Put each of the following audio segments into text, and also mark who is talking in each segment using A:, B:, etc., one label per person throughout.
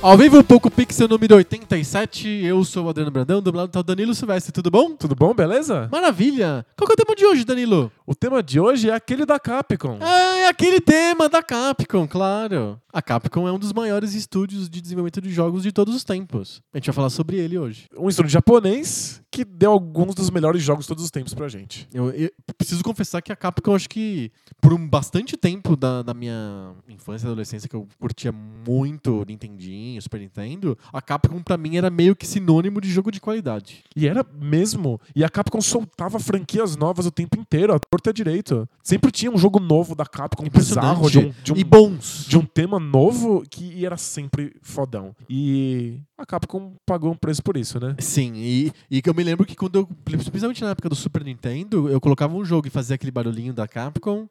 A: Ao vivo, Poco Pixel número 87, eu sou o Adriano Brandão, do lado tá o Danilo Silvestre, tudo bom?
B: Tudo bom, beleza?
A: Maravilha! Qual que é o tema de hoje, Danilo?
B: O tema de hoje é aquele da Capcom.
A: Ah, é aquele tema da Capcom, claro! A Capcom é um dos maiores estúdios de desenvolvimento de jogos de todos os tempos. A gente vai falar sobre ele hoje.
B: Um estúdio japonês que deu alguns dos melhores jogos de todos os tempos pra gente.
A: Eu, eu preciso confessar que a Capcom, acho que por um bastante tempo da, da minha infância e adolescência, que eu curtia muito Nintendinho, Super Nintendo, a Capcom pra mim era meio que sinônimo de jogo de qualidade.
B: E era mesmo. E a Capcom soltava franquias novas o tempo inteiro, a torta e à direita. Sempre tinha um jogo novo da Capcom bizarro, de um, de um-
A: e bons.
B: de um tema novo que era sempre fodão. E a Capcom pagou um preço por isso, né?
A: Sim, e, e que eu me lembro que quando eu, principalmente na época do Super Nintendo, eu colocava um jogo e fazia aquele barulhinho da Capcom.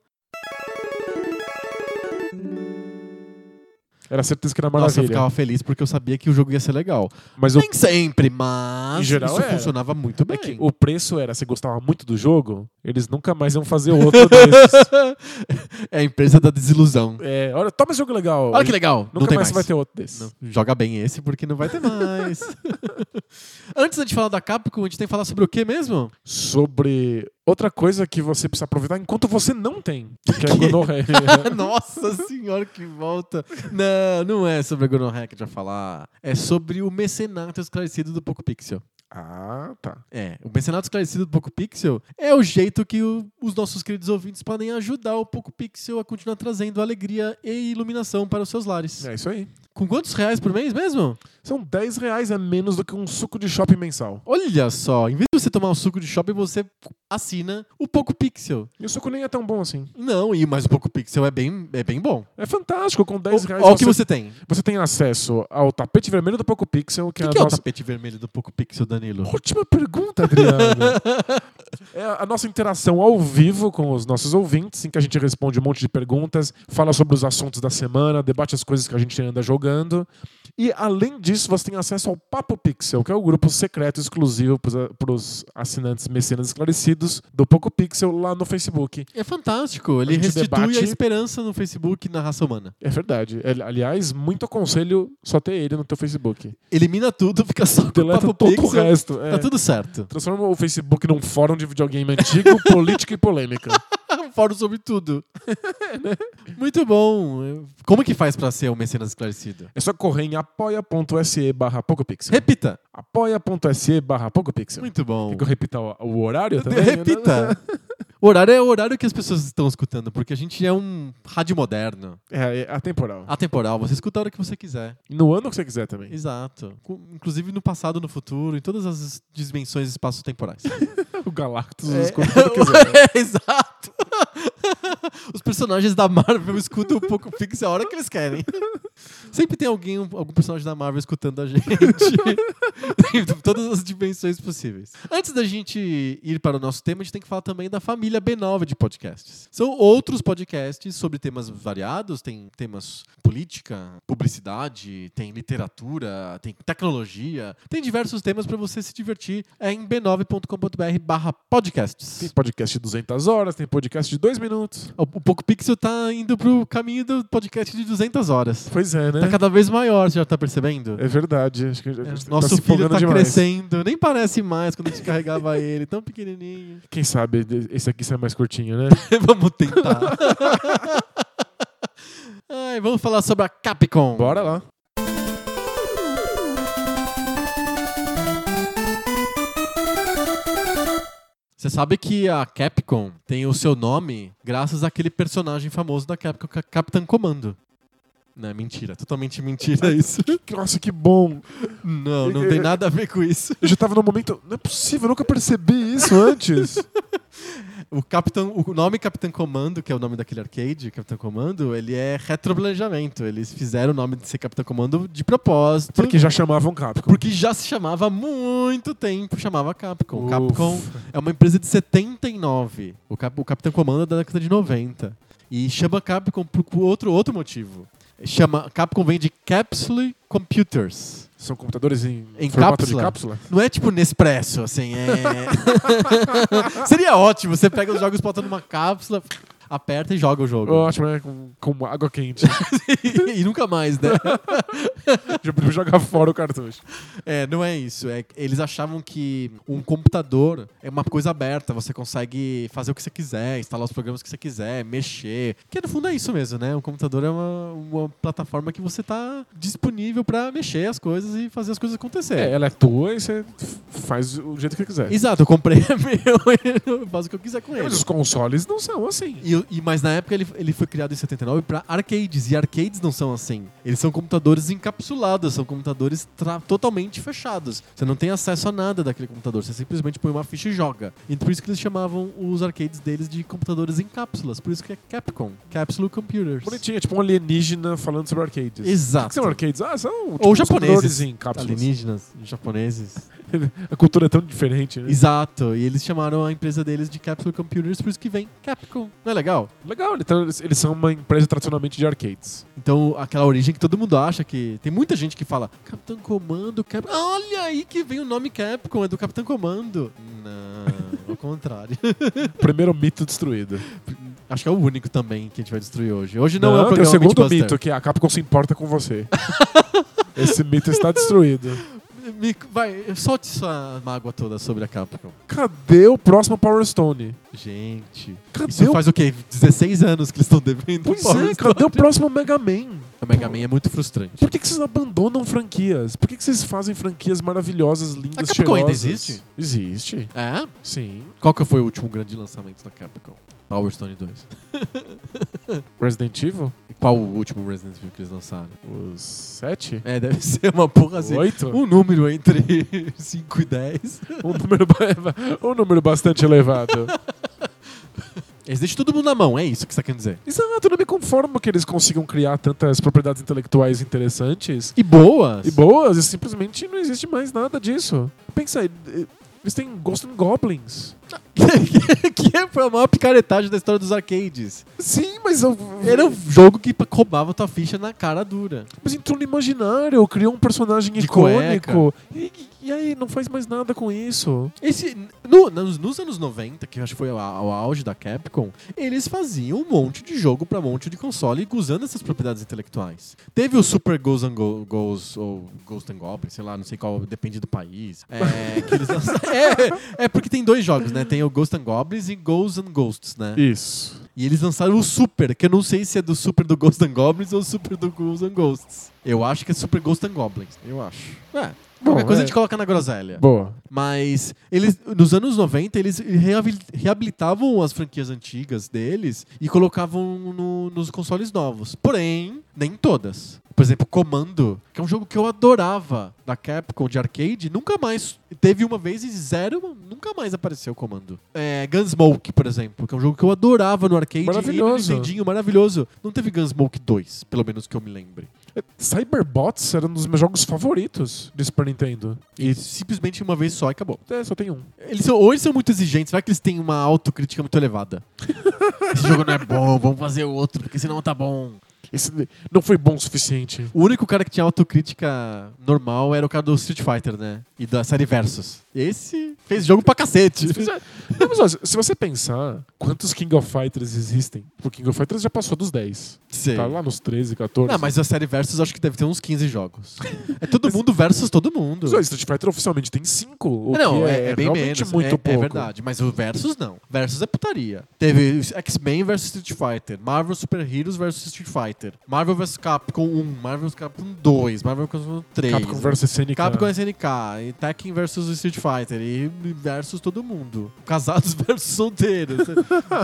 B: Era certeza que era
A: Nossa, eu
B: maravilha.
A: ficava feliz porque eu sabia que o jogo ia ser legal.
B: Mas o
A: Nem sempre, mas
B: Em geral
A: isso
B: era.
A: funcionava muito bem.
B: É que o preço era, você gostava muito do jogo, eles nunca mais iam fazer outro desses.
A: é a empresa da desilusão.
B: É, olha, toma esse jogo legal.
A: Olha que legal,
B: Nunca
A: não tem
B: mais,
A: mais.
B: vai ter um outro desses.
A: Não, joga bem esse porque não vai ter mais. Antes de falar da Capcom, a gente tem que falar sobre o que mesmo?
B: Sobre outra coisa que você precisa aproveitar enquanto você não tem, que é gonorreia.
A: Nossa senhora, que volta! Não, não é sobre a Gonorrhea que a gente vai falar. É sobre o mecenato esclarecido do Poco Pixel.
B: ah, tá.
A: É, o Pensionato Esclarecido do Poco Pixel é o jeito que o- os nossos queridos ouvintes podem ajudar o Poco Pixel a continuar trazendo alegria e iluminação para os seus lares.
B: É isso aí.
A: Com quantos reais por mês mesmo?
B: São 10 reais a menos do que um suco de shopping mensal.
A: Olha só, em vez de você tomar um suco de shopping, você assina o Poco Pixel.
B: E o suco nem é tão bom assim.
A: Não, e mas o Poco Pixel é bem, é bem bom.
B: É fantástico, com 10 reais
A: Olha o que você tem.
B: você tem acesso ao tapete vermelho do Poco Pixel, que,
A: O que,
B: é a
A: que é o
B: nossa...
A: tapete vermelho do Poco Pixel, Danilo?
B: Última pergunta, Adriano. é a nossa interação ao vivo com os nossos ouvintes, em que a gente responde um monte de perguntas, fala sobre os assuntos da semana, debate as coisas que a gente anda jogando. E, além disso, você tem acesso ao Papo Pixel, que é o grupo secreto exclusivo para os assinantes mecenas esclarecidos do Poco Pixel lá no Facebook.
A: É fantástico, ele
B: gente
A: restitui
B: debate-
A: a esperança no Facebook na raça humana.
B: É verdade. Ali- Aliás, muito aconselho só ter ele no teu Facebook.
A: Elimina tudo, fica só com o
B: Deleta
A: Papo
B: todo o
A: Pixel.
B: resto. é.
A: Tá tudo certo.
B: Transforma o Facebook num fórum de videogame antigo, política e polêmica.
A: um fórum sobre tudo. Muito bom. Como que faz pra ser um mecenas esclarecido?
B: É só correr em apoia.se barra PocoPixel.
A: Repita.
B: apoia.se barra PocoPixel.
A: Muito bom.
B: Tem que eu repita o, o horário também? Né,
A: Repita. O horário é o horário que as pessoas estão escutando, porque a gente é um rádio moderno,
B: É, é atemporal.
A: Ah. atemporal. Você escuta a hora que você quiser.
B: E No ano que você quiser também.
A: Exato. Cu- Inclusive no passado, no futuro, em todas as dimensões espaço-temporais.
B: O Galactus
A: É.
B: escuta quando quiser.
A: É, exato. Os personagens da Marvel escutam um pouco fixe a hora que eles querem. Sempre tem alguém, um- algum personagem da Marvel escutando a gente. em todas as dimensões possíveis. Antes da gente ir para o nosso tema, a gente tem que falar também da família B9 de podcasts. São outros podcasts sobre temas variados, tem temas política, publicidade, tem literatura, tem tecnologia, tem diversos temas para você se divertir. É em b9.com.br barra podcasts.
B: Tem podcast de 200 horas, tem podcast de 2 minutos.
A: O o Poco Pixel tá indo pro caminho do podcast de 200 horas.
B: Pois é, né?
A: Tá cada vez maior, você já tá percebendo?
B: É verdade. Acho que a gente
A: É,
B: tá
A: Nosso
B: se
A: filho
B: empolgando
A: tá
B: demais.
A: crescendo, nem parece mais quando a gente carregava ele, tão pequenininho.
B: Quem sabe esse aqui sai mais curtinho, né?
A: vamos tentar. Ai, vamos falar sobre a Capcom.
B: Bora lá.
A: Você sabe que a Capcom tem o seu nome graças àquele personagem famoso da Capcom, que é Capitão Comando. Não, é mentira, totalmente mentira isso.
B: Nossa, que bom.
A: Não, não tem nada a ver com isso.
B: Eu já tava no momento. Não é possível, eu nunca percebi isso antes.
A: O, Capitão, o nome Capitão Comando, que é o nome daquele arcade, Capitão Comando, ele é retroplanejamento. Eles fizeram o nome de ser Capitão Comando de propósito.
B: Porque já chamavam Capcom.
A: Porque já se chamava há muito tempo, chamava Capcom.
B: Ufa.
A: Capcom é uma empresa de 79. O, Cap- o Capitão Comando é da década de 90. E chama Capcom por outro, outro motivo. Chama, Capcom vem de Capsule Computers.
B: São computadores em,
A: Em
B: formato
A: cápsula.
B: de cápsula?
A: Não é tipo Nespresso, assim, é... Seria ótimo, você pega os jogos, bota numa cápsula, aperta e joga o jogo.
B: Ótimo, é com, com água quente.
A: e nunca mais, né?
B: já podia jogar fora o cartucho.
A: É, não é isso. É, que eles achavam que um computador é uma coisa aberta, você consegue fazer o que você quiser, instalar os programas que você quiser, mexer. Que no fundo é isso mesmo, né? Um computador é uma, uma plataforma que você tá disponível pra mexer as coisas e fazer as coisas
B: É,
A: acontecer.
B: ela é tua e você f- faz o jeito que quiser.
A: Exato, eu comprei é meu, eu faço o que eu quiser com ele.
B: É, Mas os consoles não são assim.
A: E, e- mas na época ele, ele foi criado em 79 para arcades, e arcades não são assim. Eles são computadores encapsulados, são computadores tra- totalmente fechados. Você não tem acesso a nada daquele computador, você simplesmente põe uma ficha e joga. E por isso que eles chamavam os arcades deles de computadores em cápsulas, por isso que é Capcom, Capsule Computers.
B: Bonitinho, é tipo um alienígena falando sobre arcades. O que
A: Exato.
B: são arcades? Ah, são tipo,
A: Ou
B: os
A: japoneses,
B: computadores em cápsulas.
A: alienígenas, japoneses.
B: A cultura é tão diferente, né?
A: Exato, e eles chamaram a empresa deles de Capsule Computers, por isso que vem Capcom. Não é legal?
B: Legal, então eles eles são uma empresa tradicionalmente de arcades.
A: Então, aquela origem que todo mundo acha que. Tem muita gente que fala Capitão Comando, Capcom. Olha aí que vem o nome Capcom, é do Capitão Comando. Não, ao contrário.
B: Primeiro mito destruído.
A: Acho que é o único também que a gente vai destruir hoje. Hoje não, é o
B: tem o
A: programa
B: segundo
A: Mythbuster.
B: mito, que é a Capcom se importa com você. Esse mito está destruído.
A: Me- Vai, solte sua mágoa toda sobre a Capcom.
B: Cadê o próximo Power Stone?
A: Gente.
B: Cadê
A: Isso
B: o...
A: faz o quê? 16 anos que eles estão devendo.
B: Pois
A: Power
B: é,
A: Stone.
B: cadê o próximo Mega Man?
A: O Mega Man é muito frustrante.
B: Por que, que vocês abandonam franquias? Por que, que vocês fazem franquias maravilhosas, lindas,
A: A Capcom ainda
B: cheirosas?
A: existe?
B: Existe,
A: É?
B: sim.
A: Qual que foi o último grande lançamento da Capcom? Power Stone 2.
B: Resident Evil?
A: E qual o último Resident Evil que eles lançaram?
B: Os sete?
A: É, deve ser uma porra assim.
B: Oito?
A: Um número entre 5 e 10.
B: Um número, ba- um número bastante elevado.
A: Eles deixam todo mundo na mão, é isso que você tá querendo dizer.
B: Exato, eu não me conformo que eles consigam criar tantas propriedades intelectuais interessantes
A: E boas.
B: e boas, e simplesmente não existe mais nada disso. Pensa aí, eh, eles têm Ghost and Goblins.
A: que é, foi a maior picaretagem da história dos arcades.
B: Sim, mas eu,
A: Era um jogo que roubava tua ficha na cara dura.
B: mas entrou no imaginário, criou um personagem
A: De
B: icônico. E, e aí, não faz mais nada com isso.
A: Esse, no- nos, nos anos 90, que eu acho que foi o, au- o auge da Capcom, eles faziam um monte de jogo pra um monte de console usando essas propriedades intelectuais. Teve o Super Ghost and Go- Ghost, ou Ghost and Goblin, sei lá, não sei qual, depende do país. É, que eles lançaram- é, é porque tem dois jogos, né? Tem o Ghost and Goblins e Ghosts and Ghosts, né?
B: Isso.
A: E eles lançaram o Super, que eu não sei se é do Super do Ghost and Goblins ou Super do Ghosts and Ghosts. Eu acho que é Super Ghost and Goblins. Eu acho. É. Qualquer
B: Bom,
A: coisa
B: é.
A: a gente coloca na groselha.
B: Boa.
A: Mas eles, nos anos 90, eles reabil- reabilitavam as franquias antigas deles e colocavam no- nos consoles novos. Porém, nem todas. Por exemplo, Comando, que é um jogo que eu adorava da Capcom de arcade, nunca mais. Teve uma vez e zero, nunca mais apareceu Comando. É, Gunsmoke, por exemplo, que é um jogo que eu adorava no arcade.
B: Maravilhoso.
A: E no Nintendinho, maravilhoso. Não teve Gunsmoke 2, pelo menos que eu me lembre.
B: É, Cyberbots era um dos meus jogos favoritos de Super Nintendo.
A: E simplesmente uma vez só e acabou.
B: É, só tem um.
A: Eles são, ou eles são muito exigentes, vai que eles têm uma autocrítica muito elevada. Esse jogo não é bom, vamos fazer outro, porque senão não tá bom.
B: Esse não foi bom o suficiente.
A: O único cara que tinha autocrítica normal era o cara do Street Fighter, né? E da série Versus. Esse fez jogo pra cacete.
B: Não, mas, ó, se você pensar quantos King of Fighters existem, o King of Fighters já passou dos 10.
A: Sei.
B: Tá lá nos 13, 14.
A: Não, Ah, mas a série Versus acho que deve ter uns 15 jogos. É todo mundo versus todo mundo.
B: Mas, ó, Street Fighter oficialmente tem 5. O
A: não,
B: que
A: é, é bem
B: realmente
A: menos.
B: muito
A: é,
B: pouco.
A: é verdade, mas o Versus não. Versus é putaria. Teve os X-Men vs Street Fighter, Marvel Super Heroes vs Street Fighter, Marvel vs Capcom 1, Marvel vs Capcom 2, Marvel vs Capcom 3.
B: Capcom vs SNK.
A: Capcom SNK, e Tekken vs Street Fighter, e versus todo mundo. Ca- casados versus solteiros.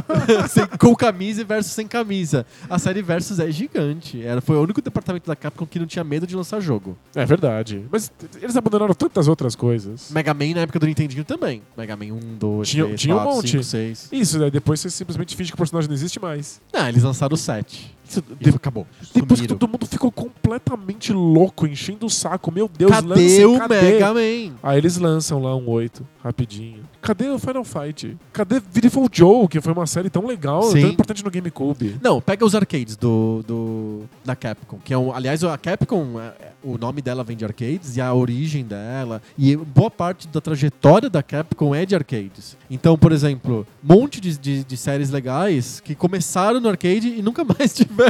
A: Sem- com camisa e versus sem camisa. A série Versus é gigante. Era, foi o único departamento da Capcom que não tinha medo de lançar jogo.
B: É verdade. Mas t- eles abandonaram tantas outras coisas.
A: Mega Man na época do Nintendinho também. Mega Man 1, 2,
B: Tinha-
A: 3,
B: tinha um
A: 4,
B: monte.
A: 5, 6.
B: Isso, né? Depois você simplesmente finge que o personagem não existe mais.
A: Não, eles lançaram o 7.
B: Isso,
A: E
B: de-
A: acabou.
B: depois que
A: Sumiram.
B: todo mundo ficou completamente louco, enchendo o saco. Meu Deus,
A: cadê
B: lancem,
A: o
B: cadê?
A: Mega Man?
B: Aí eles lançam lá um 8, rapidinho. Cadê o Final Fight? Cadê Beautiful Joe, que foi uma série tão legal,
A: Sim.
B: tão importante no GameCube?
A: Não, pega os arcades do, do- da Capcom, que é um, aliás a Capcom, é- é- o nome dela vem de arcades e a origem dela e boa parte da trajetória da Capcom é de arcades. Então, por exemplo, um monte de, de- de séries legais que começaram no arcade e nunca mais tiveram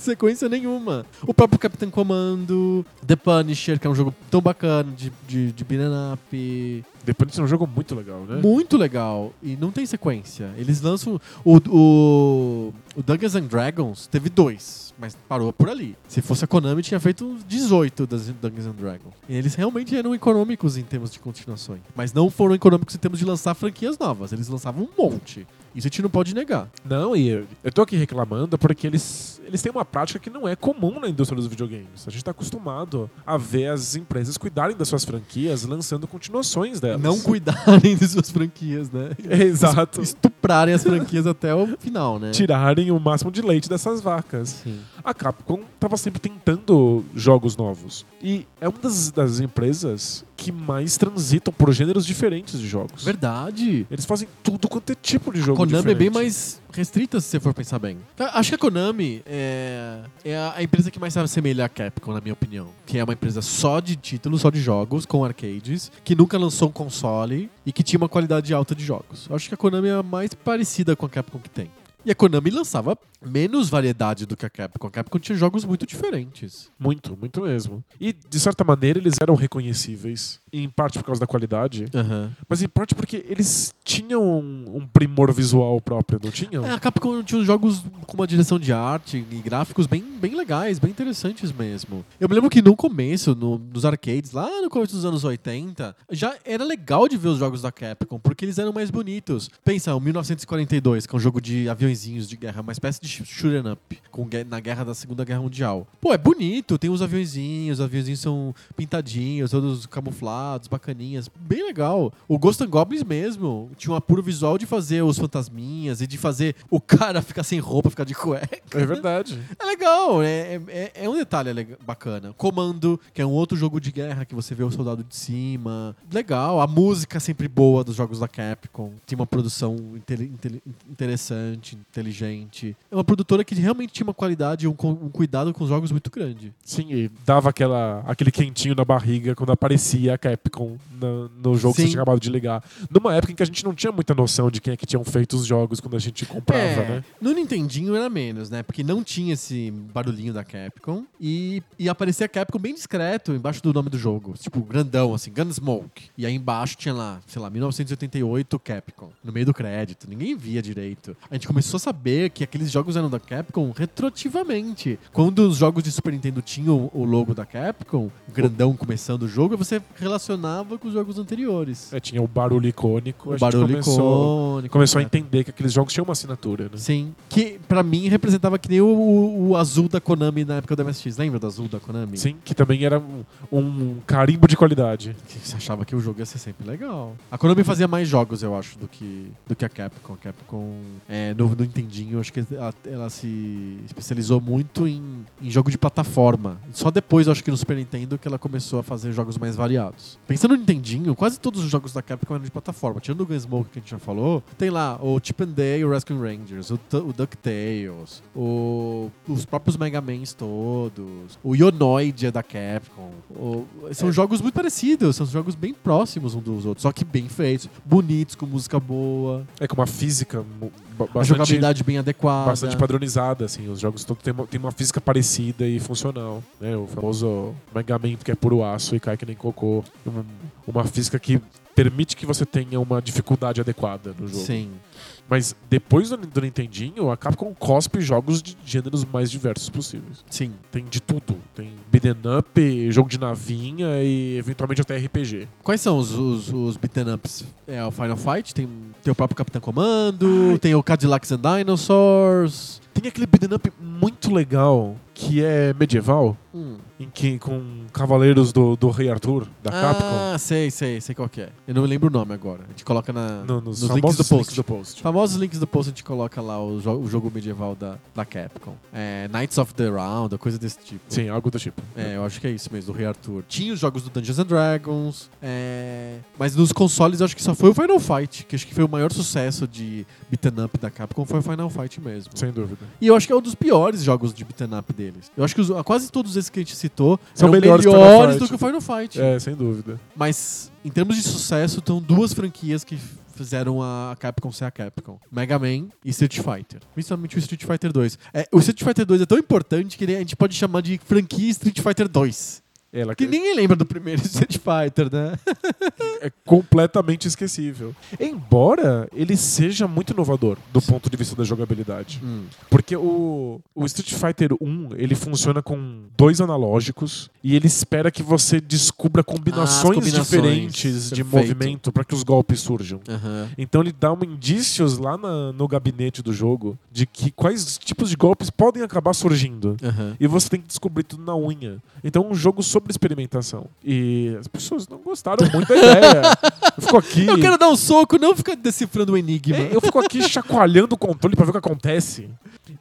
A: sequência nenhuma. O próprio Capitão Comando, The Punisher, que é um jogo tão bacana de de, de beat'em up,
B: Depois disso é um jogo muito legal, né?
A: muito legal. E não tem sequência. Eles lançam. O, o, o Dungeons and Dragons teve dois, mas parou por ali. Se fosse a Konami, tinha feito uns 18 das Dungeons and Dragons. E eles realmente eram econômicos em termos de continuações. Mas não foram econômicos em termos de lançar franquias novas. Eles lançavam um monte. Isso a gente não pode negar.
B: Não, e eu, eu tô aqui reclamando porque eles, eles têm uma prática que não é comum na indústria dos videogames. A gente tá acostumado a ver as empresas cuidarem das suas franquias lançando continuações delas.
A: Não cuidarem de suas franquias, né?
B: Exato.
A: Estuprarem as franquias até o final, né?
B: Tirarem o máximo de leite dessas vacas.
A: Sim.
B: A Capcom tava sempre tentando jogos novos. E é uma das, das empresas que mais transitam por gêneros diferentes de jogos.
A: Verdade.
B: Eles fazem tudo quanto é tipo de jogo
A: Konami é bem
B: diferente.
A: mais restrita, se você for pensar bem. Ca- Acho que a Konami é, é a a empresa que mais se assemelha à Capcom, na minha opinião. Que é uma empresa só de títulos, só de jogos, com arcades, que nunca lançou um console e que tinha uma qualidade alta de jogos. Acho que a Konami é a mais parecida com a Capcom que tem. E a Konami lançava menos variedade do que a Capcom. A Capcom tinha jogos muito diferentes.
B: Muito, muito mesmo. E, de certa maneira, eles eram reconhecíveis. Em parte por causa da qualidade, mas em parte porque eles tinham um, um primor visual próprio, não tinham?
A: É, a Capcom tinha uns jogos com uma direção de arte e gráficos bem, bem legais, bem interessantes mesmo. Eu me lembro que no começo, no- nos arcades, lá no começo dos anos 80, já era legal de ver os jogos da Capcom, porque eles eram mais bonitos. Pensa, o 1942, que é um jogo de aviõezinhos de guerra, uma espécie de sh- shoot'em up, com, gue- na guerra da Segunda Guerra Mundial. Pô, é bonito, tem os aviõezinhos, os aviõezinhos são pintadinhos, todos camuflados, bacaninhas. Bem legal. O Ghost and Goblins mesmo tinha um apuro visual de fazer os fantasminhas e de fazer o cara ficar sem roupa, ficar de cueca.
B: É verdade.
A: É legal, é, é- é, é um detalhe leg- bacana. Comando, que é um outro jogo de guerra que você vê o soldado de cima. Legal, a música sempre boa dos jogos da Capcom. Tem uma produção intele- intele- interessante, inteligente. É uma produtora que realmente tinha uma qualidade e um, cu- um cuidado com os jogos muito grande.
B: Sim, e dava aquela, aquele quentinho na barriga quando aparecia a Capcom no, no jogo
A: Sim.
B: que você tinha acabado de ligar. Numa época em que a gente não tinha muita noção de quem é que tinham feito os jogos quando a gente comprava,
A: É,
B: né?
A: No Nintendinho era menos, né? Porque não tinha esse barulhinho da Capcom. E, e aparecia a Capcom bem discreto embaixo do nome do jogo. Tipo, grandão, assim, Gunsmoke. E aí embaixo tinha lá, sei lá, 1988 Capcom. No meio do crédito. Ninguém via direito. A gente começou a saber que aqueles jogos eram da Capcom retroativamente. Quando os jogos de Super Nintendo tinham o logo da Capcom, grandão começando o jogo, você relacionava com os jogos anteriores.
B: É, tinha o barulho icônico. a
A: O
B: gente
A: barulho
B: começou,
A: icônico. né?
B: começou a
A: etc.
B: entender que aqueles jogos tinham uma assinatura, né?
A: Sim. Que pra mim representava que nem o, o- o azul da Konami na época do MSX. Lembra do azul da Konami?
B: Sim, que também era um, um carimbo de qualidade.
A: Que você achava que o jogo ia ser sempre legal. A Konami fazia mais jogos, eu acho, do que, do que a Capcom. A Capcom, é, no, no Nintendinho, eu acho que ela, ela se especializou muito em, em jogo de plataforma. Só depois, eu acho que no Super Nintendo, que ela começou a fazer jogos mais variados. Pensando no Nintendinho, quase todos os jogos da Capcom eram de plataforma. Tirando o Gunsmoke, que a gente já falou, tem lá o Chip and Dale, o Rescue Rangers, o, Tu- o DuckTales, o, os próprios Mega Mans todos, o Ionoid é da Capcom. O-
B: É.
A: são jogos muito parecidos, são jogos bem próximos uns dos outros, só que bem feitos, bonitos, com música boa,
B: É com uma física mu- ba-
A: a
B: bastante
A: jogabilidade é bem adequada.
B: bastante padronizada, assim. Os jogos todos têm uma, têm uma física parecida e funcional. Né? O famoso Mega Man que é puro aço e cai que nem cocô. Um- uma física que permite que você tenha uma dificuldade adequada no jogo.
A: Sim.
B: Mas depois do, do Nintendinho, a Capcom cospe jogos de gêneros mais diversos possíveis.
A: Sim.
B: Tem de tudo. Tem beat'em up, jogo de navinha e eventualmente até RPG.
A: Quais são os, os, os beaten ups? É o Final Fight, tem, tem o próprio Capitão Comando, tem o Cadillacs and Dinosaurs.
B: Tem aquele beat'em up muito legal que é medieval,
A: Hum.
B: em que, com cavaleiros do, do Rei Arthur, da Capcom.
A: Ah, sei, sei, sei qual que é. Eu não me lembro o nome agora. A gente coloca na,
B: No,
A: nos
B: nos
A: links do
B: famosos
A: post. Ah.
B: links do post.
A: Os famosos links do post a gente coloca lá o, jo- o jogo medieval da, da Capcom. É, Knights of the Round, ou coisa desse tipo.
B: Sim, algo do tipo.
A: É, eu acho que é isso mesmo, do Rei Arthur. Tinha os jogos do Dungeons and Dragons, é, mas nos consoles eu acho que só foi o Final Fight, que acho que foi o maior sucesso de beat'em up da Capcom, foi o Final Fight mesmo.
B: Sem dúvida.
A: E eu acho que é um dos piores jogos de beat'em up deles. Eu acho que os- quase todos esses que a gente citou
B: São
A: eram
B: melhores que o Final
A: melhores do
B: Fight.
A: que o Final Fight.
B: É, sem dúvida.
A: Mas em termos de sucesso, estão duas franquias que fizeram a Capcom ser a Capcom. Mega Man e Street Fighter. Principalmente o Street Fighter 2. É, o Street Fighter 2 é tão importante que ele- a gente pode chamar de franquia Street Fighter 2.
B: Ela
A: Que ninguém lembra do primeiro Street Fighter, né?
B: é completamente esquecível. Embora ele seja muito inovador do ponto de vista da jogabilidade. Porque o, o Street Fighter 1, ele funciona com dois analógicos e ele espera que você descubra combinações,
A: Ah, combinações.
B: diferentes de
A: Perfeito.
B: movimento para que os golpes surjam.
A: Aham.
B: Então ele dá um indícios lá na- no gabinete do jogo de que quais tipos de golpes podem acabar surgindo.
A: Aham.
B: E você tem que descobrir tudo na unha. Então é um jogo sobre experimentação. E as pessoas não gostaram muito da ideia. Ficou aqui.
A: Eu quero dar um soco, não ficar decifrando o enigma.
B: É, eu fico aqui chacoalhando o controle pra ver o que acontece.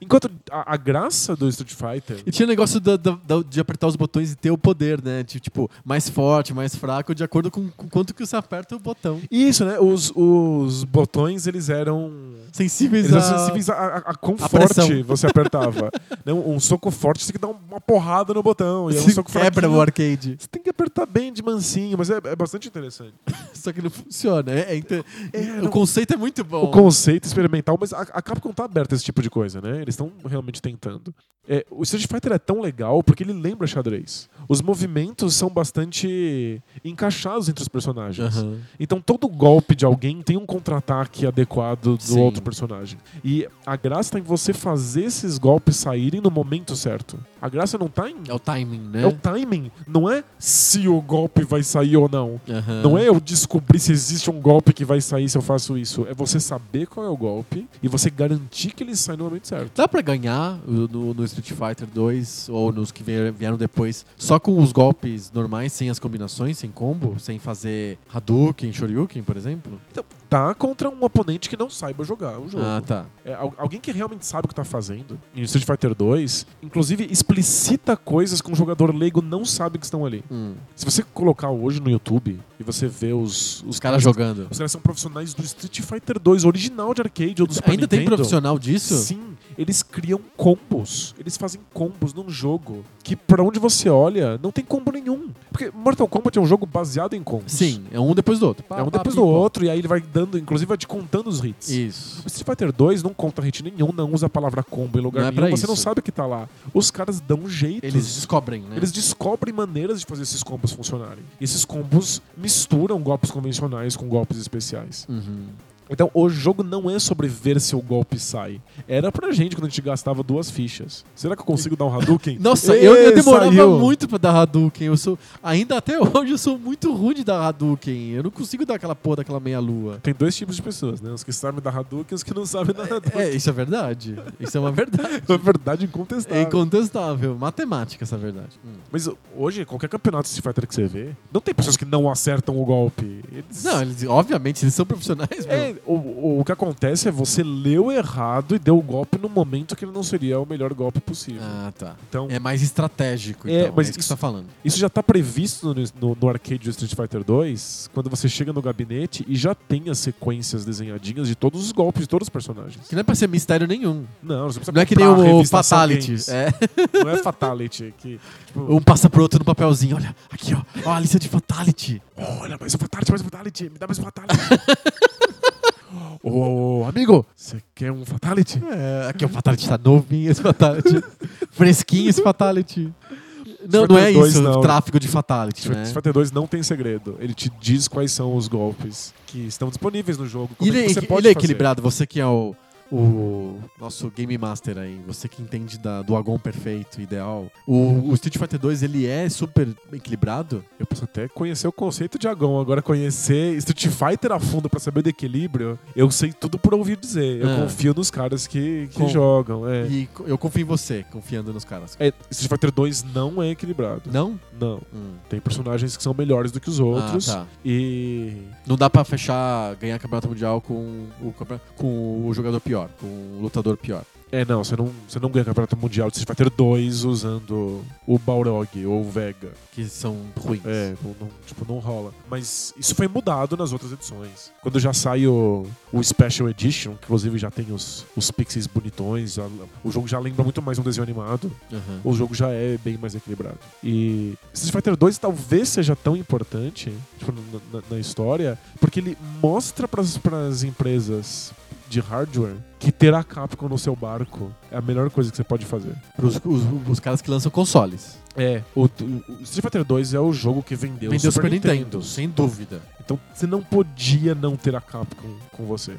B: Enquanto a, a graça do Street Fighter.
A: E tinha o negócio da- da- da- de apertar os botões e ter o poder, né? De, Tipo, mais forte, mais fraco, de acordo com, com quanto que você aperta o botão.
B: Isso, né? Os, os botões, eles eram.
A: Sensíveis
B: Eles eram
A: a-
B: sensíveis a, a, a quão
A: a
B: forte
A: pressão.
B: você apertava. né? um, um soco forte, você tem que dar uma porrada no botão. E é um
A: Se
B: soco
A: quebra
B: fraquinho,
A: o arcade.
B: Você tem que apertar bem de mansinho, mas é, é bastante interessante.
A: Só que não funciona. É, é inte-
B: É,
A: o
B: não-
A: conceito é muito bom.
B: o conceito experimental, mas a, a Capcom tá aberta a esse tipo de coisa, né? Eles estão realmente tentando. É, o Street Fighter é tão legal porque ele lembra xadrez. Os movimentos são bastante encaixados entre os personagens.
A: Aham.
B: Então todo golpe de alguém tem um contra-ataque adequado do
A: Sim.
B: outro personagem. E a graça tá em você fazer esses golpes saírem no momento certo. A graça não tá em.
A: É o timing, né?
B: É o timing, não é se o golpe vai sair ou não.
A: Aham.
B: Não é eu descobrir se existe um golpe que vai sair se eu faço isso. É você saber qual é o golpe e você garantir que ele sai no momento certo.
A: Dá pra ganhar o- no, no Street Fighter 2 ou nos que vier- vieram depois só com os golpes normais, sem as combinações, sem combo, sem fazer Hadouken, Shoryuken, por exemplo?
B: Então, tá contra um oponente que não saiba jogar o jogo.
A: Ah, tá.
B: É, al- alguém que realmente sabe o que tá fazendo. Em Street Fighter 2, inclusive, explicita coisas que um jogador leigo não sabe que estão ali.
A: Hum.
B: Se você colocar hoje no YouTube e você ver os, os
A: Os caras jogando.
B: Os caras são profissionais do Street Fighter 2, original de arcade ou do Super
A: Ainda tem
B: Nintendo.
A: profissional disso?
B: Sim, eles criam combos. Eles fazem combos num jogo que, pra onde você olha, não tem combo nenhum. Porque Mortal Kombat é um jogo baseado em combos.
A: Sim, é um depois do outro. Pá,
B: É um
A: pá,
B: depois
A: pim,
B: do
A: pá.
B: outro, e aí ele vai dando, inclusive vai te contando os hits.
A: Isso.
B: O Street Fighter 2 não conta hit nenhum, não usa a palavra combo em lugar
A: Não é pra
B: nenhum, você
A: isso.
B: não sabe o que tá lá. Os caras dão um jeito.
A: Eles descobrem, né?
B: Eles descobrem maneiras de fazer esses combos funcionarem. E esses combos misturam golpes convencionais com golpes especiais.
A: Uhum.
B: Então, o jogo não é sobre ver se o golpe sai. Era pra gente quando a gente gastava duas fichas. Será que eu consigo dar um Hadouken?
A: Nossa,
B: Ê,
A: eu, eu demorava
B: saiu.
A: muito pra dar Hadouken. Eu sou, ainda até hoje eu sou muito ruim de dar Hadouken. Eu não consigo dar aquela porra daquela meia-lua.
B: Tem dois tipos de pessoas, né? Os que sabem dar Hadouken e os que não sabem dar Hadouken.
A: É, isso é verdade. Isso é uma verdade.
B: É verdade
A: É
B: incontestável.
A: incontestável. Matemática, essa é verdade. Hum.
B: Mas hoje, qualquer campeonato de Street Fighter que você vê, não tem pessoas que não acertam o golpe. Eles...
A: Não, eles, obviamente, eles são profissionais,
B: É,
A: meu.
B: o, o- o que acontece é você leu errado e deu o golpe no momento que ele não seria o melhor golpe possível.
A: Ah, tá.
B: Então,
A: É mais estratégico,
B: É,
A: então. É,
B: mas
A: isso que
B: isso-
A: você tá falando.
B: Isso já tá previsto no, no- no arcade do Street Fighter 2, quando você chega no gabinete e já tem as sequências desenhadinhas de todos os golpes de todos os personagens.
A: Que não é pra ser mistério nenhum.
B: Não, você precisa
A: Não é que nem
B: comprar a
A: o
B: revista Ação
A: Fatality.
B: Games.
A: É.
B: Não é Fatality. Que, tipo,
A: Um passa pro outro no papelzinho. Olha, aqui, ó. Ó, a lista de Fatality.
B: Olha, mais um Fatality, mais um Fatality, me dá mais um Fatality. Ô, ô, ô, amigo, você quer um
A: Né?
B: Fatality?
A: É, aqui é o Fatality tá novinho, esse Fatality. Fresquinho esse Fatality. Não, não é
B: Fighter dois,
A: isso,
B: não.
A: tráfico de fatality, né?
B: Street Fighter 2 não tem segredo. Ele te diz quais são os golpes que estão disponíveis no jogo.
A: E
B: Como
A: ele,
B: é que você
A: ele
B: pode
A: é
B: fazer.
A: equilibrado, você que é o, o nosso Game Master aí, você que entende da- do Agon perfeito, ideal. O, o Street Fighter 2, ele é super equilibrado?
B: Eu posso até conhecer o conceito de Agon. Agora, conhecer Street Fighter a fundo pra saber do equilíbrio, eu sei tudo por ouvir dizer. Eu
A: Ah.
B: confio nos caras que, que
A: Com-
B: jogam. É.
A: E co- eu confio em você, confiando nos caras.
B: É, Street Fighter 2 não é equilibrado.
A: Não?
B: Não.
A: Hum.
B: Tem personagens que são melhores do que os outros.
A: Ah, tá.
B: E.
A: Não dá pra fechar, ganhar campeonato mundial com o, campe- com o jogador pior, com o lutador pior.
B: É, não, você não, você não ganha campeonato mundial de Street Fighter 2 usando o Balrog ou o Vega.
A: Que são ruins.
B: É, não- não- tipo, não rola. Mas isso foi mudado nas outras edições. Quando já sai o, o Special Edition, que inclusive já tem os, os pixels bonitões, já- o jogo já lembra muito mais um desenho animado,
A: Aham.
B: o jogo já é bem mais equilibrado. E Street Fighter 2 talvez seja tão importante tipo, na, na- na história, porque ele mostra pras as empresas de hardware que ter a Capcom no seu barco é a melhor coisa que você pode fazer.
A: Pros os, os caras que lançam consoles.
B: É, o, o Street Fighter 2 é o jogo que vendeu,
A: Vendeu
B: o Super Nintendo.
A: sem dúvida.
B: Então você não podia não ter a Capcom com você.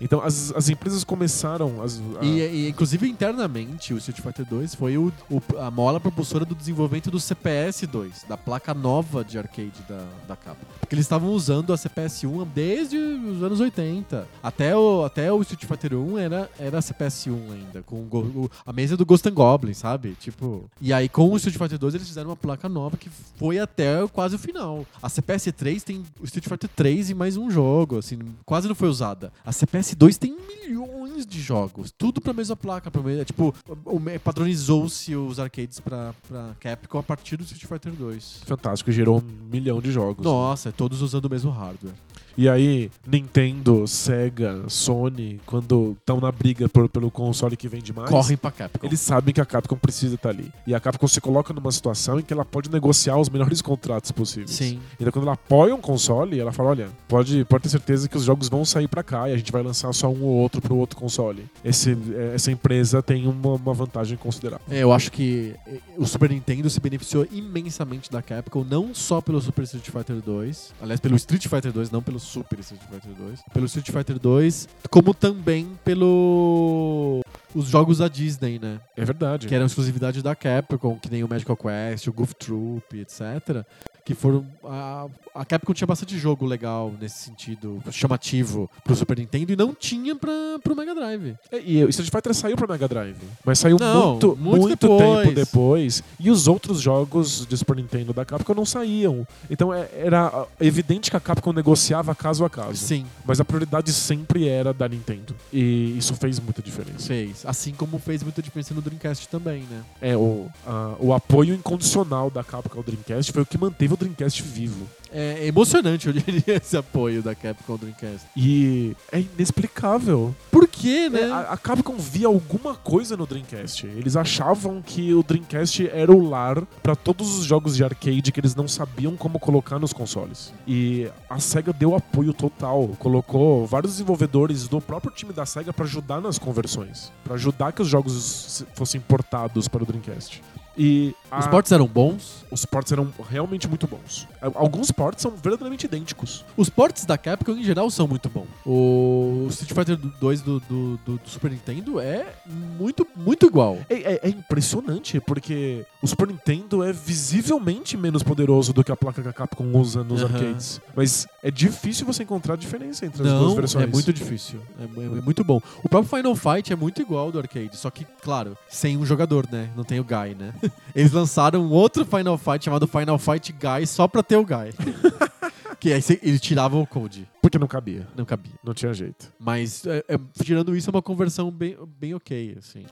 B: Então as, as empresas começaram. As,
A: Uhum.
B: a-
A: E, é e, inclusive internamente, o Street Fighter 2 foi o, o- a mola propulsora do desenvolvimento do CPS 2, da placa nova de arcade da, da Capcom. Porque eles estavam usando a CPS 1 desde os anos 80. Até o, até o Street Fighter 1 era, era a CPS 1 ainda, com o go- o- a mesa do Ghost and Goblin, sabe? Tipo. E aí com o Street Fighter 2 eles fizeram uma placa nova que foi até quase o final. A CPS 3 tem o Street Fighter 3 e mais um jogo, assim, quase não foi usada. A CPS 2 tem milhões de jogos, tudo pra mesma placa, pra mesma, tipo, o- o- padronizou-se os arcades pra, pra Capcom a partir do Street Fighter 2.
B: Fantástico, gerou um milhão de jogos.
A: Nossa, todos usando o mesmo hardware.
B: E aí, Nintendo, Sega, Sony, quando estão na briga por- pelo console que vende mais.
A: Correm pra Capcom.
B: Eles sabem que a Capcom precisa estar ali. E a Capcom se coloca numa situação em que ela pode negociar os melhores contratos possíveis.
A: Sim.
B: Então, quando ela apoia um console, ela fala: olha, pode, pode ter certeza que os jogos vão sair pra cá e a gente vai lançar só um ou outro pro outro console. Esse- eh, essa empresa tem uma, uma vantagem considerável.
A: É, Eu acho que eh, o Super Nintendo se beneficiou imensamente da Capcom, não só pelo Super Street Fighter 2, aliás, pelo Street Fighter 2, não pelo Super Street Fighter 2, pelo Street Fighter 2, como também pelo os jogos da Disney, né?
B: É verdade.
A: Que eram exclusividade da Capcom, que nem o Magical Quest, o Goof Troop, etc. Que foram. A, a Capcom tinha bastante jogo legal nesse sentido, chamativo pro Super Nintendo e não tinha pra, pro Mega Drive.
B: É, E o Street Fighter saiu pra Mega Drive, mas saiu
A: Não,
B: muito,
A: muito
B: muito,
A: depois.
B: tempo depois. E os outros jogos de Super Nintendo da Capcom não saíam. Então é- era ah, evidente que a Capcom negociava caso a caso.
A: Sim.
B: Mas a prioridade sempre era da Nintendo. E isso fez muita diferença.
A: Fez. Assim como fez muita diferença no Dreamcast também, né?
B: É, o, a- o apoio incondicional da Capcom ao Dreamcast foi o que manteve o Dreamcast vivo.
A: É emocionante, eu diria, esse apoio da Capcom ao Dreamcast.
B: E é inexplicável.
A: Por quê, né?
B: É, a, a Capcom via alguma coisa no Dreamcast. Eles achavam que o Dreamcast era o lar pra todos os jogos de arcade que eles não sabiam como colocar nos consoles. E a SEGA deu apoio total, colocou vários desenvolvedores do próprio time da SEGA pra ajudar nas conversões, Pra ajudar que os jogos se- fossem portados para o Dreamcast. E
A: Os
B: a-
A: portes eram bons.
B: os ports eram realmente muito bons. Alguns ports são verdadeiramente idênticos.
A: Os portes da Capcom, em geral, são muito bons. O Street Fighter 2 do, do, do- do Super Nintendo é muito, muito igual.
B: É, é- é impressionante, porque o Super Nintendo é visivelmente menos poderoso do que a placa que a Capcom usa nos
A: Aham.
B: arcades. Mas é difícil você encontrar a diferença entre as duas
A: Não,
B: versões.
A: é muito difícil. É, mu- é muito bom. O próprio Final Fight é muito igual do arcade, só que, claro, sem um jogador, né? Não tem o Guy, né? Eles lançaram um outro Final Fight chamado Final Fight Guy só pra ter o Guy. que aí cê- eles tiravam o code.
B: Porque não cabia.
A: Não cabia.
B: Não tinha jeito.
A: Mas, é, é, tirando isso, é uma conversão bem, bem ok, assim.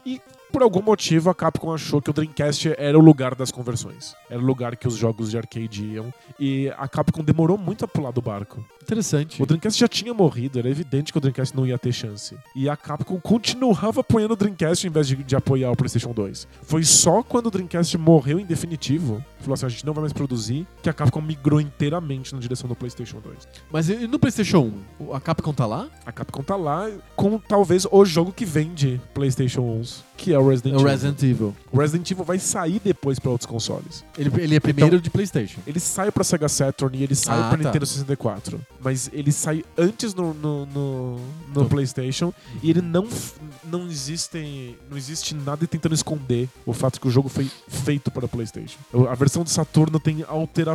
B: Por algum motivo, a Capcom achou que o Dreamcast era o lugar das conversões. Era o lugar que os jogos de arcade iam. E a Capcom demorou muito a pular do barco.
A: Interessante.
B: O Dreamcast já tinha morrido, era evidente que o Dreamcast não ia ter chance. E a Capcom continuava apoiando o Dreamcast em vez de, de apoiar o PlayStation 2. Foi só quando o Dreamcast morreu em definitivo, falou assim: a gente não vai mais produzir, que a Capcom migrou inteiramente na direção do PlayStation 2.
A: Mas e no PlayStation 1, a Capcom tá lá?
B: A Capcom tá lá com talvez o jogo que vende PlayStation 1, que é o Resident
A: É o
B: Evil.
A: Resident Evil.
B: O Resident Evil vai sair depois pra outros consoles.
A: Ele, ele
B: Então-
A: é primeiro de PlayStation.
B: Ele sai pra Sega Saturn e ele sai
A: Ah,
B: pra
A: tá.
B: Nintendo 64. Mas ele sai antes no, no, no- no
A: Então.
B: PlayStation e ele não, f- não, existem, não existe nada tentando esconder o fato que o jogo foi feito para PlayStation. O- A versão de Saturno tem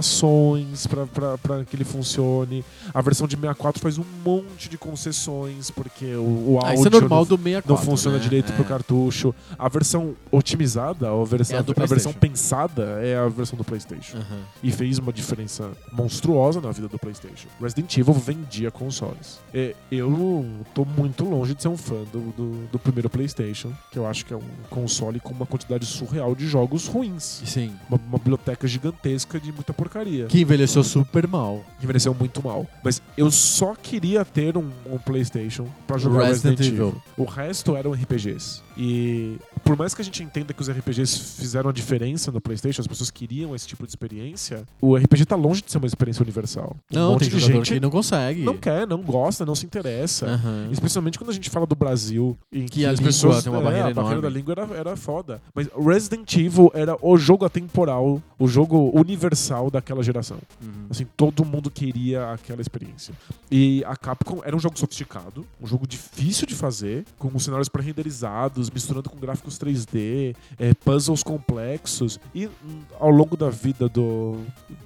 B: alterações pra- pra pra que ele funcione. A versão de 64 faz um monte de concessões porque o, o
A: Ah,
B: áudio
A: isso é normal
B: não
A: do 64.
B: não funciona
A: né?
B: direito
A: é.
B: pro cartucho. A versão otimizada, a versão,
A: É a do
B: a versão
A: PlayStation.
B: pensada é a versão do PlayStation.
A: Aham.
B: E fez uma diferença monstruosa na vida do PlayStation. Resident Evil vendia consoles. É, eu tô muito longe de ser um fã do, do, do primeiro PlayStation, que eu acho que é um console com uma quantidade surreal de jogos ruins.
A: E Sim.
B: Uma, uma biblioteca gigantesca de muita porcaria
A: Que envelheceu super mal.
B: que envelheceu muito mal. Mas eu só queria ter um, um PlayStation pra jogar Resident,
A: Resident
B: Evil.
A: Evil.
B: O resto eram RPGs. E por mais que a gente entenda que os RPGs fizeram a diferença no PlayStation, as pessoas queriam esse tipo de experiência, o RPG tá longe de ser uma experiência universal. Um
A: Não,
B: monte
A: tem
B: de
A: jogador
B: gente
A: que não É. consegue.
B: não quer, né? não gosta, não se interessa.
A: Aham.
B: Especialmente quando a gente fala do Brasil, em que,
A: a
B: as
A: língua
B: pessoas.
A: tem uma
B: é,
A: barreira
B: a barreira
A: enorme.
B: da língua era, era foda. Mas Resident Evil era o jogo atemporal, o jogo universal daquela geração.
A: Uhum.
B: Assim, todo mundo queria aquela experiência. E a Capcom era um jogo sofisticado, um jogo difícil de fazer, com cenários pré-renderizados, misturando com gráficos 3D, eh, puzzles complexos. E hum, ao longo da vida do,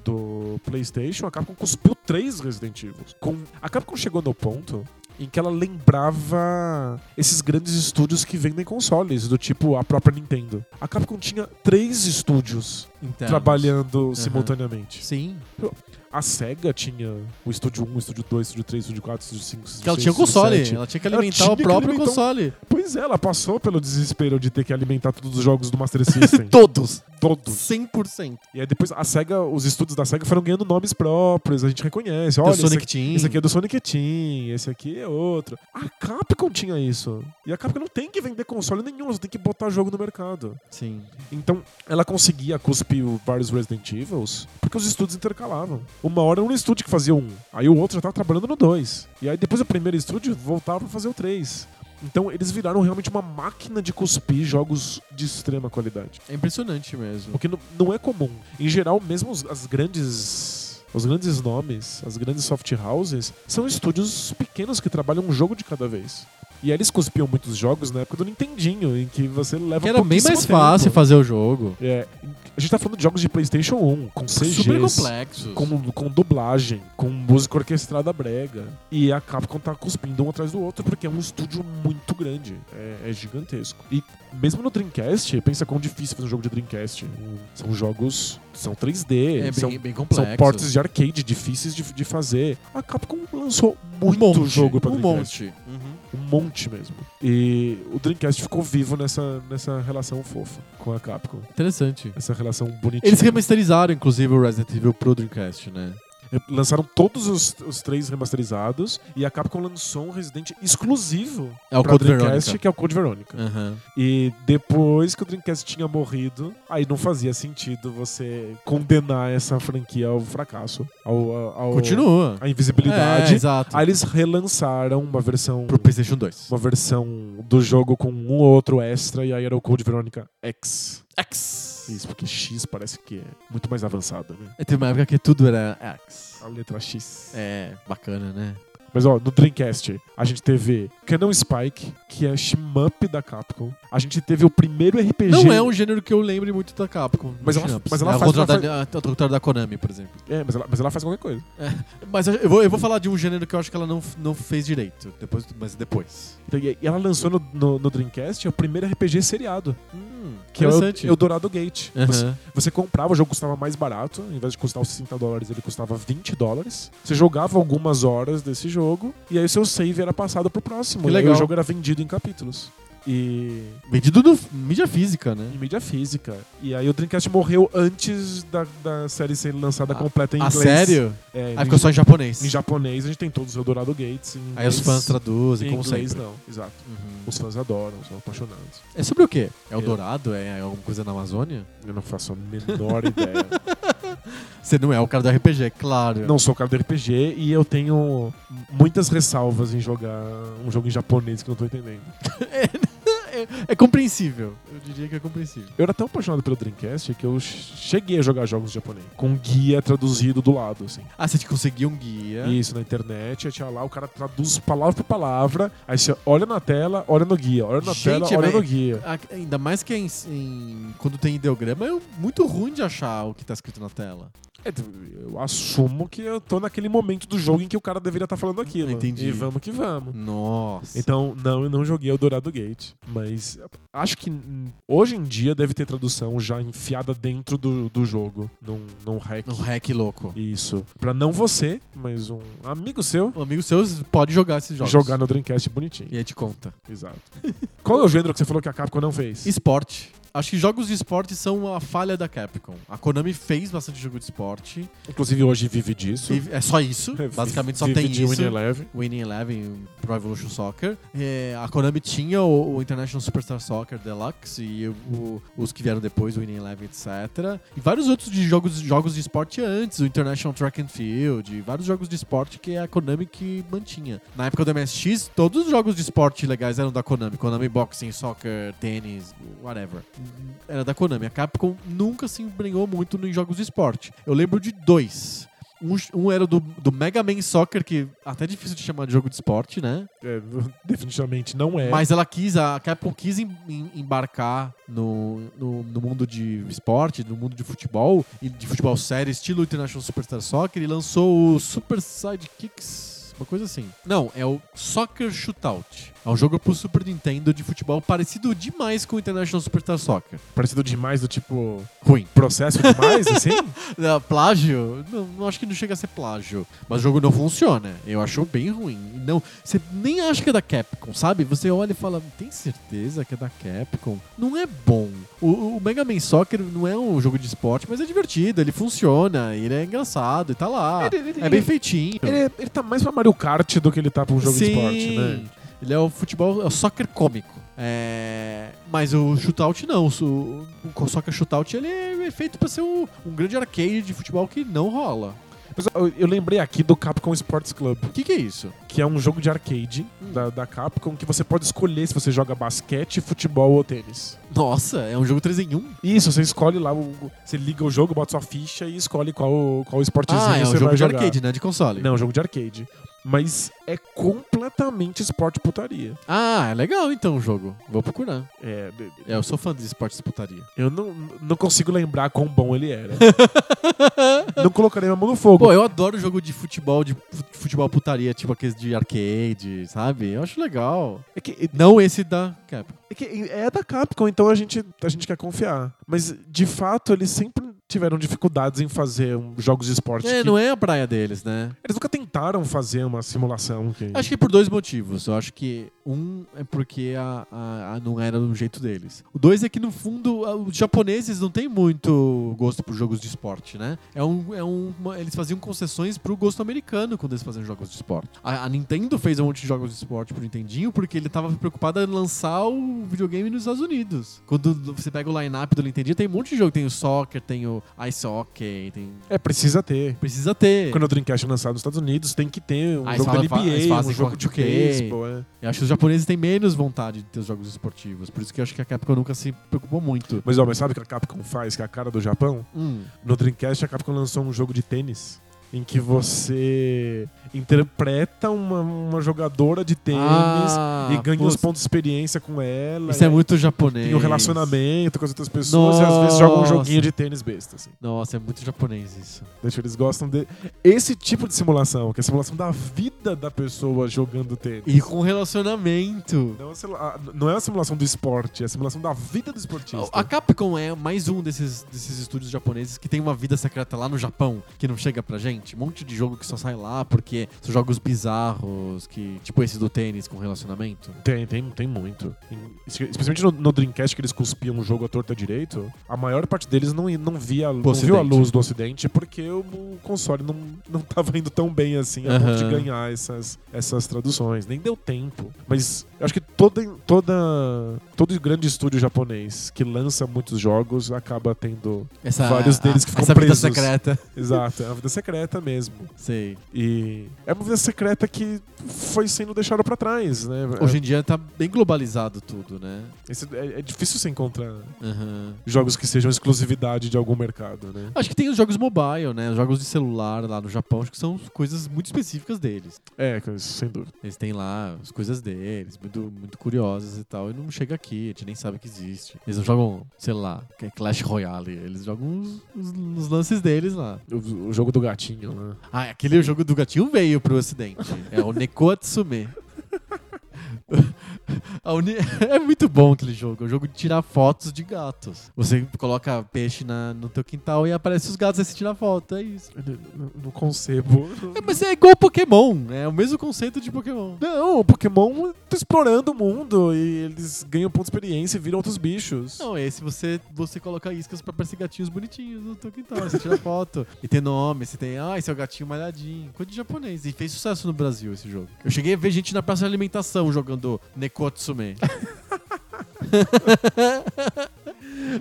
B: do PlayStation, a Capcom cuspiu três Resident Evil. Com, a Capcom chegou no ponto em que ela lembrava esses grandes estúdios que vendem consoles, do tipo a própria Nintendo. A Capcom tinha três estúdios
A: Internos.
B: trabalhando simultaneamente.
A: Sim.
B: A SEGA tinha o estúdio 1, o estúdio 2, o estúdio 3, o estúdio 4, o estúdio 5, o estúdio 6,
A: Porque ela tinha o
B: estúdio
A: console.
B: 7.
A: Ela tinha que
B: Ela
A: alimentar
B: tinha
A: o
B: que
A: próprio
B: alimentar um-
A: console.
B: Pois é, ela passou pelo desespero de ter que alimentar todos os jogos do Master System.
A: Todos.
B: todos.
A: 100%.
B: E aí depois a SEGA, os estúdios da SEGA foram ganhando nomes próprios, a gente reconhece.
A: Olha,
B: Olha,
A: o Sonic
B: esse,
A: Team.
B: aqui, esse aqui é do Sonic Team, esse aqui é outro. A Capcom tinha isso. E a Capcom não tem que vender console nenhum, ela só tem que botar jogo no mercado.
A: Sim.
B: Então, ela conseguia cuspir o- vários Resident Evils porque os estúdios intercalavam. Uma hora era um estúdio que fazia um, aí o outro já tava trabalhando no dois. E aí depois o primeiro estúdio voltava pra fazer o três. Então, eles viraram realmente uma máquina de cuspir jogos de extrema qualidade.
A: É impressionante mesmo.
B: O que não, não é comum. Em geral, mesmo os- as grandes. Os grandes nomes, as grandes soft houses, são estúdios pequenos que trabalham um jogo de cada vez. E aí eles cuspiam muitos jogos na época do Nintendinho, em que você leva
A: Que era bem
B: pouquíssimo
A: mais
B: tempo.
A: fácil fazer o jogo.
B: É, a gente tá falando de jogos de PlayStation 1, com CGs,
A: Super complexos.
B: com, com dublagem, com música orquestrada brega. E a Capcom tá cuspindo um atrás do outro porque é um estúdio muito grande. É, é gigantesco. E mesmo no Dreamcast, pensa quão difícil fazer um jogo de Dreamcast. Hum, São jogos. São 3D,
A: É bem,
B: são,
A: bem
B: são
A: complexo.
B: portes de arcade difíceis de, de fazer. A Capcom lançou muito
A: um monte,
B: jogo pra
A: Um
B: Dreamcast.
A: monte. Uhum.
B: Um monte mesmo. E o Dreamcast ficou vivo nessa, nessa relação fofa com a Capcom.
A: Interessante.
B: Essa relação bonitinha.
A: Eles remasterizaram, inclusive, o Resident Evil pro Dreamcast, né?
B: É, lançaram todos os, os três remasterizados e a Capcom lançou um Resident exclusivo
A: É o
B: pra
A: Code
B: Dreamcast,
A: Verônica.
B: que é o Code Verônica.
A: Aham.
B: E depois que o Dreamcast tinha morrido, aí não fazia sentido você condenar essa franquia ao fracasso, ao, ao, ao-
A: Continua.
B: à invisibilidade.
A: É, exato.
B: aí eles relançaram uma versão
A: Pro PlayStation 2.
B: uma versão do jogo com um ou outro extra e aí era o Code Verônica X.
A: X.
B: Isso, porque X parece que é muito mais avançado, né?
A: É, Teve uma época que tudo era X.
B: A letra X.
A: É, bacana, né?
B: Mas ó, no Dreamcast, a gente teve Canon Spike, que é shmup da Capcom. A gente teve o primeiro RPG.
A: Não é um gênero que eu lembre muito da Capcom.
B: Mas
A: dos
B: ela-
A: Shmups.
B: mas ela
A: é ao
B: faz-
A: contrário
B: ela
A: da, ao contrário da Konami, por exemplo.
B: É, mas ela, mas ela faz qualquer coisa.
A: Mas eu vou, eu vou falar de um gênero que eu acho que ela não, não fez direito. Depois, mas depois.
B: Então, e e ela lançou no, no, no Dreamcast é o primeiro RPG seriado,
A: Hum,
B: que é
A: interessante.
B: o Eldorado Gate. Você,
A: Aham.
B: você comprava, o jogo custava mais barato, em vez de custar os 60 dólares, ele custava 20 dólares. Você jogava algumas horas desse jogo, e aí o seu save era passado pro próximo. né?
A: Que
B: e aí
A: legal.
B: o jogo era vendido em capítulos. E
A: Vendido no mídia física, né?
B: em mídia física. E aí o Dreamcast morreu antes da, da série ser lançada
A: Ah,
B: completa em
A: ah,
B: inglês.
A: sério?
B: É, em,
A: Aí ficou só em japonês.
B: em japonês a gente tem todos o Eldorado Gates. Em
A: Aí os
B: inglês-
A: fãs traduzem,
B: em
A: como
B: inglês
A: sempre.
B: não, exato.
A: Uhum.
B: Os fãs adoram, são apaixonados.
A: É sobre o quê? É o Dourado? É alguma coisa na Amazônia?
B: Eu não faço a menor ideia.
A: Você não é o cara do RPG, claro.
B: Não sou o cara do RPG e eu tenho muitas ressalvas em jogar um jogo em japonês que eu não tô entendendo.
A: É, é compreensível. Eu diria que é compreensível.
B: Eu era tão apaixonado pelo Dreamcast que eu cheguei a jogar jogos em japonês com guia traduzido do lado, assim.
A: Ah, você te conseguiu um guia.
B: Isso, na internet, aí tinha lá, o cara traduz palavra por palavra, aí você olha na tela, olha no guia, olha na
A: Gente,
B: tela, olha
A: mas-
B: no guia.
A: A- Ah, Ainda mais que é em, em- quando tem ideograma, é muito ruim de achar o que tá escrito na tela.
B: É, Eu assumo que eu tô naquele momento do jogo em que o cara deveria estar falando aquilo.
A: Hum, Entendi.
B: E vamos que vamos.
A: Nossa.
B: Então, não, eu não joguei o Dourado Gate, mas acho que hum, hoje em dia deve ter tradução já enfiada dentro do, do jogo, num, num hack.
A: Um hack louco.
B: Isso. Pra não você, mas um amigo seu
A: Um amigo seu pode jogar esses jogos.
B: jogar no Dreamcast bonitinho.
A: E aí te conta.
B: Exato. Qual é o gênero que você falou que a Capcom não fez?
A: Esporte. Acho que jogos de esporte são a falha da Capcom. A Konami fez bastante jogo de esporte.
B: Inclusive hoje vive disso.
A: E é só isso. Basicamente só
B: vive
A: tem
B: de
A: isso.
B: Winning Eleven.
A: Winning Eleven, Pro Evolution Soccer. É, a Konami tinha o, o International Superstar Soccer Deluxe e o- os que vieram depois, o Winning Eleven, etc. E vários outros de jogos, jogos de esporte antes, o International Track and Field, e vários jogos de esporte que é a Konami que mantinha. Na época do MSX, todos os jogos de esporte legais eram da Konami. Konami Boxing, Soccer, Tênis, whatever. Era da Konami. A Capcom nunca se embrenhou muito em jogos de esporte. Eu lembro de dois. Um, um era do, do Mega Man Soccer, que até é difícil de chamar de jogo de esporte, né?
B: É, definitivamente não é.
A: Mas ela quis, a Capcom quis em- em- embarcar no, no, no mundo de esporte, no mundo de futebol, e de futebol sério, estilo International Superstar Soccer, e lançou o Super Sidekicks, uma coisa assim. Não, é o Soccer Shootout. É um jogo pro Super Nintendo de futebol parecido demais com o International Superstar Soccer.
B: Parecido demais do tipo
A: Ruim.
B: processo demais, assim?
A: Não, É, plágio? Não, não acho que não chega a ser plágio. Mas o jogo não funciona. Eu acho bem ruim. Não, você nem acha que é da Capcom, sabe? Você olha e fala, tem certeza que é da Capcom? Não é bom. O, o Mega Man Soccer não é um jogo de esporte, mas é divertido, ele funciona, ele é engraçado e tá lá.
B: Ele- ele-
A: é bem feitinho.
B: Ele, ele tá mais pra Mario Kart do que ele tá pra um jogo de esporte, né?
A: Ele é o futebol, é o soccer cômico. É, mas o shootout não. O, o soccer shootout ele é feito pra ser um, um grande arcade de futebol que não rola.
B: Pessoal, eu- eu lembrei aqui do Capcom Sports Club.
A: O que, que é isso?
B: que é um jogo de arcade
A: Hum.
B: da, da Capcom que você pode escolher se você joga basquete, futebol ou tênis.
A: Nossa, é um jogo 3 em 1?
B: Isso, você escolhe lá, o- você liga o jogo, bota sua ficha e escolhe qual, qual esportezinho
A: Ah, é um
B: você
A: jogo
B: vai
A: de
B: jogar.
A: arcade, né? De console.
B: Não, é um jogo de arcade. Mas é completamente esporte putaria.
A: Ah, é legal então o jogo. Vou procurar.
B: É,
A: É, Eu sou fã de esportes putaria.
B: eu não, não consigo lembrar quão bom ele era. não colocarei a mão no fogo.
A: Pô, eu adoro jogo de futebol, de fu- futebol putaria, tipo aqueles de arcade, sabe? Eu acho legal.
B: É que-
A: Não esse da Cap.
B: É que é da Capcom, então a gente, a gente quer confiar. Mas, de fato, eles sempre tiveram dificuldades em fazer um- jogos de esporte.
A: É,
B: que-
A: não é a praia deles, né?
B: Eles nunca tentaram fazer uma simulação. Que...
A: Acho que por dois motivos. Eu acho que um é porque a, a- a não era do jeito deles. O dois é que, no fundo, a- os japoneses não têm muito gosto por jogos de esporte, né? É um, é um, uma- eles faziam concessões pro gosto americano quando eles faziam jogos de esporte. A, a Nintendo fez um monte de jogos de esporte pro Nintendinho porque ele tava preocupada em lançar o videogame nos Estados Unidos. Quando você pega o line-up do Nintendinho, tem um monte de jogo. Tem o soccer, tem o ice hockey, tem...
B: É, precisa ter.
A: Precisa ter.
B: Quando o Dreamcast é lançado nos Estados Unidos, tem que ter um
A: Ah, eles
B: jogo da
A: falam- fa- eles
B: NBA, um
A: fazem
B: jogo de
A: hockey.
B: beisebol. é.
A: Eu acho que os japoneses têm menos vontade de ter os jogos esportivos. Por isso que eu acho que a Capcom nunca se preocupou muito.
B: Mas, ó, mas sabe o que a Capcom faz, que é a cara do Japão?
A: Hum.
B: No Dreamcast, a Capcom lançou um jogo de tênis em que você interpreta uma, uma jogadora de tênis
A: Ah,
B: e ganha os
A: putz.
B: pontos de experiência com ela.
A: Isso é
B: e
A: muito japonês.
B: Tem um relacionamento com as outras pessoas e às vezes
A: Nossa.
B: joga um joguinho de tênis besta, assim.
A: Nossa, é muito japonês isso.
B: Deixa, eles gostam de esse tipo de simulação, que é a simulação da vida da pessoa jogando tênis.
A: E com relacionamento.
B: Não, é simu- a- não é a simulação do esporte, é a simulação da vida do esportista.
A: A Capcom é mais um desses, desses estúdios japoneses que tem uma vida secreta lá no Japão, que não chega pra gente. Um monte de jogo que só sai lá porque são jogos bizarros, que tipo esse do tênis com relacionamento.
B: Tem, tem, tem muito. Em- espe- Especialmente no, no Dreamcast, que eles cuspiam o jogo à torta direito, a maior parte deles não, i- não, via, não
A: Ocidente.
B: viu a luz do ocidente porque o, o console não, não tava indo tão bem assim a ponto de
A: Aham.
B: ganhar essas, essas traduções. Nem deu tempo. Mas eu acho que toda, toda, todo grande estúdio japonês que lança muitos jogos acaba tendo
A: Essa,
B: Vários deles que ficam
A: essa vida
B: presos.
A: secreta.
B: Exato, é uma vida secreta. secreta mesmo.
A: Sei.
B: E é uma vida secreta que foi sendo deixada pra trás, né?
A: Hoje em dia tá bem globalizado tudo, né?
B: Esse- é, é difícil você encontrar
A: Aham.
B: jogos que sejam exclusividade de algum mercado, né?
A: Acho que tem os jogos mobile, né? Os jogos de celular lá no Japão, acho que são coisas muito específicas deles.
B: É, cara, isso sem dúvida.
A: Eles têm lá as coisas deles, muito, muito curiosas e tal, e não chega aqui, a gente nem sabe que existe. Eles não jogam, sei lá, que é Clash Royale, eles jogam os, os- os lances deles lá.
B: O, o jogo do gatinho, né?
A: Ah, aquele jogo do gatinho veio pro ocidente. É o Nekotsume. A uni- É muito bom aquele jogo. É um jogo de tirar fotos de gatos. Você coloca peixe na- no teu quintal e aparece os gatos aí se tirar foto. É isso.
B: Eu Não, não concebo.
A: É, mas é igual Pokémon. É o mesmo conceito de Pokémon.
B: Não, o Pokémon tá explorando o mundo e eles ganham ponto de experiência e viram outros bichos.
A: Não, esse você, você coloca iscas pra parecer gatinhos bonitinhos no teu quintal. Você tira foto. E tem nome, você tem. Ah, esse é o gatinho malhadinho. Coisa de japonês. E fez sucesso no Brasil esse jogo. Eu cheguei a ver gente na praça de alimentação jogando Nekotsume.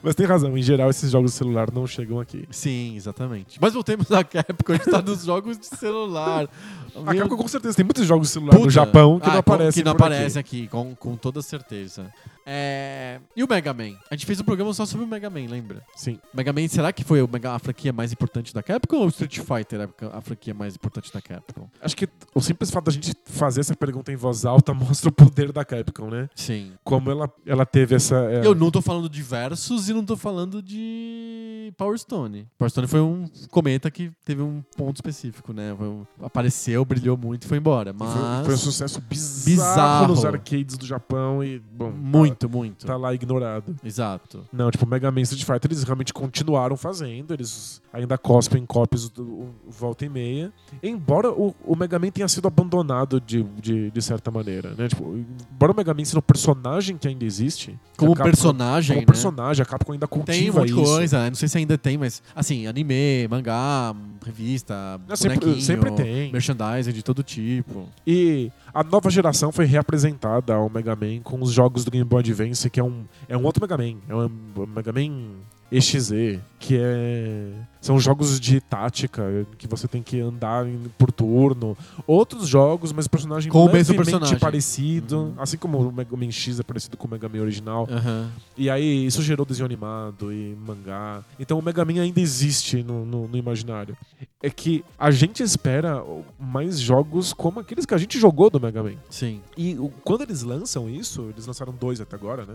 B: Mas tem razão, em geral esses jogos de celular não chegam aqui.
A: Sim, exatamente. Mas voltemos à Capcom, a gente tá nos jogos de celular.
B: A
A: Meu
B: Capcom com certeza tem muitos jogos de celular no
A: puta.
B: Ah, Japão que
A: Ah,
B: não
A: com-
B: aparecem.
A: Que não
B: por
A: aparecem aqui, com, com toda certeza. É, E o Mega Man? A gente fez um programa só sobre o Mega Man, lembra?
B: aqui. Sim.
A: Mega Man, será que foi o Mega- a franquia mais importante da Capcom ou o Street Fighter a, a franquia mais importante da Capcom?
B: Acho que o simples fato da gente fazer essa pergunta em voz alta mostra o poder da Capcom, né?
A: Sim.
B: Como ela, ela teve essa. é,
A: Eu não tô falando de versos e não tô falando de Power Stone. Power Stone foi um cometa que teve um ponto específico, né? Foi um- Apareceu, brilhou muito e foi embora.
B: foi-
A: Mas.
B: Foi, um sucesso bizarro,
A: Bizarro.
B: nos arcades do Japão e, bom.
A: Muito, muito.
B: Tá, tá lá ignorado.
A: Exato.
B: Não, tipo, Mega Man e Street Fighter eles realmente continuaram fazendo, eles ainda cospem cópias do o- volta e meia. Embora o, o Mega Man tenha sido abandonado de, de, de certa maneira, né? Tipo, embora o Mega Man seja um personagem que ainda existe,
A: Como
B: a Capcom-
A: personagem,
B: como
A: né?
B: personagem, a Capcom ainda cultiva
A: Tem um monte de
B: isso.
A: coisa, né? Não sei se ainda tem, mas assim, anime, mangá, revista,
B: Não, sempre-
A: bonequinho,
B: sempre tem.
A: merchandising de todo tipo.
B: E a nova geração foi reapresentada ao Mega Man com os jogos do Game Boy Advance, que é um, é um outro Mega Man. É um, um Mega Man EXE, que é, são jogos de tática, que você tem que andar em- por turno. Outros jogos, mas o personagem
A: Com o mesmo
B: levemente
A: personagem.
B: parecido.
A: Uhum.
B: Assim como o Mega Man X é parecido com o Mega Man original.
A: Aham.
B: E aí isso gerou desenho animado e mangá. Então o Mega Man ainda existe no, no- no imaginário. É que a gente espera mais jogos como aqueles que a gente jogou do Mega Man.
A: Sim.
B: E o- quando eles lançam isso, eles lançaram dois até agora, né?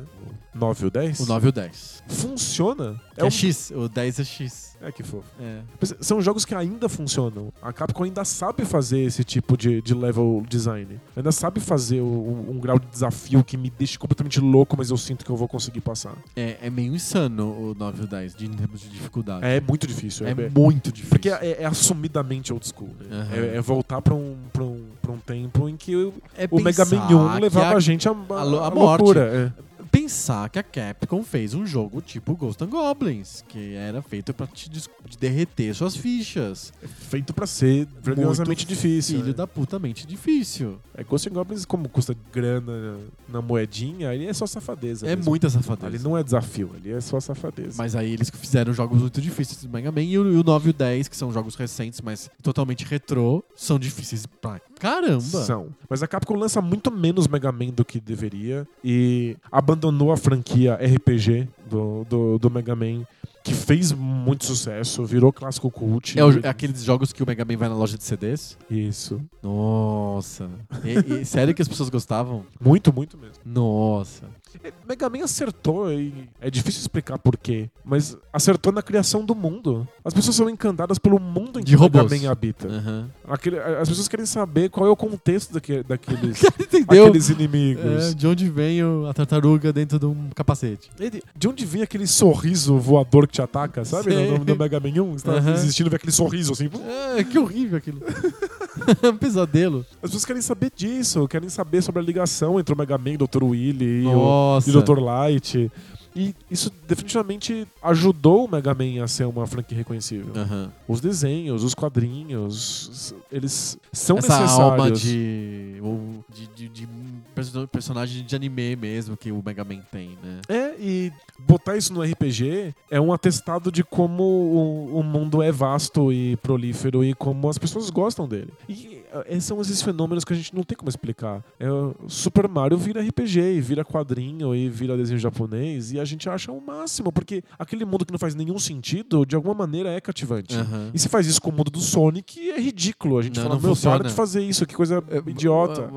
B: O 9 e o 10.
A: O 9 e o 10.
B: Funciona.
A: É,
B: um-
A: X, o 10 é X.
B: É que fofo.
A: É.
B: Mas São jogos que ainda funcionam. A Capcom ainda sabe fazer esse tipo de, de level design. Ainda sabe fazer o- um, um grau de desafio que me deixa completamente louco, mas eu sinto que eu vou conseguir passar.
A: É, é meio insano o 9 e o 10, de, em termos de dificuldade.
B: É muito difícil.
A: É
B: é-
A: muito difícil.
B: Porque é, é assumidamente old school, né?
A: Aham.
B: É, é voltar pra um, pra, um, pra um tempo em que o,
A: É
B: o Mega
A: pensar
B: Man 1
A: que
B: levava a,
A: a-
B: gente à
A: a lo-
B: à
A: à
B: loucura. é.
A: Pensar que a Capcom fez um jogo tipo Ghost and Goblins, que era feito pra te des- de derreter suas fichas.
B: Feito pra ser vergonhosamente
A: Muito
B: difícil.
A: Filho
B: né?
A: da puta mente difícil.
B: É, Ghost and Goblins, como custa grana na moedinha, ali é só safadeza.
A: É
B: mesmo.
A: muita safadeza.
B: Ali não é desafio, ali é só safadeza.
A: Mas aí eles fizeram jogos muito difíceis do Mega Man e o, e o 9 e o 10, que são jogos recentes, mas totalmente retrô, são difíceis pra caramba.
B: São. Mas a Capcom lança muito menos Mega Man do que deveria e abandonou a franquia RPG do, do, do Mega Man, que fez muito sucesso, virou clássico cult.
A: É, o- é aqueles jogos que o Mega Man vai na loja de CDs?
B: Isso.
A: Nossa. E- e sério que as pessoas gostavam?
B: Muito, muito mesmo.
A: Nossa.
B: É, Mega Man acertou, e é difícil explicar porquê, mas acertou na criação do mundo. As pessoas são encantadas pelo mundo em
A: De
B: que o Mega
A: robôs.
B: Man habita.
A: Aham.
B: Aquele- as pessoas querem saber qual é o contexto daque- daqueles,
A: Entendeu?
B: aqueles
A: É,
B: inimigos.
A: de onde vem o- a tartaruga dentro de um capacete?
B: Ele- De onde vem aquele sorriso voador que te ataca, sabe?
A: Sei.
B: No, no- no Mega Man 1, você tá
A: Aham.
B: existindo, vê aquele sorriso assim.
A: É, que horrível aquilo. um pesadelo.
B: As pessoas querem saber disso, querem saber sobre a ligação entre o Mega Man, Dr. Willy e o,
A: Nossa.
B: e Dr. Light. E isso definitivamente ajudou o Mega Man a ser uma franquia reconhecível.
A: Aham.
B: Os desenhos, os quadrinhos, s- eles são
A: Essa
B: necessários.
A: alma de, ou de, de- de perso- personagem de anime mesmo que o Mega Man tem, né?
B: É, e botar isso no RPG é um atestado de como o, o mundo é vasto e prolífero e como as pessoas gostam dele. E eh, são esses fenômenos que a gente não tem como explicar. É, o Super Mario vira RPG e vira quadrinho e vira desenho japonês e a gente acha o máximo, porque aquele mundo que não faz nenhum sentido, de alguma maneira, é cativante.
A: Aham.
B: E se faz isso com o mundo do Sonic, é ridículo. A gente
A: Não,
B: fala,
A: não
B: meu, para
A: funciona."
B: de fazer isso, que coisa
A: Tipo, É,
B: idiota.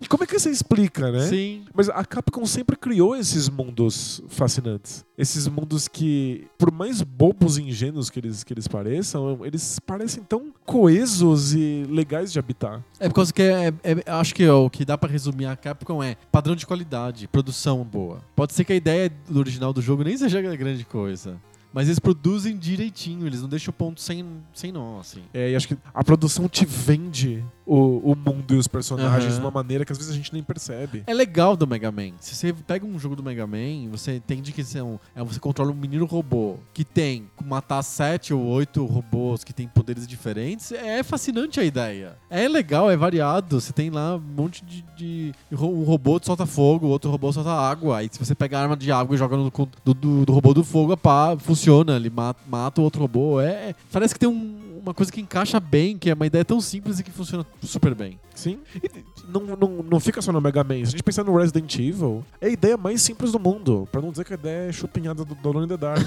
B: E como é que você explica, né?
A: Sim.
B: Mas a Capcom sempre criou esses mundos fascinantes. Esses mundos que, por mais bobos e ingênuos que eles, que eles pareçam, eles parecem tão coesos e legais de habitar.
A: É por causa que é, é- acho que o que dá pra resumir a Capcom é padrão de qualidade, produção boa. Pode ser que a ideia do original do jogo nem seja grande coisa. Mas eles produzem direitinho, eles não deixam o ponto sem, sem nó, assim.
B: É, e acho que a produção te vende o, o mundo e os personagens
A: Aham.
B: de uma maneira que às vezes a gente nem percebe.
A: É legal do Mega Man. Se você pega um jogo do Mega Man, você entende que são, é, você controla um menino robô que tem que matar sete ou oito robôs que têm poderes diferentes. É fascinante a ideia. É legal, é variado. Você tem lá um monte de. de ro- um robô te solta fogo, outro robô solta água. Aí se você pega a arma de água e joga no con- do, do- do robô do fogo, pá, funciona. Ele mata, mata o outro robô. É, é- parece que tem um- uma coisa que encaixa bem, que é uma ideia tão simples e que funciona super bem.
B: Sim. E não, não, não fica só no Mega Man. Se a gente pensar no Resident Evil, é a ideia mais simples do mundo. Pra não dizer que a ideia é chupinhada do Dono in the Dark.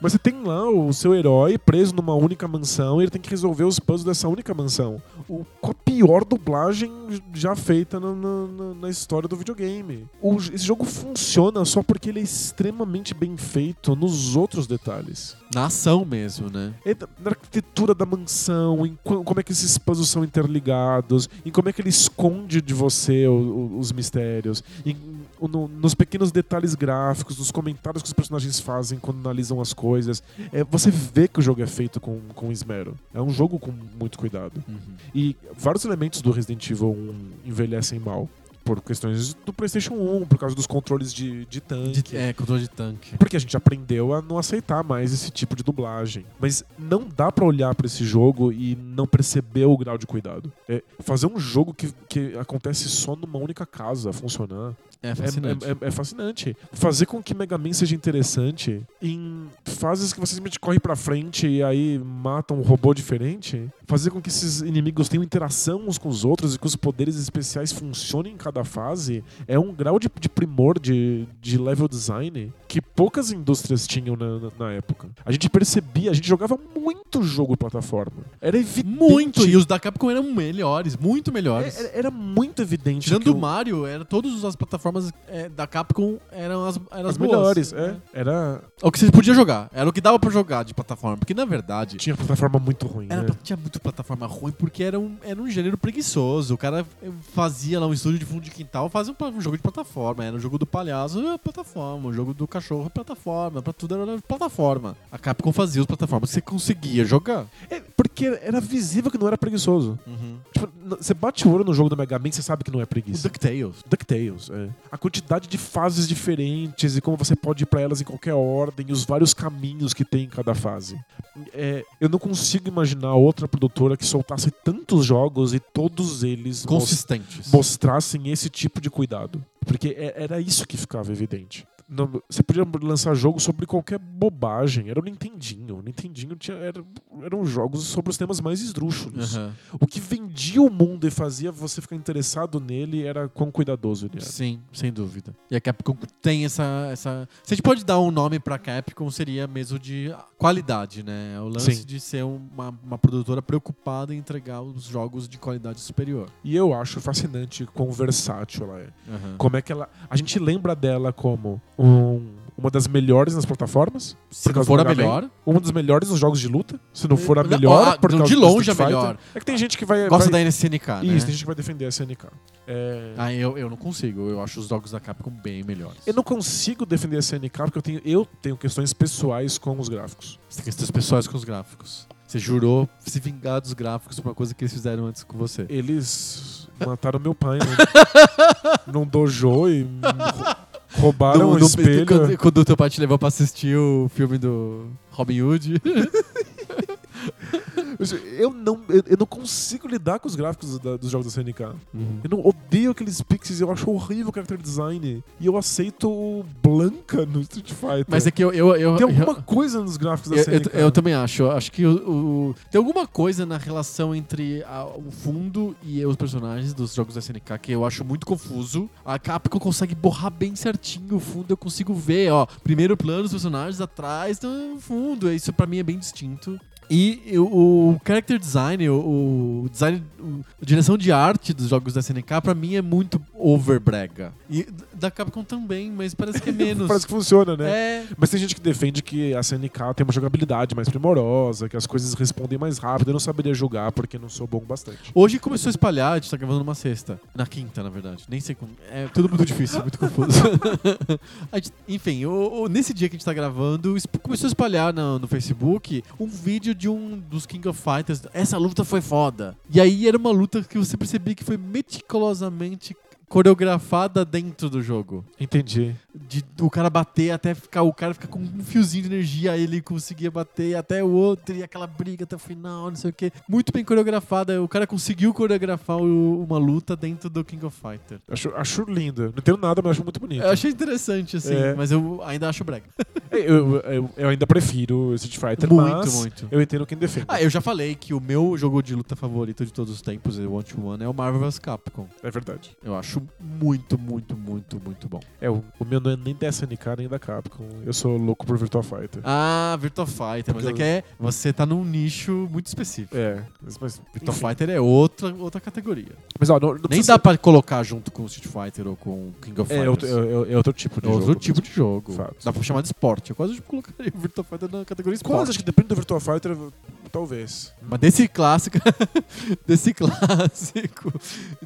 B: Mas você tem lá o seu herói preso numa única mansão e ele tem que resolver os puzzles dessa única mansão. O, com a pior dublagem já feita na, na- na- na história do videogame. O j- esse jogo funciona só porque ele é extremamente bem feito nos outros detalhes.
A: Na ação mesmo, né?
B: É da- na arquitetura da mansão, em co- como é que esses puzzles são interligados, em como é que ele esconde de você o- o- os mistérios, em- o- no- nos pequenos detalhes gráficos, nos comentários que os personagens fazem quando analisam as coisas. É, você vê que o jogo é feito com, com esmero. É um jogo com muito cuidado.
A: Uhum.
B: E vários elementos do Resident Evil 1 envelhecem mal. Por questões do PlayStation 1, por causa dos controles de, de tanque.
A: De- é, controle de tanque.
B: Porque a gente aprendeu a não aceitar mais esse tipo de dublagem. Mas não dá pra olhar pra esse jogo e não perceber o grau de cuidado. É, fazer um jogo que, que acontece só numa única casa funcionar
A: É
B: é-
A: fascinante.
B: É, é- é fascinante. Fazer com que Mega Man seja interessante em fases que você simplesmente corre pra frente e aí mata um robô diferente. Fazer com que esses inimigos tenham interação uns com os outros e que os poderes especiais funcionem em cada fase é um grau de, de primor de, de level design que poucas indústrias tinham na, na- na época. A gente percebia, a gente jogava muito jogo de plataforma. Era evidente. É,
A: Muito! E os da Capcom eram melhores, muito melhores.
B: Era, era muito evidente.
A: Tirando
B: que
A: o
B: o-
A: Mario, era, todas as plataformas é, da Capcom eram as, eram
B: as
A: boas,
B: melhores, é.
A: né?
B: Era,
A: É O que você podia jogar. Era o que dava pra jogar de plataforma. Porque, na verdade,
B: tinha plataforma muito ruim.
A: Era,
B: né?
A: pra- tinha muito plataforma ruim porque era um, era um gênero preguiçoso. O cara eh, fazia lá um estúdio de fundo de quintal, fazia um, pla- um jogo de plataforma. Era o jogo do palhaço, era plataforma. O jogo do cachorro, é plataforma. Pra tudo era plataforma. A Capcom fazia os plataformas que você conseguia jogar.
B: É, porque era visível que não era preguiçoso. Tipo, n- você bate o olho no jogo do Mega Man, você sabe que não é
A: O
B: preguiça.
A: DuckTales.
B: DuckTales, é. A quantidade de fases diferentes e como você pode ir pra elas em qualquer ordem, e os vários caminhos que tem em cada fase. É, eu não consigo imaginar outra produtora que soltasse tantos jogos e todos eles mos-
A: Consistentes.
B: mostrassem esse tipo de cuidado. Porque é- era isso que ficava evidente. Não- você podia lançar jogo sobre qualquer bobagem. Era o Nintendinho. O Nintendinho tinha, era- eram jogos sobre os temas mais esdrúxulos.
A: Aham.
B: O que vendia o mundo e fazia você ficar interessado nele era quão cuidadoso ele era.
A: Sim, sem dúvida. E a Capcom tem essa, essa. Se a gente pode dar um nome pra Capcom, seria mesmo de qualidade, né? O lance
B: Sim.
A: de ser uma, uma produtora preocupada em entregar os jogos de qualidade superior.
B: E eu acho fascinante quão versátil ela é. Como é que ela. A gente lembra dela como um- uma das melhores nas plataformas,
A: Se
B: Por
A: não
B: causa
A: for
B: do
A: a
B: Mega Man?
A: melhor,
B: uma das melhores nos jogos de luta, se não for a
A: Não,
B: melhor.
A: ah,
B: por
A: de
B: causa do
A: longe
B: Street
A: a
B: Fighter.
A: melhor.
B: É que tem gente que vai.
A: gosta
B: vai-
A: da NSNK, né?
B: Isso, tem gente que vai defender a SNK. É,
A: Ah, eu, eu não consigo. Eu acho os jogos da Capcom bem melhores.
B: Eu não consigo defender a SNK porque eu tenho, eu tenho questões pessoais com os gráficos.
A: Você tem questões pessoais com os gráficos. Você jurou se vingar dos gráficos por uma coisa que eles fizeram antes com você.
B: Eles mataram meu pai né? num, num dojo e rou- roubaram o um espelho.
A: Quando, quando o teu pai te levou pra assistir o filme do Robin Hood.
B: Mas Eu não, eu, eu não consigo lidar com os gráficos da- dos jogos da SNK. Eu não odeio aqueles pixels, eu acho horrível o character design. E eu aceito o Blanca no Street Fighter.
A: Mas é que eu. eu, eu
B: Tem
A: eu-
B: alguma coisa nos gráficos da
A: Eu, eu-
B: SNK.
A: eu também acho. Eu acho que o, o- tem alguma coisa na relação entre a- o fundo e os personagens dos jogos da SNK que eu acho muito confuso. A Capcom consegue borrar bem certinho o fundo, eu consigo ver, ó. Primeiro plano dos personagens, atrás do fundo. Isso pra mim é bem distinto. E eu- o character design, o, o design, o- a direção de arte dos jogos da SNK, pra mim é muito overbrega. E da Capcom também, mas parece que é menos.
B: Parece que funciona, né?
A: É,
B: Mas tem gente que defende que a SNK tem uma jogabilidade mais primorosa, que as coisas respondem mais rápido. Eu não saberia julgar porque não sou bom bastante.
A: Hoje começou a espalhar, a gente tá gravando numa sexta. Na quinta, na verdade. Nem sei como. É tudo muito difícil, muito confuso. A gente- enfim, o- o- nesse dia que a gente tá gravando, es- começou a espalhar na- no, Facebook um vídeo de um dos King of Fighters. Essa luta foi foda. E aí era uma luta que você percebia que foi meticulosamente coreografada dentro do jogo.
B: Entendi.
A: De o cara bater até ficar. O cara fica com um fiozinho de energia, aí ele conseguia bater até o outro, e aquela briga até o final, não sei o quê. Muito bem coreografada. O cara conseguiu coreografar o- uma luta dentro do King of Fighter.
B: Acho, acho lindo. Não tenho nada, mas acho muito bonito.
A: Eu achei interessante, assim,
B: Então. É.
A: mas eu ainda acho brega.
B: Eu, eu, eu- eu ainda prefiro o Street Fighter,
A: Muito,
B: É, mas
A: muito.
B: eu entendo quem defende.
A: Ah, eu já falei que o meu jogo de luta favorito de todos os tempos, o One to One, é o Marvel vs Capcom.
B: É verdade.
A: Eu acho muito, muito, muito, muito bom.
B: É, o, o meu não é nem da SNK, nem da Capcom. Eu sou louco por Virtua Fighter.
A: Ah, Virtua Fighter, mas é que é, você tá num nicho muito específico.
B: É, mas, mas,
A: Virtua
B: enfim.
A: Fighter é outra, outra categoria.
B: Mas, ó, não, não
A: Nem
B: precisa
A: dá pra colocar junto com o Street Fighter ou com o King of
B: ser- É,
A: Fighters.
B: outro- é- é- é outro tipo de
A: É outro
B: jogo.
A: tipo de jogo.
B: Fato.
A: Dá pra chamar de esporte. Eu quase colocaria o Virtua Fighter na categoria esporte.
B: Quase, acho que depende do Virtua Fighter, talvez.
A: Mas desse clássico, desse clássico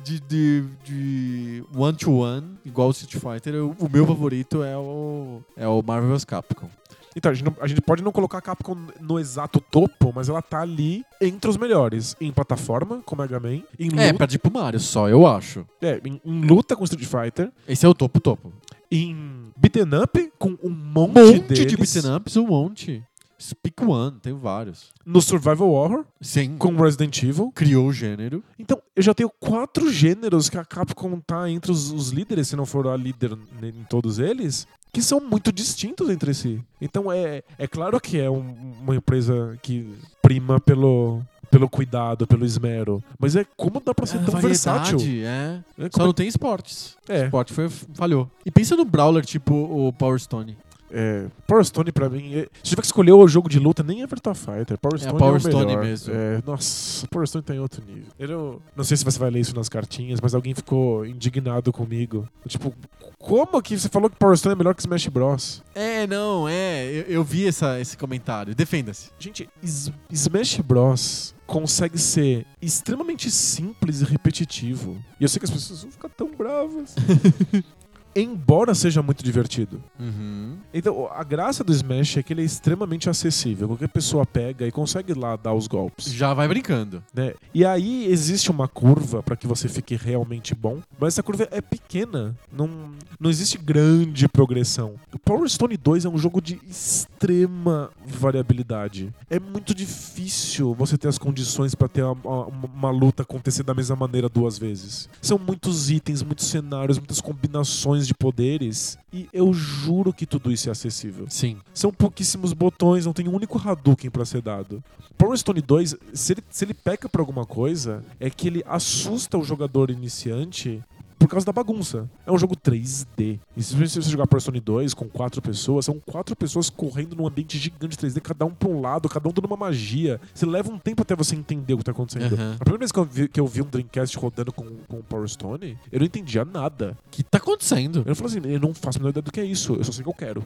A: de, de, de one to one, igual o Street Fighter, eu- o meu favorito é o, é o Marvel vs Capcom.
B: Então, a gente, não- a gente pode não colocar a Capcom no exato topo, mas ela tá ali entre os melhores. Em plataforma, com Mega Man, em
A: É,
B: luta,
A: perde pro Mario só, eu acho.
B: é, em, em luta com Street Fighter,
A: Esse é o topo, topo.
B: em beaten up com um monte,
A: monte
B: deles,
A: de beat'em ups, um monte. Speak One, tem vários.
B: no survival horror
A: Sim,
B: com Resident Evil.
A: criou o gênero.
B: Então, eu já tenho quatro gêneros que a Capcom tá entre os, os líderes, se não for a líder n- em todos eles, que são muito distintos entre si. Então, é, é claro que é um- uma empresa que prima pelo, pelo cuidado, pelo esmero. Mas é como dá pra ser tão
A: variedade,
B: versátil.
A: é.
B: É,
A: Só
B: como
A: não tem esportes.
B: é,
A: Esporte foi, falhou. E pensa no Brawler, tipo o Power Stone.
B: é, Power Stone pra mim. é- se tiver que escolher o jogo de luta, nem é Virtua Fighter. Power Stone é,
A: Power
B: o
A: Stone
B: melhor.
A: mesmo.
B: É, nossa, Power Stone tá em outro nível. Eu não sei se você vai ler isso nas cartinhas, mas alguém ficou indignado comigo. Tipo, como que você falou que Power Stone é melhor que Smash Bros?
A: É, não, é. Eu, eu vi essa, esse comentário. Defenda-se.
B: Gente, S- Smash Bros consegue ser extremamente simples e repetitivo. E eu sei que as pessoas vão ficar tão bravas. Embora seja muito divertido.
A: Uhum.
B: Então, a graça do Smash é que ele é extremamente acessível. Qualquer pessoa pega e consegue lá dar os golpes.
A: Já vai brincando.
B: né? E aí existe uma curva pra que você fique realmente bom, mas essa curva é pequena. Não, não existe grande progressão. O Power Stone 2 é um jogo de extrema variabilidade. É muito difícil você ter as condições pra ter a- a- uma, uma luta acontecer da mesma maneira duas vezes. São muitos itens, muitos cenários, muitas combinações de poderes. E eu juro que tudo isso é acessível.
A: Sim.
B: São pouquíssimos botões, não tem um único Hadouken pra ser dado. Power Stone 2, se ele, se ele peca por alguma coisa, é que ele assusta o jogador iniciante por causa da bagunça. É um jogo 3D. E se você jogar Power Stone 2 com quatro pessoas, são quatro pessoas correndo num ambiente gigante 3D, cada um pra um lado, cada um dando uma magia. Você leva um tempo até você entender o que tá acontecendo.
A: Aham.
B: A primeira vez que eu, vi, que eu vi um Dreamcast rodando com, com Power Stone, eu não entendia nada.
A: O que tá acontecendo?
B: Eu falei assim, eu não faço a menor ideia do que é isso, eu só sei que eu quero.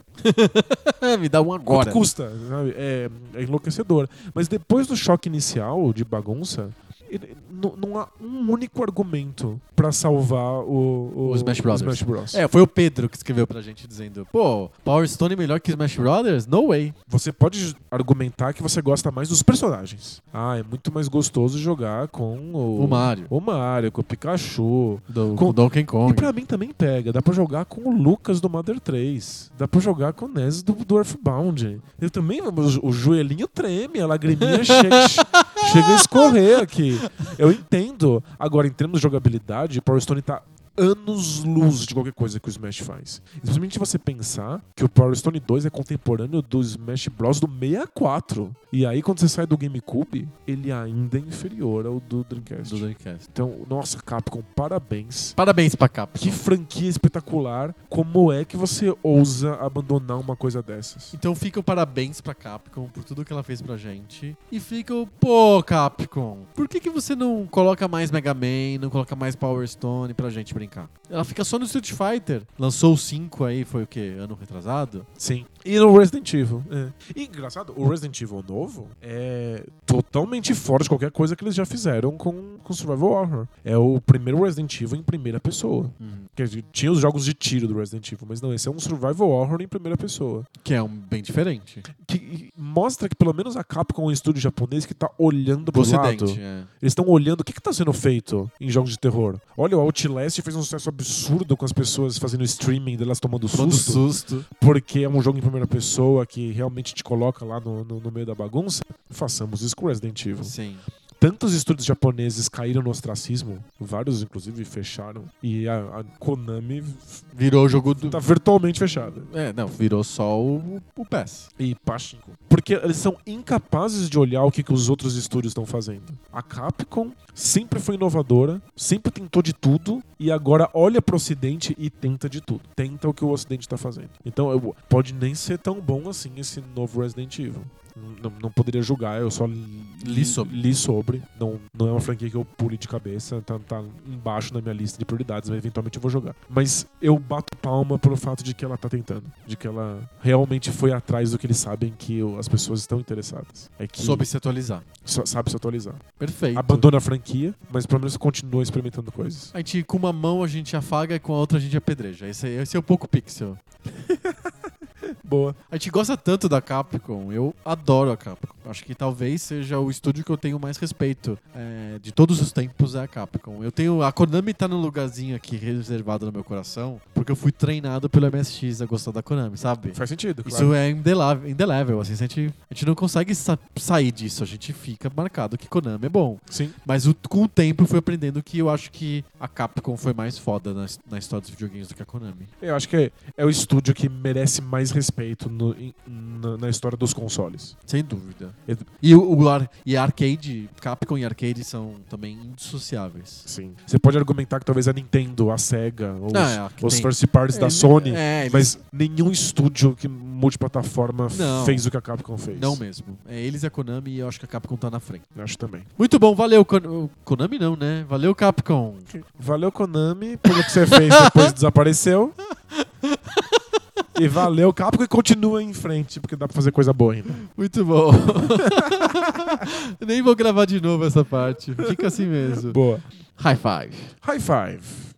A: Me dá um agora.
B: Quanto é custa, sabe? É, é enlouquecedor. Mas depois do choque inicial de bagunça, ele- não, não há um único argumento pra salvar o, o,
A: O Smash Brothers.
B: Smash Bros.
A: É, foi o Pedro que escreveu pra gente dizendo: pô, Power Stone é melhor que Smash Brothers? No way.
B: Você pode argumentar que você gosta mais dos personagens. Ah, é muito mais gostoso jogar com o,
A: O Mario.
B: o Mario, com o Pikachu,
A: Do,
B: Com-
A: com Donkey Kong.
B: E pra mim também pega. Dá pra jogar com o Lucas do Mother 3. Dá pra jogar com o Ness do, do Earthbound. Eu também, o, o joelhinho treme, a lagriminha chega, chega a escorrer aqui. Eu entendo. Agora, em termos de jogabilidade, o Power Stone tá anos luz de qualquer coisa que o Smash faz. Simplesmente você pensar que o Power Stone 2 é contemporâneo do Smash Bros do 64. E aí quando você sai do GameCube, ele ainda é inferior ao do Dreamcast.
A: Do Dreamcast.
B: Então, nossa, Capcom, parabéns.
A: Parabéns pra capa.
B: Que franquia espetacular. Como é que você ousa abandonar uma coisa dessas?
A: Então fica o parabéns pra Capcom por tudo que ela fez pra gente. E fica o, pô, Capcom, por que, que você não coloca mais Mega Man, não coloca mais Power Stone pra gente brincar? Ela fica só no Street Fighter. Lançou o 5 aí, foi o quê? Ano retrasado?
B: Sim. E no Resident Evil. É. E engraçado, o Resident Evil novo é totalmente fora de qualquer coisa que eles já fizeram com, com Survival Horror. É o primeiro Resident Evil em primeira pessoa. Quer dizer, tinha os jogos de tiro do Resident Evil, mas não, esse é um Survival Horror em primeira pessoa.
A: Que é um bem diferente.
B: Que mostra que pelo menos a Capcom é um estúdio japonês que tá olhando pro
A: Pro
B: lado.
A: Ocidente, é.
B: Eles estão olhando o que está sendo feito em jogos de terror. Olha, o Outlast fez um sucesso absurdo com as pessoas fazendo streaming delas tomando susto,
A: Tomando susto.
B: porque é um jogo em primeira pessoa que realmente te coloca lá no, no- no meio da bagunça. Façamos isso com Resident Evil.
A: Sim.
B: Tantos estúdios japoneses caíram no ostracismo, vários inclusive fecharam, e a, a Konami
A: Virou o jogo do.
B: tá virtualmente fechada.
A: É, não, virou só o, o PES.
B: e Pachinko. Porque eles são incapazes de olhar o que, que os outros estúdios estão fazendo. A Capcom sempre foi inovadora, sempre tentou de tudo e agora olha pro Ocidente e tenta de tudo. Tenta o que o Ocidente tá fazendo. Então eu- pode nem ser tão bom assim esse novo Resident Evil. Não, não poderia julgar, eu só li,
A: Li sobre.
B: li sobre. Não, não é uma franquia que eu pule de cabeça, tá, tá embaixo na minha lista de prioridades, mas eventualmente eu vou jogar. Mas eu bato palma pelo fato de que ela tá tentando, de que ela realmente foi atrás do que eles sabem que o- as pessoas estão interessadas. É que
A: Soube se atualizar.
B: só- sabe se atualizar.
A: Perfeito.
B: Abandona a franquia, mas pelo menos continua experimentando coisas.
A: A gente, com uma mão a gente afaga e com a outra a gente apedreja. Esse, aí- esse é o pouco pixel.
B: Boa.
A: A gente gosta tanto da Capcom, eu adoro a Capcom. Acho que talvez seja o estúdio que eu tenho mais respeito é, de todos os tempos é a Capcom. Eu tenho. A Konami tá num lugarzinho aqui reservado no meu coração, porque eu fui treinado pelo MSX a gostar da Konami, sabe?
B: Faz sentido, claro.
A: Isso é indelável, indelével, assim, a gente, a gente não consegue sa- sair disso, a gente fica marcado que Konami é bom.
B: Sim.
A: Mas o- com o tempo eu fui aprendendo que eu acho que a Capcom foi mais foda na, na história dos videogames do que a Konami.
B: Eu acho que é, é o estúdio que merece mais respeito no- em- na- na história dos consoles.
A: Sem dúvida.
B: Eu-
A: E o, o ar- e a arcade, Capcom e arcade são também indissociáveis.
B: Sim. Você pode argumentar que talvez a Nintendo, a SEGA, ou
A: Não,
B: os,
A: é, a que
B: os
A: tem.
B: first parties da
A: É,
B: Sony,
A: é,
B: mas nenhum estúdio que multiplataforma f-
A: Não.
B: fez o que a Capcom fez.
A: Não mesmo. É eles e a Konami e eu acho que a Capcom tá na frente.
B: Eu Acho também.
A: Muito bom, valeu Kon- Konami não, né? Valeu Capcom.
B: Valeu, Konami, pelo que você fez depois desapareceu. E valeu, Capcom, e continua em frente, porque dá pra fazer coisa boa ainda.
A: Muito bom. Nem vou gravar de novo essa parte. Fica assim mesmo.
B: Boa.
A: High five.
B: High five.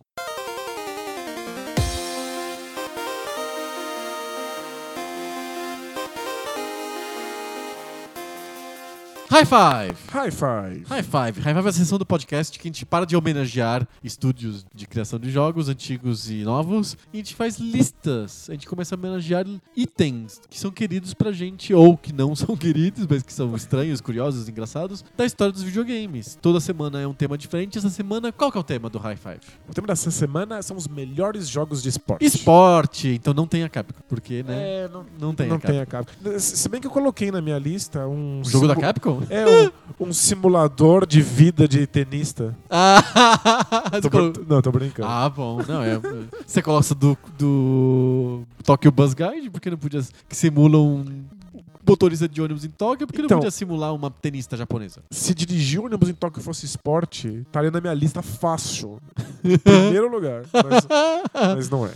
A: High five.
B: High five.
A: High Five. High Five é a sessão do podcast que a gente para de homenagear estúdios de criação de jogos antigos e novos e a gente faz listas. A gente começa a homenagear itens que são queridos pra gente ou que não são queridos, mas que são estranhos, curiosos, engraçados, da história dos videogames. Toda semana é um tema diferente. Essa semana, qual que é o tema do High Five?
B: O tema dessa semana são os melhores jogos de esporte.
A: Esporte. Então não tem a Capcom, porque, né?
B: É, não,
A: Não tem
B: não
A: a Capcom.
B: tem a Capcom. Se se bem que eu coloquei na minha lista um
A: Jogo da
B: simu-
A: Capcom?
B: É um, um simulador de vida de tenista.
A: Ah,
B: Tô brin- não, tô brincando.
A: Ah, bom, não é. Você gosta do, do Tokyo Bus Guide? Porque não podia. Que simula um motorista de ônibus em Tóquio? Porque
B: Então.
A: não podia simular uma tenista japonesa?
B: Se dirigir um ônibus em Tóquio fosse esporte, estaria na minha lista fácil. Em Primeiro lugar. Mas, mas não é.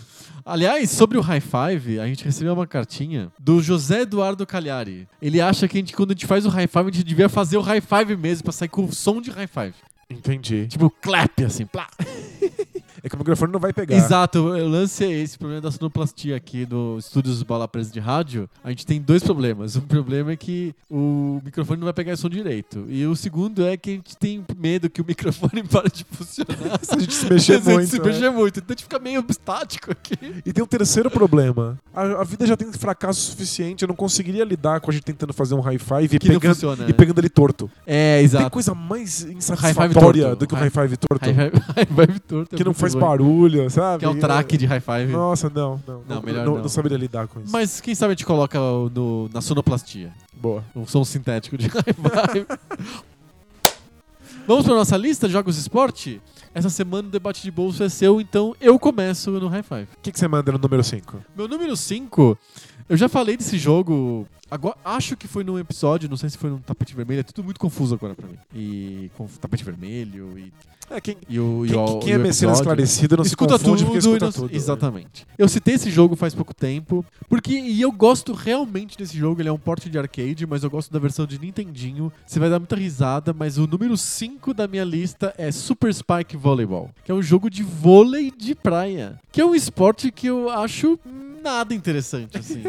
A: Aliás, sobre o High Five, a gente recebeu uma cartinha do José Eduardo Cagliari. Ele acha que a gente, quando a gente faz o High Five, a gente devia fazer o High Five mesmo, pra sair com o som de High Five.
B: Entendi.
A: Tipo, clap, assim, plá.
B: É que o microfone não vai pegar.
A: Exato, o lance é esse, o problema da sonoplastia aqui do Estúdios Bola Presa de Rádio. A gente tem dois problemas. Um problema é que o microfone não vai pegar som direito. E o segundo é que a gente tem medo que o microfone pare de funcionar.
B: Se a gente se mexer
A: Se a gente
B: muito.
A: se
B: né?
A: mexer muito. Então a gente fica meio obstático aqui.
B: E tem um terceiro problema. A, a vida já tem fracasso suficiente. Eu não conseguiria lidar com a gente tentando fazer um high five e
A: Que não
B: pegando,
A: funciona,
B: e
A: né?
B: pegando ele torto.
A: É,
B: Tem
A: exato.
B: coisa mais
A: High five
B: insatisfatória
A: torto.
B: do que um high
A: High-
B: five torto.
A: High five, high five torto. é
B: que não
A: muito
B: faz
A: bom.
B: barulho, sabe?
A: Que é o track de high five.
B: né? Nossa, não. Não,
A: Não, melhor
B: não,
A: não.
B: saberia lidar com isso.
A: Mas quem sabe a gente coloca o- no, na sonoplastia.
B: Boa.
A: Um som sintético de high five. Vamos para nossa lista de jogos de esporte? Essa semana o debate de bolso é seu, então eu começo no high five.
B: O que, que você manda no número 5?
A: Meu número 5, eu já falei desse jogo, agora, acho que foi num episódio, não sei se foi num tapete vermelho, é tudo muito confuso agora pra mim. E com tapete vermelho e,
B: É, quem,
A: e o e
B: quem,
A: o-
B: quem
A: e
B: é
A: o
B: mecenas
A: episódio.
B: esclarecido não
A: escuta
B: se confunde
A: tudo, e
B: porque escuta
A: não-
B: tudo. é.
A: Exatamente. Eu citei esse jogo faz pouco tempo, porque e eu gosto realmente desse jogo, ele é um porte de arcade, mas eu gosto da versão de Nintendinho. Você vai dar muita risada, mas o número 5 da minha lista é Super Spike Volleyball, que é um jogo de vôlei de praia, que é um esporte que eu acho nada interessante assim.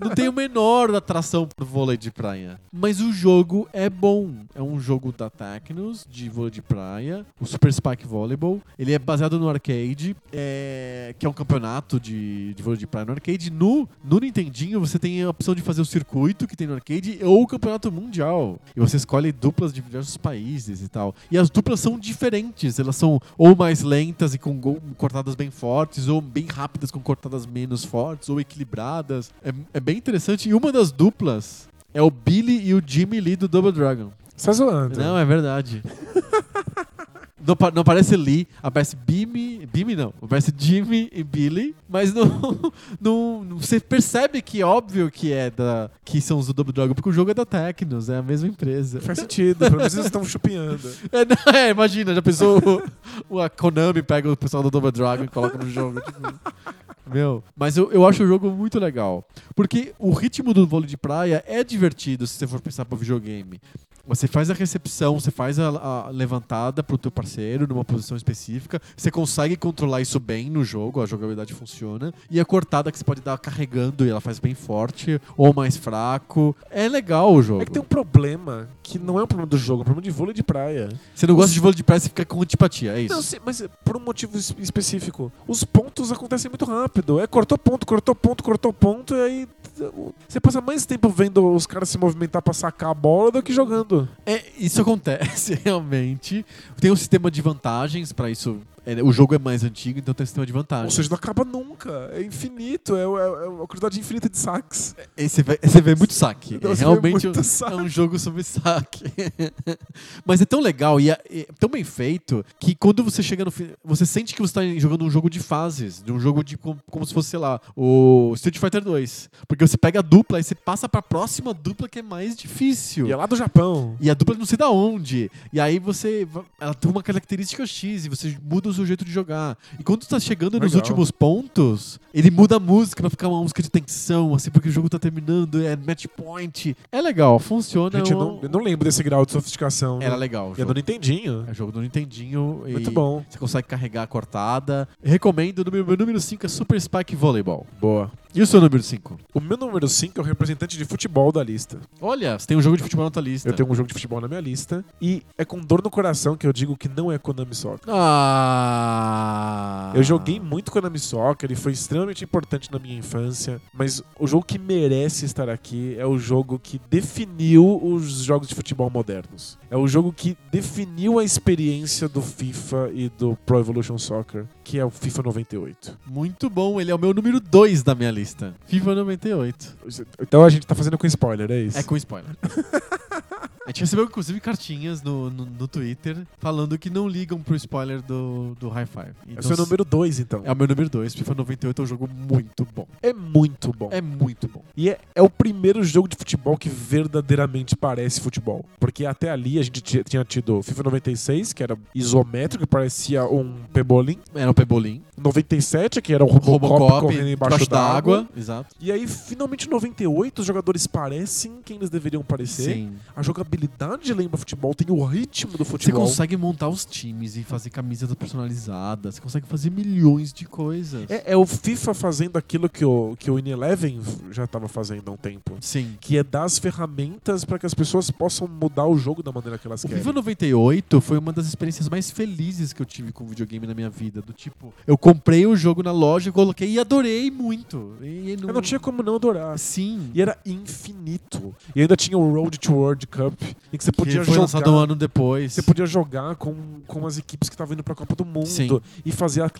A: não tem o menor atração por vôlei de praia. Mas o jogo é bom. É um jogo da Tecnos, de vôlei de praia, o Super Spike Volleyball. Ele é baseado no arcade, é, que é um campeonato de, de vôlei de praia no arcade. No, no Nintendinho, você tem a opção de fazer o circuito que tem no arcade ou o campeonato mundial. E você escolhe duplas de diversos países e tal. E as duplas são diferentes. Elas são ou mais lentas e com gol- cortadas bem fortes, ou bem rápidas com cortadas menos fortes, ou equilibradas. É, é bem interessante. E uma das duplas é o Billy e o Jimmy Lee do Double Dragon.
B: Você tá zoando.
A: Não, é verdade. Não, pa- não aparece Lee, aparece Bimmy. Bimmy não, aparece Jimmy e Billy, mas não, não, não- Você percebe que é óbvio que é da. que são os do Double Dragon, porque o jogo é da Tecnos, é a mesma empresa.
B: Faz sentido, pelo menos eles estão chupinhando.
A: É, não, é, imagina, já pensou o, o- a Konami pega o pessoal do Double Dragon e coloca no jogo. tipo, meu, mas eu, eu acho o jogo muito legal. Porque o ritmo do vôlei de praia é divertido se você for pensar pro videogame. Você faz a recepção, você faz a, a levantada pro teu parceiro numa posição específica, você consegue controlar isso bem no jogo, a jogabilidade funciona, e a cortada que você pode dar carregando e ela faz bem forte ou mais fraco. É legal o jogo.
B: É que tem um problema que não é um problema do jogo, é um problema de vôlei de praia.
A: Você não gosta de vôlei de praia, você fica com antipatia, é isso.
B: um Não, sim, mas por um motivo es- específico. Os pontos acontecem muito rápido. É cortou ponto, cortou ponto, cortou ponto, e aí t- o- você passa mais tempo vendo os caras se movimentar pra sacar a bola do que jogando.
A: É, isso acontece realmente. Tem um sistema de vantagens pra isso. É, o jogo é mais antigo, então tem um sistema de
B: Ou
A: vantagens.
B: seja, não acaba nunca. É infinito. É, é, é uma quantidade infinita de saques.
A: E Você vê, você vê muito saque.
B: Não,
A: é
B: você vê
A: realmente
B: muito
A: um-
B: saque.
A: é um jogo sobre saque. Mas é tão legal e é, é tão bem feito que quando você chega no fim, você sente que você está jogando um jogo de fases, de um jogo de com- como se fosse, sei lá, o Street Fighter 2. Porque você pega a dupla e você passa pra próxima dupla que é mais difícil.
B: E é lá do Japão.
A: E a dupla não sei da onde. E aí você. va- Ela tem uma característica X e você muda o seu jeito de jogar. E quando você tá chegando nos
B: Legal.
A: últimos pontos, ele muda a música pra ficar uma música de tensão, assim, porque o jogo tá terminando, é match point. É legal, funciona.
B: Gente, eu
A: é um-
B: não, eu não lembro desse grau de sofisticação.
A: Era
B: Não-
A: legal. o
B: E é
A: jogo.
B: do Nintendinho.
A: É jogo do Nintendinho. e
B: Muito bom.
A: Você consegue carregar a cortada. Recomendo. o número- Meu número 5 é Super Spike Volleyball.
B: Boa.
A: E o seu número 5?
B: O meu número 5 é o representante de futebol da lista.
A: Olha, você tem um jogo de futebol na tua lista.
B: Eu tenho um jogo de futebol na minha lista. E é com dor no coração que eu digo que não é Konami Soccer.
A: Ah.
B: Eu joguei muito Konami Soccer, ele foi extremamente importante na minha infância, mas o jogo que merece estar aqui é o jogo que definiu os jogos de futebol modernos. É o jogo que definiu a experiência do FIFA e do Pro Evolution Soccer, que é o FIFA 98.
A: Muito bom, ele é o meu número 2 da minha lista. FIFA 98.
B: Então a gente tá fazendo com spoiler, é isso?
A: É com spoiler. A gente recebeu, inclusive, cartinhas no, no, no Twitter falando que não ligam pro spoiler do, do High Five.
B: É
A: Então,
B: o seu número 2, então.
A: É o meu número 2. FIFA 98 é um jogo muito bom.
B: É muito bom.
A: É muito bom.
B: E é, é o primeiro jogo de futebol que verdadeiramente parece futebol. Porque até ali a gente ti- tinha tido o FIFA 96, que era isométrico, que parecia um pebolim.
A: Era o Pebolim.
B: 97, que era o Robocop, correndo embaixo d'água.
A: d'água. Exato.
B: E aí, finalmente, em 98, os jogadores parecem quem eles deveriam parecer.
A: Sim.
B: A habilidade de lembrar futebol, tem o ritmo do
A: Você
B: futebol.
A: consegue montar os times e fazer camisetas personalizadas, você consegue fazer milhões de coisas.
B: É, é o FIFA fazendo aquilo que o, que o In Eleven já estava fazendo há um tempo.
A: Sim.
B: Que é dar as ferramentas para que as pessoas possam mudar o jogo da maneira que elas
A: O
B: querem.
A: FIFA 98 foi uma das experiências mais felizes que eu tive com videogame na minha vida. Do tipo, eu comprei o jogo na loja, coloquei e adorei muito. E, e
B: Eu não tinha como não adorar.
A: Sim.
B: E era infinito. E ainda tinha o Road to World Cup, em que você podia
A: que foi lançado um
B: jogar.
A: ano depois.
B: Você podia jogar com, com as equipes que estavam indo pra Copa do Mundo
A: Sim.
B: e fazer a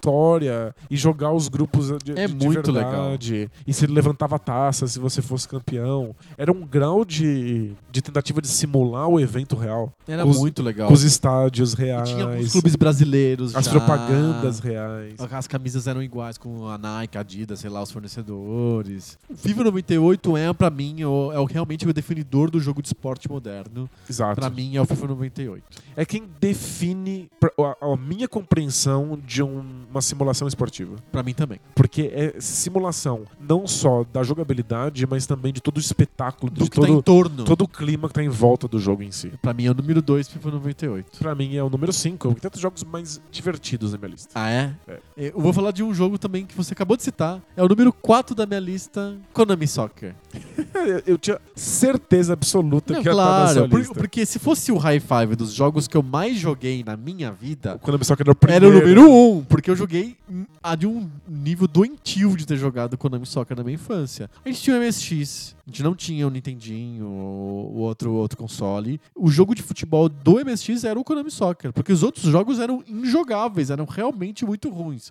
B: classificatória e jogar os grupos de,
A: É
B: de,
A: muito
B: de verdade. E se levantava a taça se você fosse campeão. Era um grau de, de tentativa de simular o evento real.
A: Era
B: com os-
A: muito legal.
B: Com os estádios
A: E tinha os
B: reais,
A: clubes brasileiros
B: as
A: já.
B: propagandas reais.
A: As camisas eram iguais com a Nike, a Adidas, sei lá, os fornecedores. O FIFA 98 é, pra mim, o- é o, realmente o definidor do jogo de esporte moderno.
B: Exato.
A: Pra mim, é o FIFA 98.
B: É quem define pra- a, a minha compreensão de um- uma simulação esportiva.
A: Pra mim também.
B: Porque é simulação não só da jogabilidade, mas também de todo o espetáculo,
A: Do
B: de
A: que tá em
B: todo,
A: torno.
B: todo o clima que tá em volta do jogo em si.
A: Pra mim é o número 2, FIFA 98.
B: Pra mim é o número 5, tem os jogos mais divertidos na minha lista.
A: Ah, é?
B: É.
A: Eu vou falar de um jogo também que você acabou de citar. É o número 4 da minha lista, Konami Soccer.
B: Eu, É, eu tinha certeza absoluta
A: Não,
B: que ia estar tá na sua
A: por-
B: lista.
A: porque se fosse o High Five dos jogos que eu mais joguei na minha vida,
B: Quando eu só que era o primeiro.
A: Era o número um, porque eu joguei hum, a de um nível doentio de ter jogado Konami Soccer na minha infância. A gente tinha o MSX, a gente não tinha o Nintendinho ou o outro, outro console. O jogo de futebol do MSX era o Konami Soccer, porque os outros jogos eram injogáveis, eram realmente muito ruins.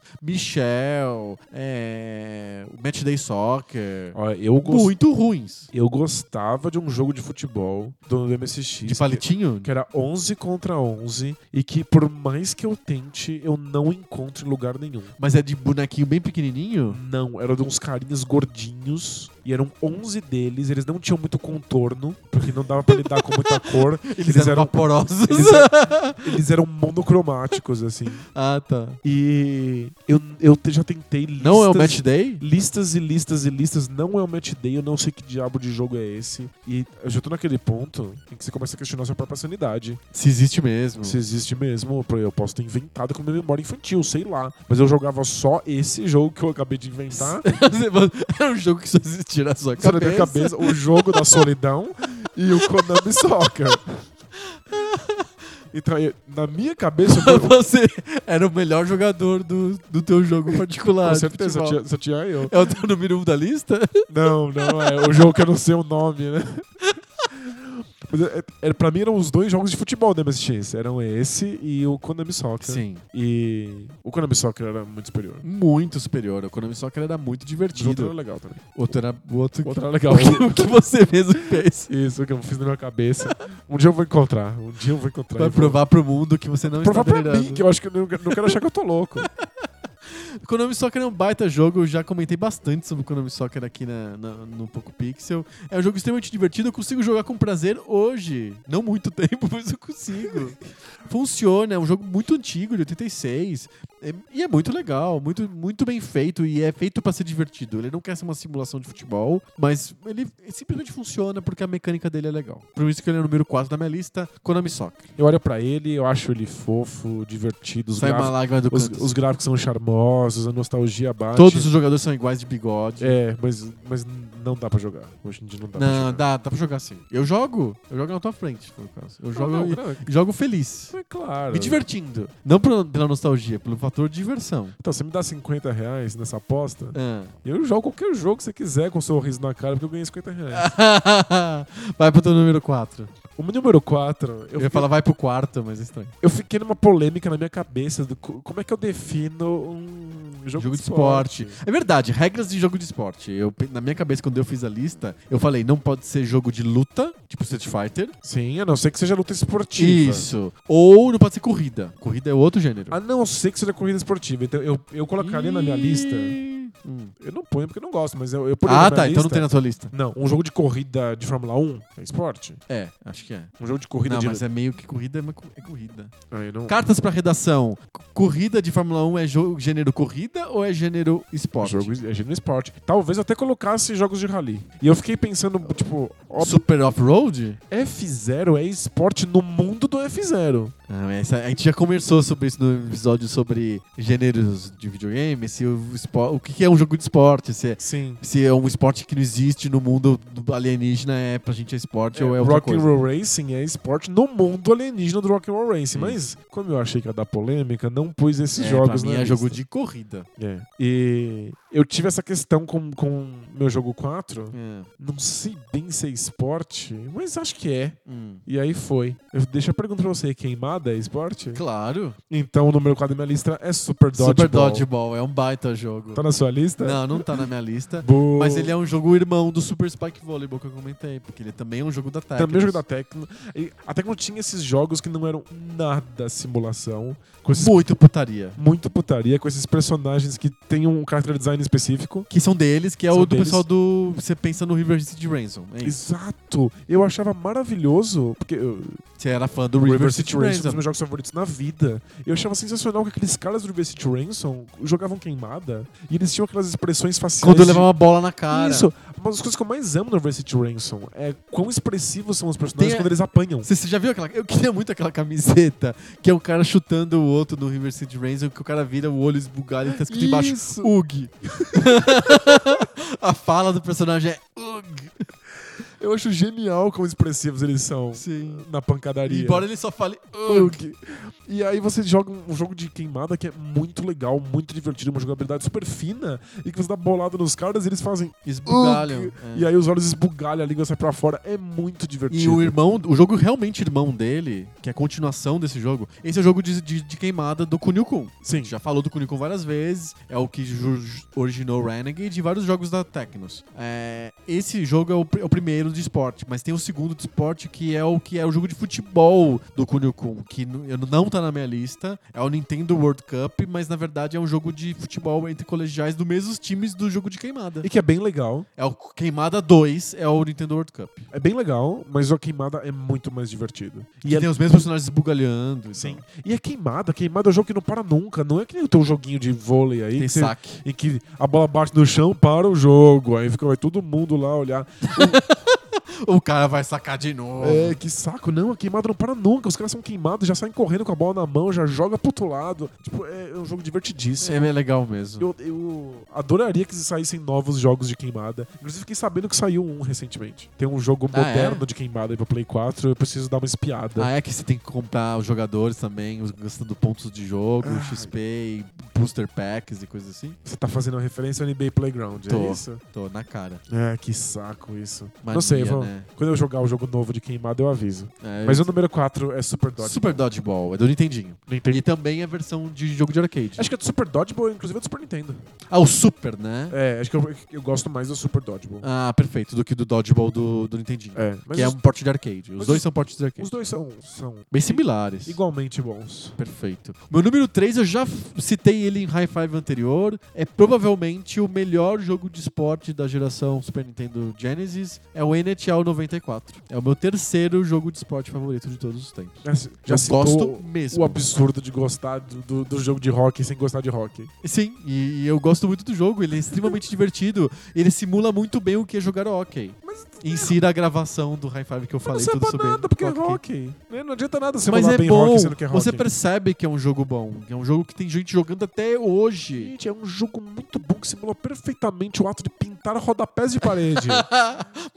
A: Michel, é... o Match Day Soccer,
B: Ó, eu, gos-
A: muito ruins.
B: eu gostava de um jogo de futebol do MSX.
A: De
B: que-
A: palitinho?
B: que era 11 contra 11 e que por mais que eu tente, eu não encontro em lugar nenhum.
A: Mas é de bonequinho bem pequenininho?
B: Não, era de uns carinhas gordinhos e eram 11 deles, eles não tinham muito contorno, porque não dava pra lidar com muita cor.
A: Eles, eram, vaporosos.
B: eles eram- eles eram monocromáticos assim.
A: ah, tá.
B: E eu, eu te- já tentei listas
A: Não é o Match Day?
B: listas e listas e listas, não é o Match Day, eu não sei que diabo de jogo é esse. E eu já tô naquele ponto em que você começa a questionar sua própria sanidade.
A: Se existe mesmo.
B: Se existe mesmo, pô, eu posso ter inventado com minha memória infantil, sei lá. Mas eu jogava só esse jogo que eu acabei de inventar.
A: Era um jogo que só existia na sua cabeça.
B: Só na minha cabeça, o jogo da solidão e o Konami Soccer. Então, eu- na minha cabeça, eu-
A: Você era o melhor jogador do, do teu jogo particular.
B: com
A: de
B: certeza, só
A: futebol.
B: tinha, só tinha eu.
A: É o teu número um da lista?
B: Não, não, é o jogo que eu não sei o nome, né? Mas, é, é, pra mim eram os dois jogos de futebol da MSX. Eram esse e o Konami Soccer. E o Konami Soccer era muito superior.
A: Muito superior. O Konami Soccer era muito
B: Mas o outro era
A: divertido.
B: legal também.
A: Outro era, o outro,
B: O outro era legal.
A: o que você mesmo fez.
B: Isso que eu fiz na minha cabeça. Um dia eu vou encontrar. Um dia eu vou encontrar.
A: Vai
B: Eu vou-
A: provar pro mundo que você não
B: Provar
A: está
B: pra
A: delirando.
B: mim, que eu acho que eu não, não quero achar que eu tô louco.
A: Konami Soccer é um baita jogo, eu já comentei bastante sobre o Konami Soccer aqui na, na- no Poco Pixel. É um jogo extremamente divertido, eu consigo jogar com prazer hoje. Não muito tempo, mas eu consigo. Funciona, é um jogo muito antigo, de 86. É- e é muito legal, muito, muito bem feito e é feito pra ser divertido. Ele não quer ser uma simulação de futebol, mas ele simplesmente funciona porque a mecânica dele é legal. Por isso que ele é o número 4 da minha lista, Konami Soccer.
B: Eu olho pra ele, eu acho ele fofo, divertido. Os,
A: Sai uma
B: gráficos,
A: lágrima do
B: os,
A: canto.
B: os gráficos são charmosos, a nostalgia bate.
A: Todos os jogadores são iguais de bigode.
B: É, mas, mas não dá pra jogar. Hoje em dia não dá pra
A: Não,
B: jogar.
A: dá, dá pra jogar sim. Eu jogo, eu jogo na tua frente, por causa. Eu jogo,
B: não,
A: e-
B: não,
A: jogo feliz.
B: é claro.
A: Me divertindo. Não pela, pela nostalgia, pelo fator diversão.
B: Então, você me dá 50 reais nessa aposta,
A: Ah.
B: eu jogo qualquer jogo que você quiser com um sorriso na cara, porque eu ganhei 50
A: Ah.
B: reais.
A: vai pro teu número 4.
B: O meu número 4, eu,
A: Eu,
B: fiquei-
A: ia falar vai pro quarto, mas é estranho.
B: eu fiquei numa polêmica na minha cabeça do co- como é que eu defino um jogo,
A: Jogo de esporte. É verdade, regras de jogo de esporte. Eu, pe- na minha cabeça, quando eu fiz a lista, eu falei, não pode ser jogo de luta, tipo Street Fighter.
B: Sim, a não ser que seja luta esportiva.
A: Isso. Ou não pode ser corrida. Corrida é outro gênero.
B: A não ser que seja corrida esportiva. Então eu, eu colocaria na minha lista
A: Ih, Hum.
B: Eu não ponho porque eu não gosto, mas eu, eu ponho
A: Ah,
B: na
A: tá.
B: minha
A: Então não
B: lista.
A: tem na tua lista.
B: Não, um jogo de corrida de Fórmula 1 é esporte.
A: É, acho que é.
B: Um jogo de corrida
A: não,
B: de.
A: mas é meio que corrida, é, uma co- é corrida.
B: Ah, eu não-
A: Cartas pra redação. C- Corrida de Fórmula 1 é jo- gênero corrida ou é gênero esporte?
B: Jogo é gênero esporte. Talvez eu até colocasse jogos de rally. E eu fiquei pensando, tipo, ó,
A: Super off-road?
B: F0 é esporte no mundo do F0.
A: Ah, essa- a gente já conversou sobre isso no episódio sobre gêneros de videogame, se o, espo- o que que é um jogo de esporte, se é,
B: Sim.
A: se é um esporte que não existe no mundo do alienígena, é pra gente é esporte ou é outra
B: rock and
A: coisa.
B: Roll Racing é esporte no mundo alienígena do Rock and Roll Racing. Mas, como eu achei que ia dar polêmica, não pus esses
A: é,
B: jogos
A: pra
B: na
A: mim é
B: lista.
A: jogo de corrida.
B: É. E eu tive essa questão com, com meu jogo 4.
A: É.
B: Não sei bem se é esporte, mas acho que é.
A: Hum.
B: E aí foi. Eu deixo a pergunta pra você: queimada é esporte?
A: Claro.
B: Então o número 4 da minha lista é Super Dodgeball.
A: Super Dodgeball é um baita jogo.
B: Tá na sua lista?
A: Não, não tá na minha lista.
B: Bo-
A: Mas ele é um jogo irmão do Super Spike Volleyball que eu comentei, porque ele também é um jogo da Tecnos.
B: Também Tá jogo da Tecno. E a Tecno tinha esses jogos que não eram nada simulação. Com esses...
A: Muito putaria.
B: Muito putaria, com esses personagens que tem um character design específico.
A: Que são deles, que é
B: São
A: o do
B: deles.
A: pessoal do... Você pensa no River City Ransom. É isso.
B: Exato! Eu achava maravilhoso, porque eu,
A: Você era fã do
B: River City Ransom é um dos meus jogos favoritos na vida. Eu achava sensacional que aqueles caras do River City Ransom jogavam queimada e eles tinham aquelas expressões faciais.
A: Quando
B: de-
A: levar uma bola na cara.
B: Isso, uma das coisas que eu mais amo no River City Ransom é quão expressivos são os personagens
A: Tem a-
B: quando eles apanham.
A: Você você já viu aquela. Eu queria muito aquela camiseta que é um cara chutando o outro no River City Ransom, que o cara vira o olho esbugado e tá escrito embaixo
B: Isso.
A: UG. a fala do personagem é UG.
B: Eu acho genial quão expressivos eles são
A: Sim.
B: na pancadaria.
A: Embora ele só fale UG.
B: Pug. E aí você joga um jogo de queimada que é muito legal, muito divertido, uma jogabilidade super fina, e que você dá bolada nos caras e eles fazem.
A: Esbugalham.
B: "Ugh",
A: é.
B: E aí os olhos esbugalham, a língua sai pra fora. É muito divertido.
A: E o irmão, o jogo realmente irmão dele, que é a continuação desse jogo, esse é o jogo de, de- de queimada do Kunio Kun. A
B: Sim.
A: gente já falou do Kunio Kun várias vezes, é o que ju- ju- originou o Renegade e vários jogos da Tecnos. É, esse jogo é o, pri- é o primeiro de esporte, mas tem o segundo de esporte que é o que é o jogo de futebol do Kunio Kun, que n- eu- não tá na minha lista, é o Nintendo World Cup, mas na verdade é um jogo de futebol entre colegiais dos mesmos times do jogo de queimada.
B: E que é bem legal.
A: É o Queimada 2, é o Nintendo World Cup.
B: É bem legal, mas a queimada é muito mais divertido.
A: E
B: é...
A: tem os mesmos personagens então. esbugalhando. e
B: Sim.
A: tal.
B: E é queimada. Queimada é um jogo que não para nunca. Não é que nem o teu joguinho de vôlei aí.
A: Tem
B: que você-
A: saque.
B: Em que a bola bate no chão, para o jogo. Aí fica vai todo mundo lá olhar.
A: O cara vai sacar de novo.
B: É, que saco. Não, a queimada não para nunca. Os caras são queimados, já saem correndo com a bola na mão, já joga pro outro lado. Tipo, é, é um jogo divertidíssimo.
A: É, legal mesmo.
B: Eu, eu adoraria que saíssem novos jogos de queimada. Inclusive, fiquei sabendo que saiu um recentemente. Tem um jogo
A: Ah,
B: moderno
A: é?
B: de queimada aí pra Play 4. Eu preciso dar uma espiada.
A: Ah, é que você tem que comprar os jogadores também, os- gastando pontos de jogo,
B: Ai.
A: XP, e booster packs e coisas assim.
B: Você tá fazendo uma referência ao NBA Playground,
A: Tô.
B: é isso?
A: Tô na cara.
B: É, que saco isso.
A: Mania,
B: não sei, eu vou-
A: né?
B: quando eu jogar o jogo novo de queimada, eu aviso.
A: É,
B: Mas o número 4 é Super Dodgeball.
A: Super Dodgeball, é do Nintendinho.
B: Nintendo.
A: E também é a versão de jogo de arcade.
B: Acho que é do Super Dodgeball, inclusive é do Super Nintendo.
A: Ah, o Super, né?
B: É, acho que eu, eu gosto mais do Super Dodgeball.
A: Ah, perfeito, do que do Dodgeball do, do Nintendinho.
B: É, mas
A: que é
B: os,
A: um porte de arcade. Os
B: mas
A: dois
B: os-
A: são portes de arcade.
B: os dois são, são
A: Bem similares.
B: igualmente bons.
A: Perfeito. Meu número 3, eu já f- citei ele em High Five anterior. É provavelmente o melhor jogo de esporte da geração Super Nintendo Genesis. É o NHL 94. É o meu terceiro jogo de esporte favorito de todos os tempos.
B: Já, se- já
A: eu
B: citou
A: gosto mesmo.
B: tipo, o absurdo de gostar do, do, do jogo de rock sem gostar de rock.
A: Sim, e, e eu gosto muito do jogo. Ele é extremamente divertido. Ele simula muito bem o que é jogar hockey.
B: Mas
A: Insira a gravação do High Five que eu
B: não
A: falei
B: serve
A: tudo
B: pra
A: sobre
B: nada, porque é
A: hockey.
B: rock. né? Não adianta nada você
A: Mas
B: falar
A: é
B: bem
A: bom.
B: rock sendo que é rock.
A: Você percebe que é um jogo bom. que É um jogo que tem gente jogando até hoje.
B: Gente, é um jogo muito bom que simula perfeitamente o ato de pintar rodapés de parede.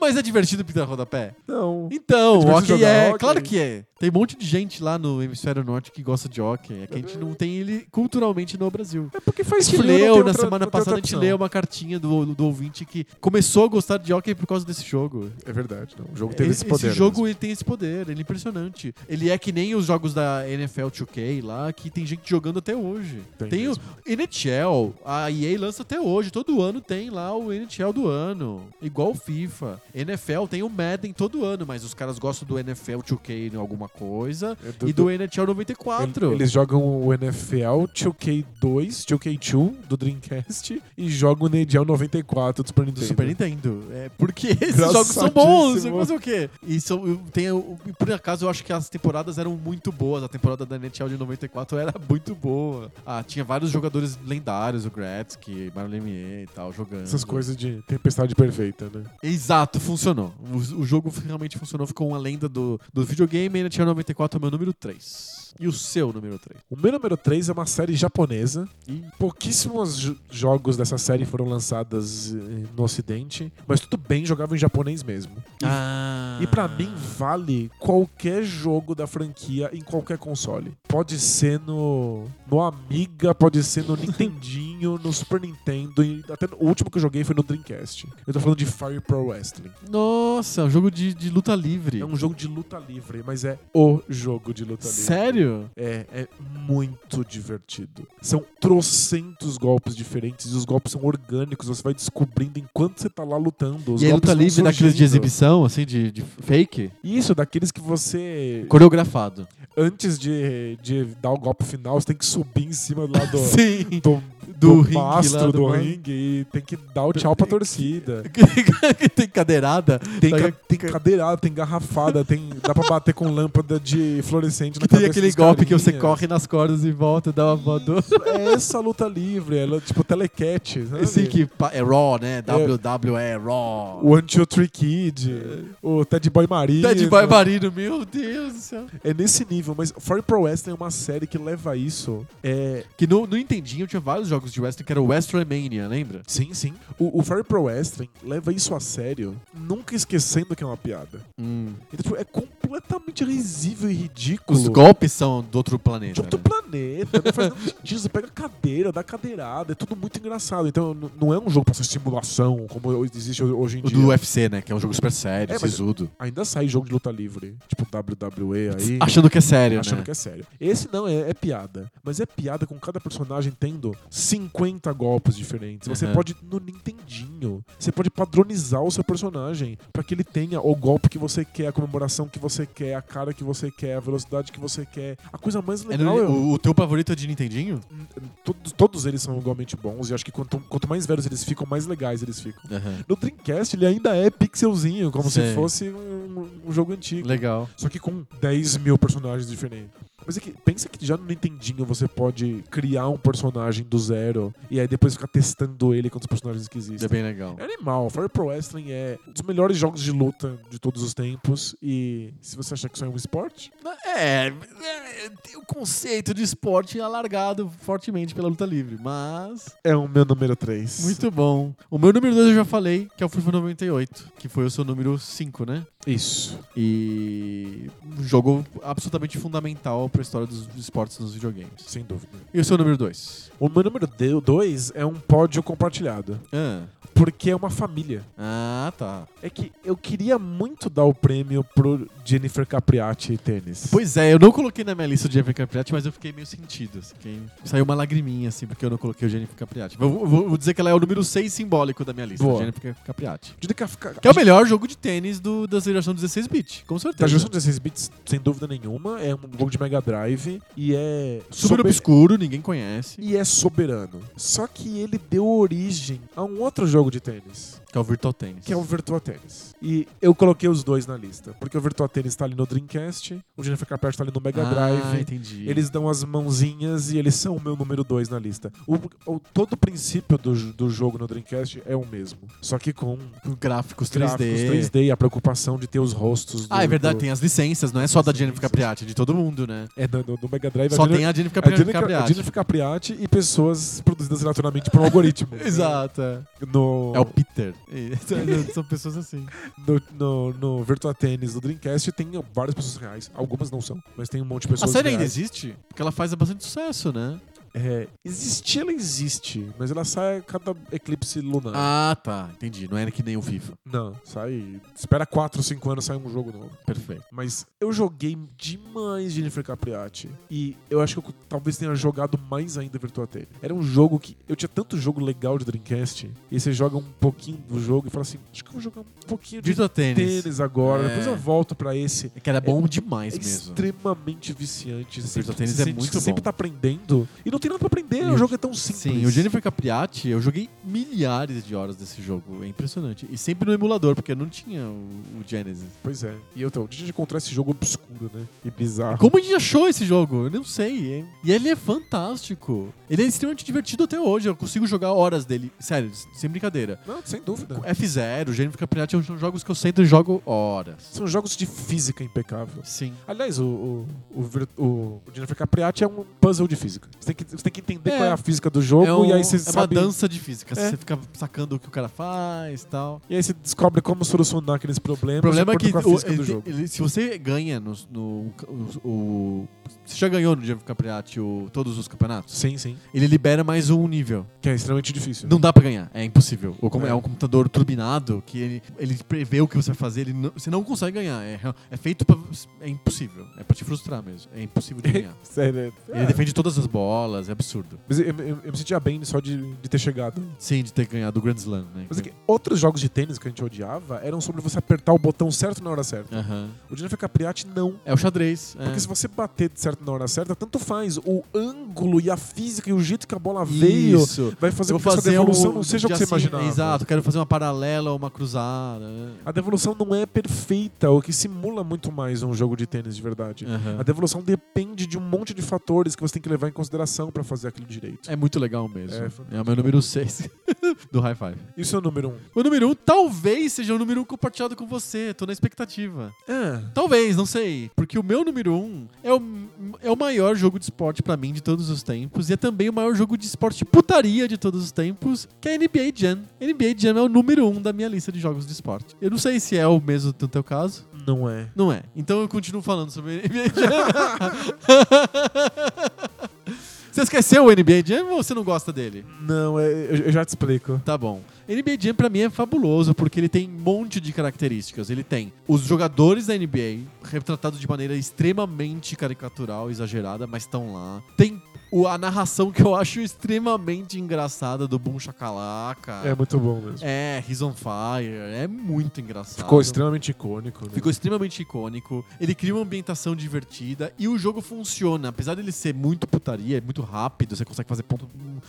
A: Mas é divertido pintar rodapé?
B: não.
A: Então,
B: É divertido
A: hockey
B: jogar
A: é.
B: hóquei?
A: Claro que é. Tem um monte de gente lá no hemisfério norte que gosta de hockey. É que a gente não tem ele culturalmente no Brasil.
B: É porque
A: A
B: faz
A: gente
B: frio, não
A: leu,
B: tem
A: na
B: outra-
A: semana
B: não tem outra
A: passada, a gente
B: opção.
A: leu uma cartinha do, do ouvinte que começou a gostar de hockey por causa desse jogo. jogo.
B: É verdade. não. O jogo teve esse
A: Esse-
B: poder.
A: Esse jogo ele tem esse poder, ele é impressionante. Ele é que nem os jogos da NFL 2K lá, que tem gente jogando até hoje.
B: Tem
A: Tem, o
B: mesmo.
A: NHL, a EA lança até hoje, todo ano tem lá o NHL do ano, igual o FIFA. NFL tem o Madden todo ano, mas os caras gostam do NFL 2K em alguma coisa
B: mesmo. É
A: e do NHL 94.
B: Eles jogam o NFL 2K2, 2K2 do Dreamcast e jogam o NHL 94 do Super Nintendo.
A: do Super Nintendo. É porque esses jogos são bons,
B: Engraçadíssimo.
A: mas o quê? E são, eu tenho- e por acaso eu acho que as temporadas eram muito boas. A temporada da NHL de 94 era muito boa. Ah, tinha vários jogadores lendários, o Gretzky, Mario Lemieux e tal, jogando.
B: Essas coisas de tempestade perfeita, né?
A: Exato, funcionou. O, o jogo realmente funcionou, ficou uma lenda do, do videogame. NHL 94 é o meu número 3. E o seu número 3.
B: O meu número 3 é uma série japonesa.
A: Ih.
B: Pouquíssimos jo- jogos dessa série foram lançadas eh, no ocidente, mas tudo bem, jogavam em japonês mesmo. E
A: Ah.
B: E pra mim vale qualquer jogo da franquia em qualquer console. Pode ser no no Amiga, pode ser no Nintendinho, no Super Nintendo e até o último que eu joguei foi no Dreamcast. Eu tô falando de Fire Pro Wrestling.
A: Nossa, um jogo de, de luta livre.
B: É um jogo de luta livre, mas é o jogo de luta livre.
A: Sério?
B: É, é muito divertido. São trocentos golpes diferentes e os golpes são orgânicos. Você vai descobrindo enquanto você tá lá lutando. Os
A: e aí
B: golpes
A: luta
B: vão
A: livre daqueles de
B: surgindo.
A: exibição, assim, de, de fake?
B: Isso, daqueles que você
A: Coreografado.
B: antes de, de dar o golpe final, você tem que subir em cima lá do,
A: Sim.
B: do,
A: Do
B: do
A: ringue lá do
B: mastro do
A: man-
B: ringue e tem que dar o tchau pra torcida.
A: Que tem cadeirada.
B: Tem,
A: Sabe
B: ca- tem cadeirada, tem garrafada, tem, dá pra bater com lâmpada de fluorescente na
A: que tem
B: cabeça
A: aquele
B: dos
A: golpe que você
B: carinhas.
A: corre nas cordas e volta e dá uma voadora.
B: É essa luta livre, ela é tipo telecat. sabe?
A: Esse que pa- é Raw, né? WWE Raw.
B: O né? Anti-Tree Kid, o Ted Boy Marino.
A: Ted Boy Marino, meu Deus do céu.
B: É nesse nível, mas Fire Pro Wrestling é uma série que leva isso. É,
A: Que no, no Nintendinho tinha vários jogos de wrestling que era o WrestleMania, lembra?
B: Sim, sim. O, o Fire Pro Wrestling leva isso a sério, nunca esquecendo que é uma piada.
A: Hum,
B: Então, tipo, é completamente risível e ridículo.
A: Os golpes são do outro
B: De
A: planeta.
B: outro
A: né?
B: planeta, não faz nenhum sentido. Você pega a cadeira, dá cadeirada, é tudo muito engraçado. Então, n- não é um jogo pra ser simulação, como existe hoje em
A: O
B: dia.
A: do UFC, né? Que é um jogo super sério,
B: É, mas-
A: sisudo.
B: Ainda sai jogo de luta livre, tipo WWE aí.
A: Achando que é sério,
B: achando
A: né?
B: que é sério. Esse não é, é piada, mas é piada com cada personagem tendo 50 golpes diferentes. Você
A: Aham.
B: pode no Nintendinho, você pode padronizar o seu personagem pra que ele tenha o golpe que você quer, a comemoração que você quer, a cara que você quer, a velocidade que você quer. A coisa mais
A: É no-
B: legal é
A: o, o teu favorito é de Nintendinho?
B: todos, todos eles são igualmente bons e acho que quanto, quanto mais velhos eles ficam, mais legais eles ficam.
A: Aham.
B: No Dreamcast ele ainda é pixelzinho, como se
A: Sei.
B: fosse um- um jogo antigo.
A: Legal.
B: Só que com 10 mil personagens diferentes. Mas é que, pensa que já no Nintendinho você pode criar um personagem do zero e aí depois ficar testando ele com os personagens que
A: Isso é
B: existem.
A: bem legal.
B: É animal. Fire Pro Wrestling é um dos melhores jogos de luta de todos os tempos. E se você achar que isso é um esporte,
A: É, é, o conceito de esporte é alargado fortemente pela luta livre, mas
B: é o meu número 3.
A: muito bom. O meu número 2 eu já falei, que é o FIFA 98, que foi o seu número 5, né?
B: Isso.
A: E um jogo absolutamente fundamental pra história dos esportes nos videogames.
B: Sem dúvida.
A: E o seu número 2?
B: O meu número 2 é um pódio compartilhado.
A: Ah,
B: Porque é uma família.
A: ah, tá.
B: É que eu queria muito dar o prêmio pro Jennifer Capriati tênis.
A: Pois é, eu não coloquei na minha lista o Jennifer Capriati, mas eu fiquei meio sentido. Assim, fiquei- Saiu uma lagriminha, assim, porque eu não coloquei o Jennifer Capriati. Eu vou, vou- vou dizer que ela é o número 6 simbólico da minha lista,
B: Boa.
A: Jennifer Capriati.
B: Jennifer Cap-
A: Que é o melhor jogo de tênis do, da geração 16-bit, com certeza.
B: Da geração 16 bits, sem dúvida nenhuma, é um jogo de Mega Drive e é
A: Super
B: sober-
A: obscuro, ninguém conhece.
B: e é soberano. Só que ele deu origem a um outro jogo de tênis,
A: Que é o Virtual Tennis.
B: que é o Virtua Tennis. E eu coloquei os dois na lista, porque o Virtua Tennis tá ali no Dreamcast, o Jennifer Carpenter tá ali no Mega
A: Ah,
B: Drive.
A: entendi.
B: Eles dão as mãozinhas e eles são o meu número 2 na lista. O, o- todo o princípio do, jo- do jogo no Dreamcast é o mesmo. Só que com
A: Gráficos 3D.
B: gráficos 3D e a preocupação de ter os rostos do.
A: Ah, é verdade,
B: do-
A: tem as licenças, não é só da
B: As
A: Jennifer
B: licenças.
A: Capriati, de todo mundo, né?
B: É, no, no- no Mega Drive a
A: Só
B: Jennifer-
A: tem a Jennifer
B: A
A: Capri-
B: Jennifer, a
A: Capriati.
B: Jennifer Capriati e pessoas produzidas naturalmente por um algoritmo.
A: Exato. é.
B: No,
A: É o Peter. É, São pessoas assim.
B: no, no, no Virtua Tennis, no Dreamcast, tem várias pessoas reais. Algumas não são, mas tem um monte de
A: A
B: pessoas
A: série ainda
B: reais.
A: existe? Porque ela faz bastante sucesso, né?
B: É, existir, ela existe, mas ela sai a cada eclipse lunar.
A: Ah, tá. Entendi. Não era que nem o FIFA.
B: Não, sai. Espera 4, 5 anos sai um jogo novo.
A: Perfeito.
B: Mas eu joguei demais Jennifer Capriati. E eu acho que eu talvez tenha jogado mais ainda Virtua Tennis. Era um jogo que. Eu tinha tanto jogo legal de Dreamcast. E você joga um pouquinho do jogo e fala assim: acho que eu vou jogar um pouquinho de
A: Dito tênis.
B: tênis agora.
A: É.
B: Depois eu volto pra esse.
A: É que era bom demais
B: É
A: mesmo.
B: extremamente viciante.
A: Virtua
B: Sempre-
A: Tennis
B: você
A: é
B: sente que
A: muito
B: você sempre
A: bom.
B: tá aprendendo. E não tem nada pra aprender,
A: E
B: o
A: o-
B: jogo é tão simples.
A: Sim, o Jennifer Capriati, eu joguei milhares de horas desse jogo. É impressionante. E sempre no emulador, porque não tinha o, o Genesis.
B: Pois é. E eu então, deixa eu encontrar esse jogo obscuro, né? E bizarro.
A: Como a gente achou esse jogo? Eu não sei. hein? E ele é fantástico. Ele é extremamente divertido até hoje. Eu consigo jogar horas dele. Sério, sem brincadeira.
B: Não, sem dúvida. É,
A: F0, Jennifer Capriati são jogos que eu sempre jogo horas.
B: São jogos de física impecável.
A: Sim.
B: Aliás, o, o, o, vir- o- o Jennifer Capriati é um puzzle de física. Você tem que, você tem que entender
A: É.
B: qual é a física do jogo
A: é um-
B: e aí você
A: é uma
B: sabe.
A: dança de física.
B: É.
A: Você fica sacando o que o cara faz e tal.
B: E aí você descobre como solucionar aqueles problemas.
A: O problema é
B: de
A: que
B: acordo com a
A: o-
B: física do
A: ele-
B: jogo.
A: ele- se você ganha no, no- o, o- Você já ganhou no Jennifer Capriati o- todos os campeonatos?
B: Sim, sim.
A: Ele libera mais um nível.
B: Que é extremamente difícil.
A: Não dá pra ganhar, é impossível. Ou como é.
B: É.
A: um computador turbinado que ele, ele prevê o que você vai fazer, ele não- você não consegue ganhar. É, real- é feito pra. É impossível. É pra te frustrar mesmo. É impossível de ganhar.
B: Sério. é-
A: Ele defende todas as bolas, é absurdo.
B: Mas eu, eu- eu me sentia bem só de, de ter chegado.
A: Sim, de ter ganhado o Grand Slam, né?
B: Mas é que outros jogos de tênis que a gente odiava eram sobre você apertar o botão certo na hora certa.
A: Aham.
B: O Jennifer Capriati não.
A: É o xadrez. é.
B: Porque se você bater de certo na hora certa, tanto faz. O ângulo e a física e o jeito que a bola veio
A: Isso.
B: vai fazer
A: Eu
B: com que essa devolução não seja o que
A: de
B: você
A: assim,
B: imaginava.
A: Exato, quero fazer uma paralela ou uma cruzada. né?
B: A devolução não é perfeita, o que simula muito mais um jogo de tênis de verdade.
A: Aham.
B: A devolução depende de um monte de fatores que você tem que levar em consideração pra fazer aquilo direito.
A: É muito legal mesmo.
B: É,
A: É, o meu número 6 do High Five.
B: Isso é o número um.
A: O número 1 um, talvez seja o número 1 um compartilhado com você. Tô na expectativa.
B: É.
A: Talvez, não sei. Porque o meu número 1 um é, o, é o maior jogo de esporte pra mim de todos os tempos. E é também o maior jogo de esporte de putaria de todos os tempos, que é NBA Jam. NBA Jam é o número 1 um da minha lista de jogos de esporte. Eu não sei se é o mesmo no teu caso.
B: Não é.
A: Não é. Então eu continuo falando sobre NBA Jam. você esqueceu o NBA Jam ou você não gosta dele?
B: Não, é, eu, eu já te explico.
A: Tá bom. NBA Jam pra mim é fabuloso porque ele tem um monte de características. Ele tem os jogadores da NBA retratados de maneira extremamente caricatural, exagerada, mas estão lá. Tem o- a narração que eu acho extremamente engraçada do Boom Chacalaca.
B: É muito bom mesmo.
A: É, He's on Fire. É muito engraçado.
B: Ficou extremamente icônico. Né?
A: Ficou extremamente icônico. Ele cria uma ambientação divertida e o jogo funciona. Apesar dele ser muito putaria, é muito rápido, você consegue fazer ponto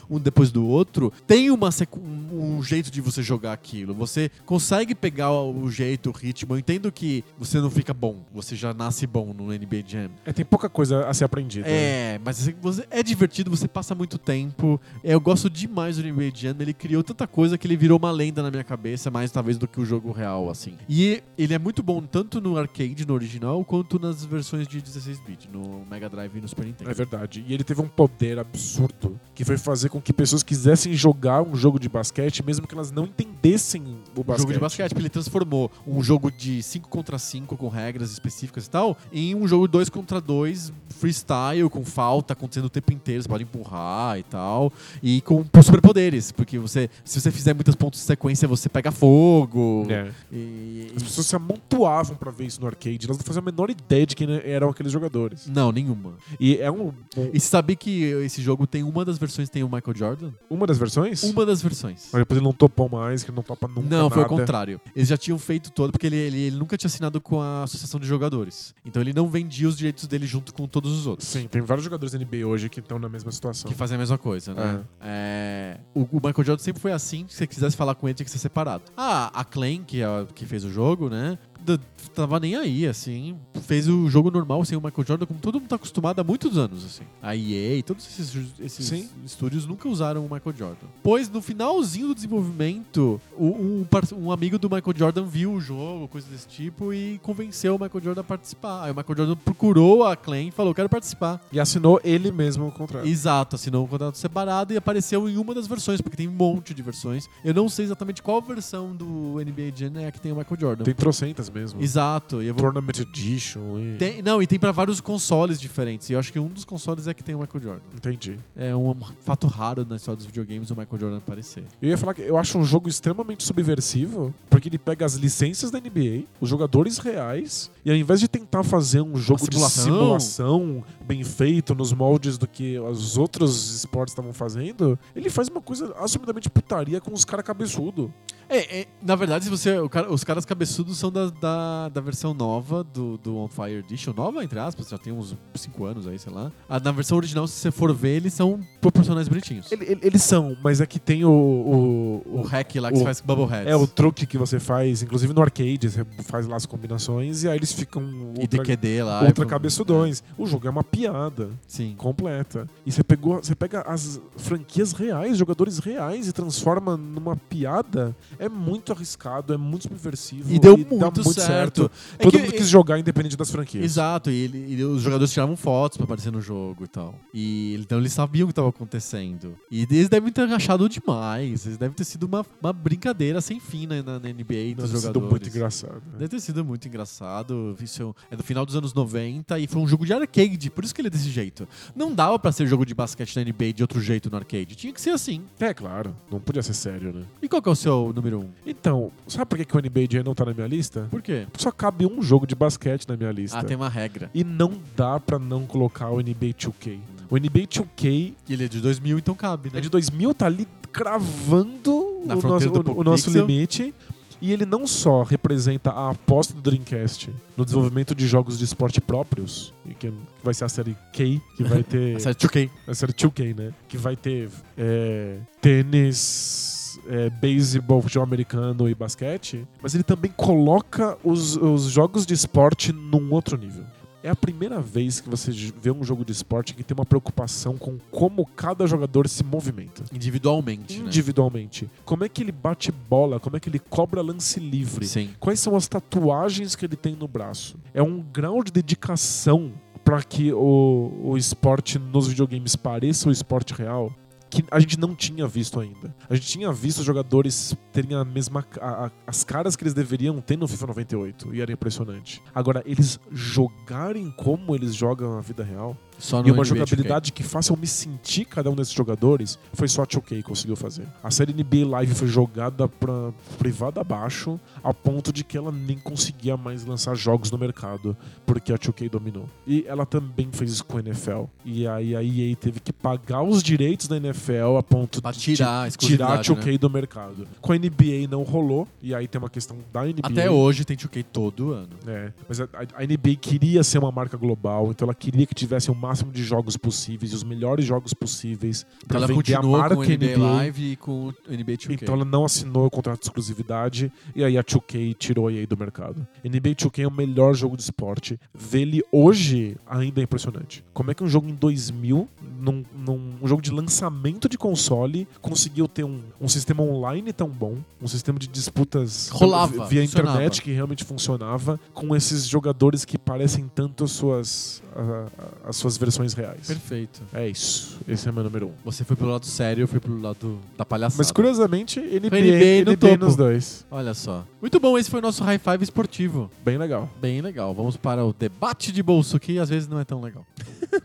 A: um- um depois do outro. Tem uma sequ- um um jeito de você jogar aquilo. Você consegue pegar o o jeito, o ritmo. Eu entendo que você não fica bom, você já nasce bom no NBA Jam.
B: É, tem pouca coisa a ser aprendida. né?
A: É, mas assim, você- é divertido, você passa muito tempo. É, Eu gosto demais do NBA Jam, ele criou tanta coisa que ele virou uma lenda na minha cabeça, mais talvez do que o jogo real, assim. E ele é muito bom tanto no arcade, no original, quanto nas versões de 16-bit, no Mega Drive e no Super Nintendo.
B: É verdade. E ele teve um poder absurdo que foi fazer com que pessoas quisessem jogar um jogo de basquete, mesmo que elas não entendessem o
A: Um
B: basquete.
A: jogo de basquete, porque ele transformou um jogo de 5 contra 5 com regras específicas e tal, em um jogo 2 contra 2 freestyle, com falta acontecendo o tempo inteiro, você pode empurrar e tal, e com superpoderes, porque você, se você fizer muitos pontos de sequência, você pega fogo.
B: É.
A: E-
B: As pessoas se amontoavam pra ver isso no arcade, elas não faziam a menor ideia de quem eram aqueles jogadores.
A: Não, nenhuma.
B: E é um, um-
A: E você sabe que esse jogo tem uma das versões tem o Michael Jordan?
B: uma das versões?
A: Uma das versões.
B: Mas depois ele não topou mais, que ele não topa nunca.
A: Não, foi o
B: nada.
A: contrário. Eles já tinham feito todo, porque ele, ele, ele nunca tinha assinado com a associação de jogadores. Então ele não vendia os direitos dele junto com todos os outros.
B: Sim, tem vários jogadores da NBA hoje que estão na mesma situação.
A: Que fazem a mesma coisa, né? É, o, o Michael Jordan sempre foi assim. Se você quisesse falar com ele, tinha que ser separado. Ah, a Clan, que, é a- que fez o jogo, né? d- Tava nem aí, assim. Fez o jogo normal sem o Michael Jordan, como todo mundo tá acostumado há muitos anos, assim. A EA, todos esses, ju- esses
B: Sim.
A: estúdios nunca usaram o Michael Jordan. Pois no finalzinho do desenvolvimento, o- um, par- um amigo do Michael Jordan viu o jogo, coisa desse tipo, e convenceu o Michael Jordan a participar. Aí o Michael Jordan procurou a Clan e falou: quero participar.
B: E assinou ele mesmo o contrato.
A: Exato, assinou um contrato separado e apareceu em uma das versões, porque tem um monte de versões. Eu não sei exatamente qual versão do NBA Jam é a que tem o Michael Jordan.
B: Tem trocentas mesmo.
A: Exato. E eu vou...
B: Tournament Edition. e-
A: Tem- não, e tem pra vários consoles diferentes. E eu acho que um dos consoles é que tem o Michael Jordan.
B: Entendi.
A: É um fato raro na história dos videogames o Michael Jordan aparecer.
B: Eu ia falar que eu acho um jogo extremamente subversivo, porque ele pega as licenças da NBA, os jogadores reais, e ao invés de tentar fazer um jogo
A: simulação.
B: de simulação bem feito, nos moldes do que os outros esportes estavam fazendo, ele faz uma coisa assumidamente putaria com os caras cabeçudo.
A: É, é, na verdade, se você, o cara- os caras cabeçudos são da, da, da versão nova do, do On Fire Edition. Nova, entre aspas, já tem uns 5 anos aí, sei lá. Ah, na versão original, se você for ver, eles são proporcionais bonitinhos.
B: Ele- ele- eles são, mas é que tem o- o-
A: O
B: o
A: hack lá que
B: o-
A: você faz com Bubble Heads.
B: É o truque que você faz, inclusive no arcade, você faz lá as combinações e aí eles ficam
A: e
B: ultra,
A: DQD lá.
B: ultra
A: é-
B: cabeçudões. O jogo é uma piada
A: Sim.
B: completa. E você, pegou, você pega as franquias reais, jogadores reais e transforma numa piada. É muito arriscado, é muito subversivo.
A: E deu
B: dá
A: muito, certo. É
B: Todo
A: que-
B: mundo quis jogar independente das franquias.
A: Exato, e, ele- e os jogadores tiravam fotos pra aparecer no jogo e tal. E então eles sabiam o que tava acontecendo. E eles devem ter achado demais. Eles devem ter sido uma, uma brincadeira sem fim na, na- na NBA dos
B: Nossa, isso deu
A: jogadores.
B: muito engraçado. né?
A: Deve ter sido muito engraçado. Isso é um- é do final dos anos 90 e foi um jogo de arcade, por isso que ele é desse jeito. Não dava pra ser jogo de basquete na NBA de outro jeito no arcade. Tinha que ser assim.
B: É claro, não podia ser sério, né?
A: E qual que é o seu número um?
B: Então, sabe por que, que o NBA Jam não tá na minha lista?
A: Por quê?
B: Só cabe um jogo de basquete na minha lista.
A: Ah, tem uma regra.
B: E não dá pra não colocar o NBA 2K. O NBA 2K
A: E Ele é de 2000, então cabe, né?
B: é de 2000, tá ali cravando
A: Na
B: o,
A: fronteira
B: nosso,
A: do
B: o-
A: pouco
B: o nosso
A: pixel.
B: limite. E ele não só representa a aposta do Dreamcast no desenvolvimento de jogos de esporte próprios, e que vai ser a série K, que vai ter.
A: Acerta, ok.
B: a série 2K, né? Que vai ter é, tênis, é, beisebol, futebol americano e basquete. Mas ele também coloca os, os jogos de esporte num outro nível. É a primeira vez que você j- vê um jogo de esporte que tem uma preocupação com como cada jogador se movimenta.
A: Individualmente, né?
B: Individualmente. Como é que ele bate bola? Como é que ele cobra lance livre?
A: Sim.
B: quais são as tatuagens que ele tem no braço. É um grau de dedicação para que o, o esporte nos videogames pareça o esporte real que a gente não tinha visto ainda. A gente tinha visto os jogadores terem a mesma ca- a- a- as caras que eles deveriam ter no FIFA 98 e era impressionante. Agora eles jogarem como eles jogam a vida real
A: Só no
B: e uma
A: NBA 2K.
B: jogabilidade que faça eu me sentir cada um desses jogadores foi só a 2K conseguiu fazer. A série NBA Live foi jogada pra privada abaixo a ponto de que ela nem conseguia mais lançar jogos no mercado porque a 2K dominou. E ela também fez isso com a NFL. E aí a EA teve que pagar os direitos da NFL a ponto
A: é Pra
B: de
A: tirar a
B: tirar a
A: exclusividade,
B: 2K
A: né?
B: do mercado. Com a NBA não rolou e aí tem uma questão da NBA.
A: Até hoje tem 2K todo ano.
B: É, mas a, a- a NBA queria ser uma marca global, então ela queria que tivesse o máximo de jogos possíveis, os melhores jogos possíveis,
A: Então
B: pra
A: ela
B: vender a
A: continua
B: marca
A: com o NBA, Live e com o NBA 2K.
B: Então ela não assinou o contrato de exclusividade e aí a 2K tirou a EA do mercado. NBA 2K é o melhor jogo de esporte. Vê-ele hoje ainda é impressionante. Como é que um jogo em 2000, num, num- um jogo de lançamento de console, conseguiu ter um, um sistema online tão bom, um sistema de disputas
A: Rolava,
B: via
A: funcionava.
B: internet que realmente funcionava com esses jogadores que parecem tanto as suas, a- a- as suas versões reais.
A: Perfeito.
B: É isso. Esse é meu número um.
A: Você foi pelo lado sério, eu fui pelo lado da palhaçada.
B: Mas curiosamente, NBA,
A: NBA no topo.
B: nos dois.
A: Olha só. Muito bom, esse foi o nosso High Five esportivo.
B: Bem legal.
A: Bem legal. Vamos para o debate de bolso, que às vezes não é tão legal.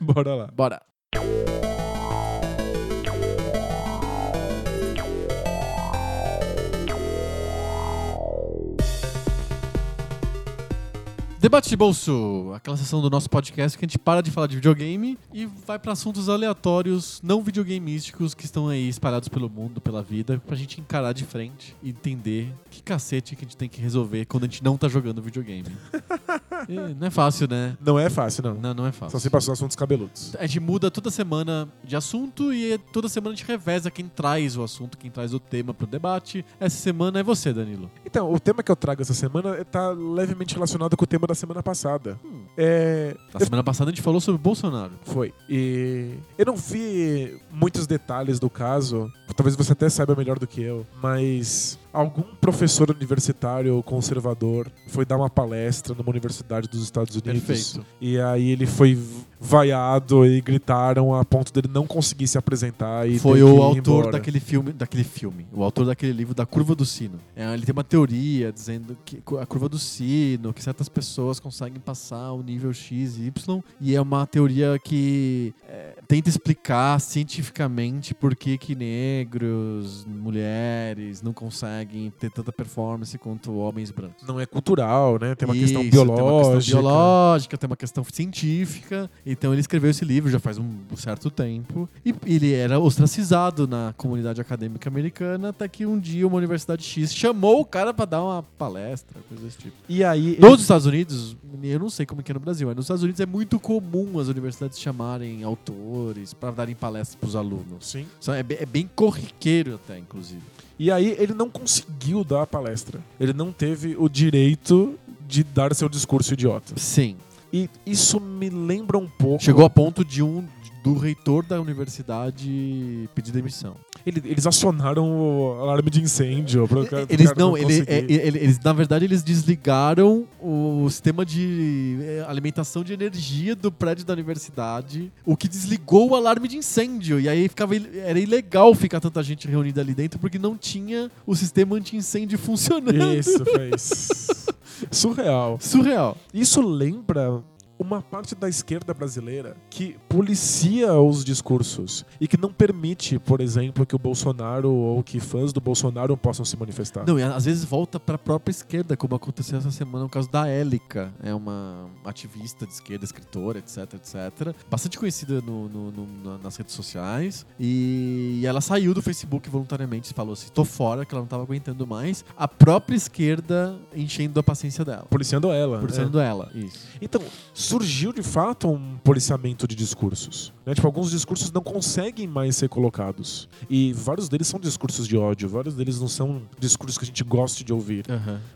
B: Bora lá.
A: Bora. Debate de bolso, aquela sessão do nosso podcast que a gente para de falar de videogame e vai para assuntos aleatórios, não videogameísticos, que estão aí espalhados pelo mundo, pela vida, pra gente encarar de frente e entender que cacete que a gente tem que resolver quando a gente não tá jogando videogame. É, não é fácil, né?
B: Não é fácil, não.
A: Não, não é fácil.
B: Só se passou assuntos cabeludos.
A: A gente muda toda semana de assunto e toda semana a gente reveza quem traz o assunto, quem traz o tema pro debate. Essa semana é você, Danilo.
B: Então, o tema que eu trago essa semana tá levemente relacionado com o tema da semana passada.
A: Hum.
B: É.
A: Na semana passada a gente falou sobre Bolsonaro.
B: Foi. E eu não vi muitos detalhes do caso. Talvez você até saiba melhor do que eu. Mas algum professor universitário conservador foi dar uma palestra numa universidade dos Estados Unidos.
A: Perfeito.
B: E aí ele foi vaiado e gritaram a ponto dele não conseguir se apresentar e
A: Foi
B: ter que
A: o
B: ir
A: autor
B: embora.
A: daquele filme, daquele filme, o autor daquele livro da Curva do Sino. É, ele tem uma teoria dizendo que cu- a curva do sino, que certas pessoas conseguem passar o nível X e Y, e é uma teoria que é, tenta explicar cientificamente por que que negros, mulheres não conseguem ter tanta performance quanto homens brancos.
B: Não é cultural, né? Tem uma
A: Isso,
B: questão biológica.
A: Tem uma questão biológica, tem uma questão científica. Então ele escreveu esse livro já faz um um certo tempo. E ele era ostracizado na comunidade acadêmica americana, até que um dia uma universidade X chamou o cara pra dar uma palestra, coisa desse tipo.
B: E aí
A: Nos Estados Unidos, eu não sei como que é no Brasil, mas nos Estados Unidos é muito comum as universidades chamarem autores pra darem palestras pros alunos.
B: Sim.
A: Só É bem, é bem corriqueiro até, inclusive.
B: E aí ele não conseguiu dar a palestra. Ele não teve o direito de dar seu discurso idiota.
A: Sim.
B: E isso me lembra um pouco.
A: Chegou a ponto de um do reitor da universidade pedir demissão.
B: Ele- eles acionaram o alarme de incêndio. Pro cara, pro
A: Eles
B: cara
A: não, ele-
B: conseguir.
A: é, ele- eles na verdade eles desligaram o sistema de é, alimentação de energia do prédio da universidade, o que desligou o alarme de incêndio. E aí ficava il- era ilegal ficar tanta gente reunida ali dentro porque não tinha o sistema anti-incêndio funcionando.
B: Isso, foi isso. Surreal.
A: Surreal.
B: Isso lembra uma parte da esquerda brasileira que policia os discursos e que não permite, por exemplo, que o Bolsonaro ou que fãs do Bolsonaro possam se manifestar.
A: Não, e às vezes volta pra própria esquerda, como aconteceu essa semana no caso da Élica. É uma ativista de esquerda, escritora, etc, etc. Bastante conhecida no- no- no- na- nas redes sociais. E, ela saiu do Facebook voluntariamente, falou assim, tô fora, que ela não tava aguentando mais. A própria esquerda enchendo a paciência dela.
B: Policiando ela.
A: Por
B: né?
A: sendo ela. Isso.
B: Então, surgiu de fato um policiamento de discursos. né? Tipo, alguns discursos não conseguem mais ser colocados. E vários deles são discursos de ódio, vários deles não são discursos que a gente gosta de ouvir.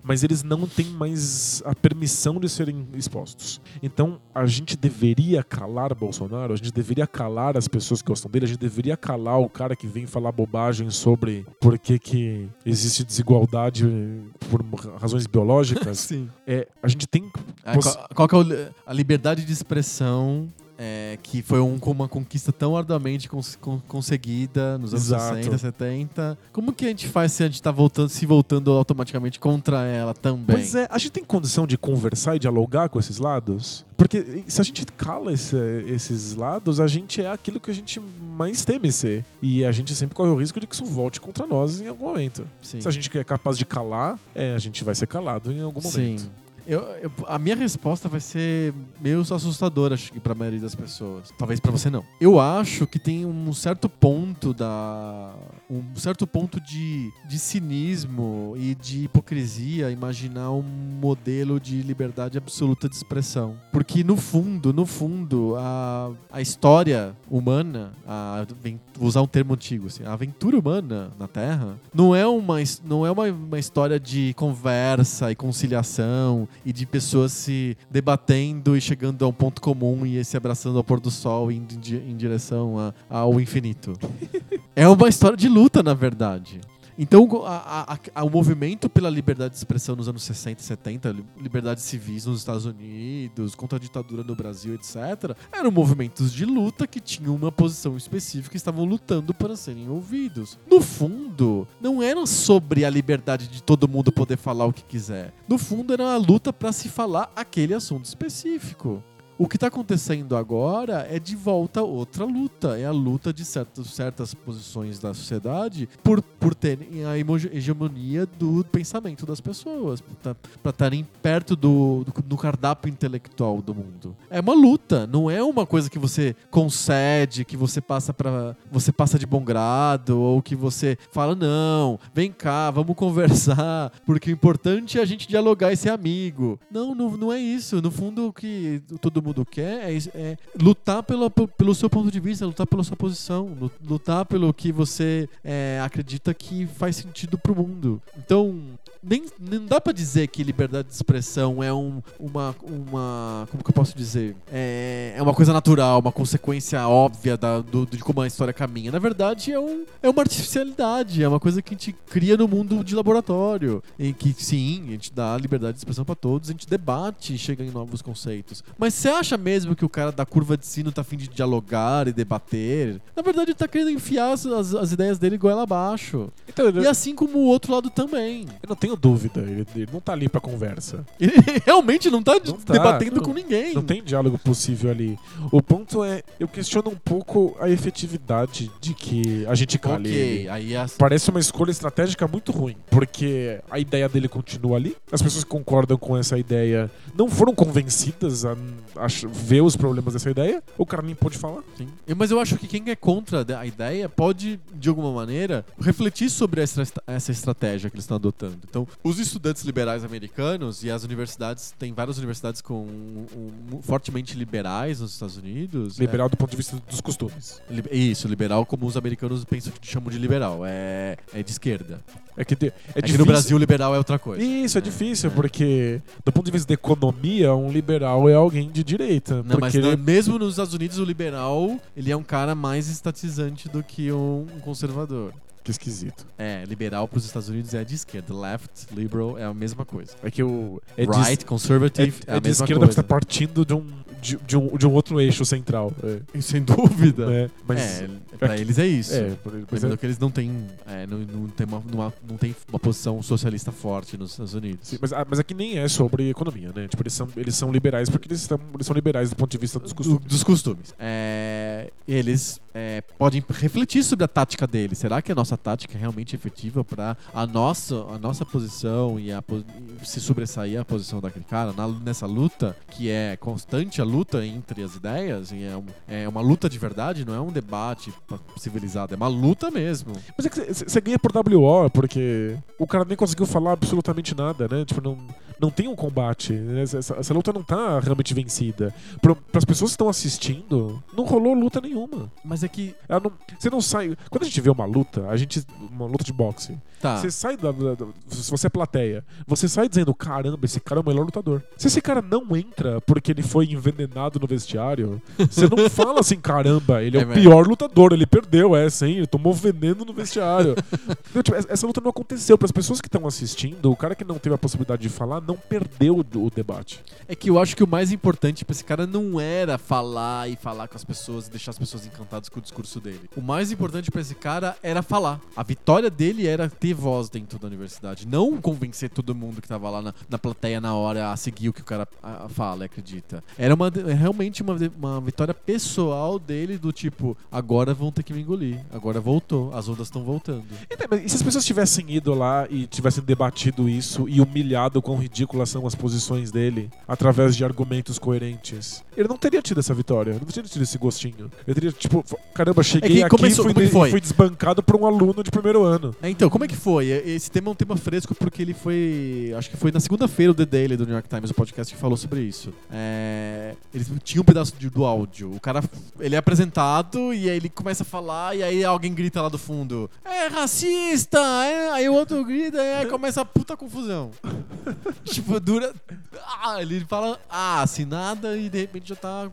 B: Mas eles não têm mais a permissão de serem expostos. Então, a gente deveria calar Bolsonaro, a gente deveria calar as pessoas que gostam dele, a gente deveria calar o cara que vem falar bobagem sobre por que, que existe desigualdade eh, por razões biológicas.
A: Sim.
B: É, a gente tem
A: Ah,
B: Poss-
A: qual, qual que é o li- a liberdade de expressão é, que foi um- com uma conquista tão arduamente cons- con- conseguida nos anos
B: Exato.
A: 60, 70? Como que a gente faz se a gente tá voltando, se voltando automaticamente contra ela também?
B: Pois é, a gente tem condição de conversar e dialogar com esses lados? Porque eh, se a gente cala esse- esses lados, a gente é aquilo que a gente mais teme ser. E a gente sempre corre o risco de que isso volte contra nós em algum momento.
A: Sim.
B: Se a gente é capaz de calar, é, a gente vai ser calado em algum momento.
A: Sim. Eu, eu- a minha resposta vai ser meio assustadora, acho que, pra maioria das pessoas. Talvez pra você não. Eu acho que tem um certo ponto da. um certo ponto de, de cinismo e de hipocrisia imaginar um modelo de liberdade absoluta de expressão. Porque, no fundo, no fundo, a, a história humana, a, aven- vou usar um termo antigo, assim, a aventura humana na Terra, não é, uma, his- não é uma, uma história de conversa e conciliação e de pessoas se debatendo e chegando a um ponto comum e se abraçando ao pôr do sol e indo em, di- em direção a- ao infinito. é uma história de luta, na verdade. Então, a- a- a- o movimento pela liberdade de expressão nos anos 60 e 70, li- liberdade civis nos Estados Unidos, contra a ditadura no Brasil, etc., eram movimentos de luta que tinham uma posição específica e estavam lutando para serem ouvidos. No fundo, não era sobre a liberdade de todo mundo poder falar o que quiser. No fundo, era uma luta para se falar aquele assunto específico. O que está acontecendo agora é de volta outra luta. É a luta de certos, certas posições da sociedade por, por terem a hemo- hegemonia do pensamento das pessoas, Tá para estarem perto do, do, do cardápio intelectual do mundo. É uma luta, não é uma coisa que você concede, que você passa para você passa de bom grado, ou que você fala, não, vem cá, vamos conversar, porque o importante é a gente dialogar e ser amigo. Não, não, não é isso. No fundo, o que todo mundo mundo quer é, isso- é lutar pelo, pelo seu ponto de vista, lutar pela sua posição, lu- lutar pelo que você é, acredita que faz sentido pro mundo. Então, nem, nem dá pra dizer que liberdade de expressão é um, uma, uma. Como que eu posso dizer? É, é uma coisa natural, uma consequência óbvia da- do, de como a história caminha. Na verdade, é, um, é uma artificialidade, é uma coisa que a gente cria no mundo de laboratório. Em que, sim, a gente dá liberdade de expressão pra todos, a gente debate e chega em novos conceitos. Mas você acha mesmo que o cara da curva de sino tá afim de dialogar e debater? Na verdade, ele tá querendo enfiar as, as- as ideias dele goela abaixo.
B: Então, ele-
A: E assim como o outro lado também.
B: Eu não tenho dúvida, ele, ele não tá ali pra conversa.
A: Ele realmente não tá
B: Não tá,
A: debatendo
B: não-
A: com ninguém.
B: Não tem diálogo possível ali. O ponto é, eu questiono um pouco a efetividade de que a gente cale
A: Ok,
B: ele.
A: aí é assim. as...
B: Parece uma escolha estratégica muito ruim, porque a ideia dele continua ali, as pessoas que concordam com essa ideia não foram convencidas a, a ch- ver os problemas dessa ideia, o cara nem pôde falar.
A: Sim. Eu- Mas eu acho que quem é contra da- a ideia pode, de alguma maneira, refletir sobre essa, estra- essa estratégia que eles estão adotando. Então, os estudantes liberais americanos e as universidades, tem várias universidades com um- um- fortemente liberais nos Estados Unidos. é-
B: Liberal do ponto de vista dos costumes.
A: li- isso, liberal, como os americanos pensam que chamam de liberal. É, é de esquerda.
B: É que, de- é
A: É que
B: difícil.
A: no Brasil, liberal é outra coisa.
B: Isso, é difícil, porque do ponto de vista da economia, um liberal é alguém de direita.
A: Não, é mas
B: porque ele-
A: na-
B: é
A: mesmo nos Estados Unidos, o liberal ele é um cara mais estatizante do que um um conservador.
B: Que esquisito.
A: É, liberal pros Estados Unidos é de esquerda. Left, liberal é a mesma coisa.
B: É que o. É de-
A: right, conservative é,
B: é, é
A: a
B: de
A: mesma
B: esquerda
A: coisa.
B: você tá partindo de um, de, de um, de um outro eixo central. É.
A: Sem dúvida.
B: Né? Mas.
A: É, pra eles é isso.
B: É, por- mas é-
A: Lembrando que eles não têm, é, não, não, tem uma, numa- não tem uma posição socialista forte nos Estados Unidos.
B: sim, mas, ah, mas aqui nem é sobre economia, né? Tipo, eles são, eles são liberais porque eles, estão- eles são liberais do ponto de vista dos costumes.
A: Do- dos costumes. É, eles é, podem refletir sobre a tática deles. Será que a nossa tática é realmente efetiva para a nossa, a nossa posição e a po- e se sobressair a posição daquele cara na- nessa luta, que é constante a luta entre as ideias? E é, um- é uma luta de verdade, não é um debate pa- civilizado, é uma luta mesmo.
B: Mas é que você ganha por WO, porque o cara nem conseguiu falar absolutamente nada, né? Tipo, não, não tem um combate. né? Essa, essa- essa luta não tá realmente vencida. Para as pessoas que estão assistindo, não rolou luta nenhuma.
A: Mas é que.
B: Ela não- Você não, sai. Quando a gente vê uma luta, a gente. Uma luta de boxe.
A: Tá.
B: Você sai da, da- da- Se você é plateia, você sai dizendo: caramba, esse cara é o melhor lutador. Se esse cara não entra porque ele foi envenenado no vestiário, você não fala assim: caramba, ele é,
A: É
B: o
A: verdade.
B: pior lutador, ele perdeu essa, hein? Ele tomou veneno no vestiário. Então, tipo, essa- essa luta não aconteceu. Para as pessoas que estão assistindo, o cara que não teve a possibilidade de falar não perdeu o- o debate.
A: É que eu acho que o mais importante pra esse cara não era falar e falar com as pessoas e deixar as pessoas encantadas com o discurso dele. O mais importante pra esse cara era falar. A vitória dele era ter voz dentro da universidade, não convencer todo mundo que tava lá na, na plateia na hora a seguir o que o cara ah, fala e acredita. Era uma, de- realmente uma, de- uma vitória pessoal dele do tipo, agora vão ter que me engolir, agora voltou, as ondas estão voltando.
B: Então, mas E se as pessoas tivessem ido lá e tivessem debatido isso e humilhado o quão ridículas são as posições dele através de argumentos coerentes? Ele não teria tido essa vitória, ele não teria tido esse gostinho. Ele teria, tipo, f- caramba, cheguei
A: que
B: aqui
A: começou-
B: e fui,
A: como é que
B: de-
A: foi?
B: fui desbancado por um aluno de primeiro ano.
A: É, então, como é que foi? É, Esse tema é um tema fresco porque ele foi. Acho que foi na segunda-feira o The Daily do New York Times, o podcast, que falou sobre isso. É, eles tinham um pedaço de- do áudio. O cara, ele é apresentado e aí ele começa a falar e aí alguém grita lá do fundo: É racista! é", Aí o outro grita e aí começa a puta confusão. tipo, dura. Ah, ele fala ah, assim nada e de repente já tá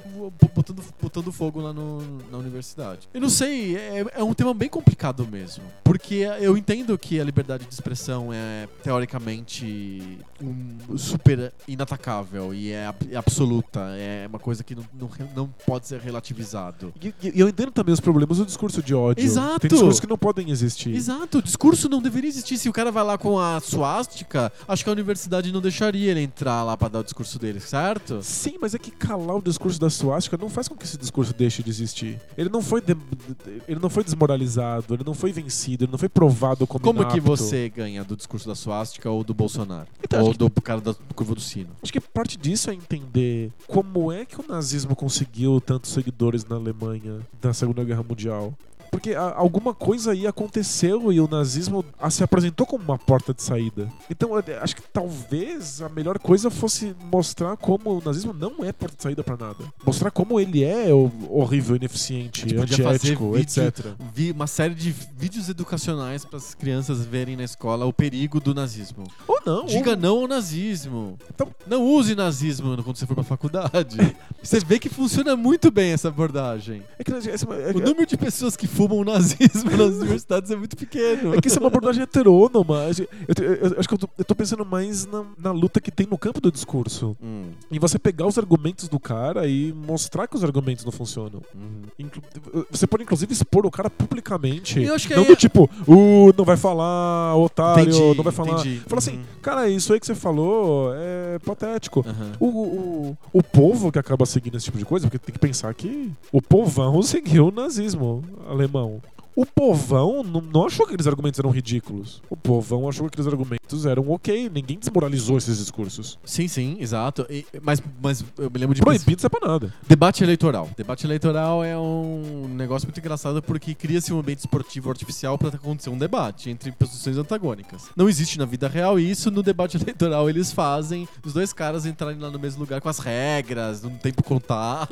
A: botando, botando fogo lá no, na universidade. Eu não sei, é, é um tema bem complicado mesmo. Porque eu entendo que a liberdade de expressão é teoricamente um, super inatacável e é ab- absoluta. É uma coisa que não, não, re- não pode ser relativizado.
B: E, e- e eu entendo também os problemas do discurso de ódio.
A: Exato.
B: Tem discursos que não podem existir.
A: Exato, o discurso não deveria existir. Se o cara vai lá com a suástica, acho que a universidade não deixaria ele entrar lá pra dar o discurso dele, certo?
B: Sim, mas é que calar o discurso da suástica não faz com que esse discurso deixe de existir. Ele não foi, de- ele não foi desmoralizado, ele não foi vencido, ele não foi provado como
A: Como que
B: inapto.
A: você ganha do discurso da suástica ou do Bolsonaro?
B: Então,
A: ou
B: acho
A: do cara da curva do sino?
B: Acho que parte disso é entender como é que o nazismo conseguiu tantos seguidores na Alemanha da Segunda Guerra Mundial. Porque a- alguma coisa aí aconteceu e o nazismo a- se apresentou como uma porta de saída. Então eu acho que talvez a melhor coisa fosse mostrar como o nazismo não é porta de saída pra nada. Mostrar como ele é o- horrível, ineficiente,
A: gente podia
B: antiético,
A: fazer vídeo-
B: etc.
A: Vi uma série de vídeos educacionais para as crianças verem na escola o perigo do nazismo.
B: Ou não.
A: Diga não ao nazismo.
B: Então-
A: Não use nazismo quando você for pra faculdade. Você vê que funciona muito bem essa abordagem.
B: ou- É que, esse- é-
A: O número de pessoas que fumam nazismo nas universidades é muito pequeno.
B: É que isso é uma abordagem heterônoma. Eu, eu- eu acho que eu tô, eu tô pensando mais na, na luta que tem no campo do discurso.
A: Hum,
B: E você pegar os argumentos do cara e mostrar que os argumentos não funcionam.
A: uhum.
B: Inclu- você pode, inclusive, expor o cara publicamente.
A: Eu acho que
B: não
A: aí-
B: do tipo, uh, não vai falar, otário,
A: Entendi,
B: não vai falar.
A: entendi.
B: Fala assim,
A: Uhum.
B: cara, isso aí que você falou é patético.
A: Aham.
B: O, o, o povo que acaba seguindo esse tipo de coisa, porque tem que pensar que o povão seguiu o nazismo alemão. O povão não, não achou que aqueles argumentos eram ridículos. O povão achou que aqueles argumentos eram ok. Ninguém desmoralizou esses discursos.
A: Sim, sim, exato. E- mas, mas eu me lembro de.
B: Proibidos é pra nada.
A: Debate eleitoral. Debate eleitoral é um negócio muito engraçado porque cria-se um ambiente esportivo artificial para acontecer um debate entre posições antagônicas. Não existe na vida real isso, no debate eleitoral eles fazem os dois caras entrarem lá no mesmo lugar com as regras, num tempo
B: É.
A: contado,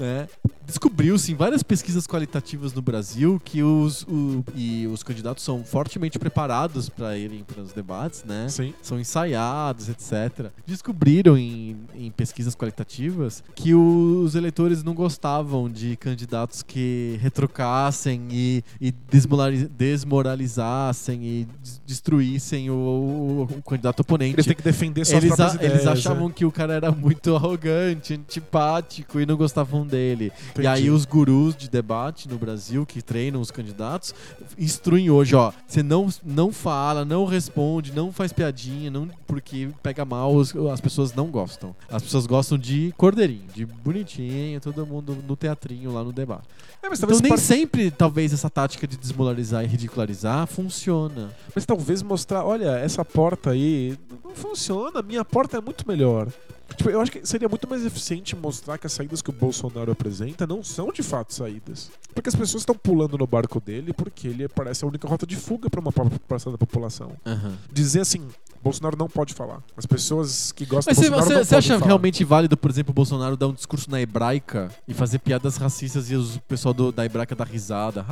A: né? Descobriu-se em várias pesquisas qualitativas no Brasil que os, o- e os candidatos são fortemente preparados para irem para os debates, né?
B: Sim.
A: são ensaiados, etc. Descobriram em, em pesquisas qualitativas que os eleitores não gostavam de candidatos que retrocassem e, e desmolari- desmoralizassem e des- destruíssem o, o- o candidato oponente.
B: Eles têm que defender suas
A: Eles,
B: próprias
A: a-
B: ideias. é.
A: eles achavam que o cara era muito arrogante, antipático e não gostavam dele. E aí os gurus de debate no Brasil que treinam os candidatos instruem hoje, ó, você não, não fala, não responde, não faz piadinha, não porque pega mal, os- as pessoas não gostam. As pessoas gostam de cordeirinho, de bonitinho, todo mundo no teatrinho lá no debate.
B: É, mas,
A: Então
B: talvez
A: nem
B: par-
A: sempre, talvez, essa tática de desmolarizar e ridicularizar funciona.
B: mas talvez mostrar, olha, essa porta aí não funciona, minha porta é muito melhor. Tipo, eu acho que seria muito mais eficiente mostrar que as saídas que o Bolsonaro apresenta não são de fato saídas. Porque as pessoas estão pulando no barco dele porque ele parece a única rota de fuga para uma pa- parcela da população. Dizer assim, Bolsonaro não pode falar. As pessoas que gostam
A: Mas
B: do
A: você,
B: Bolsonaro
A: você-
B: não
A: você
B: podem
A: acha
B: falar.
A: realmente válido, por exemplo, o Bolsonaro dar um discurso na hebraica e fazer piadas racistas e os- o pessoal do- da hebraica dar risada?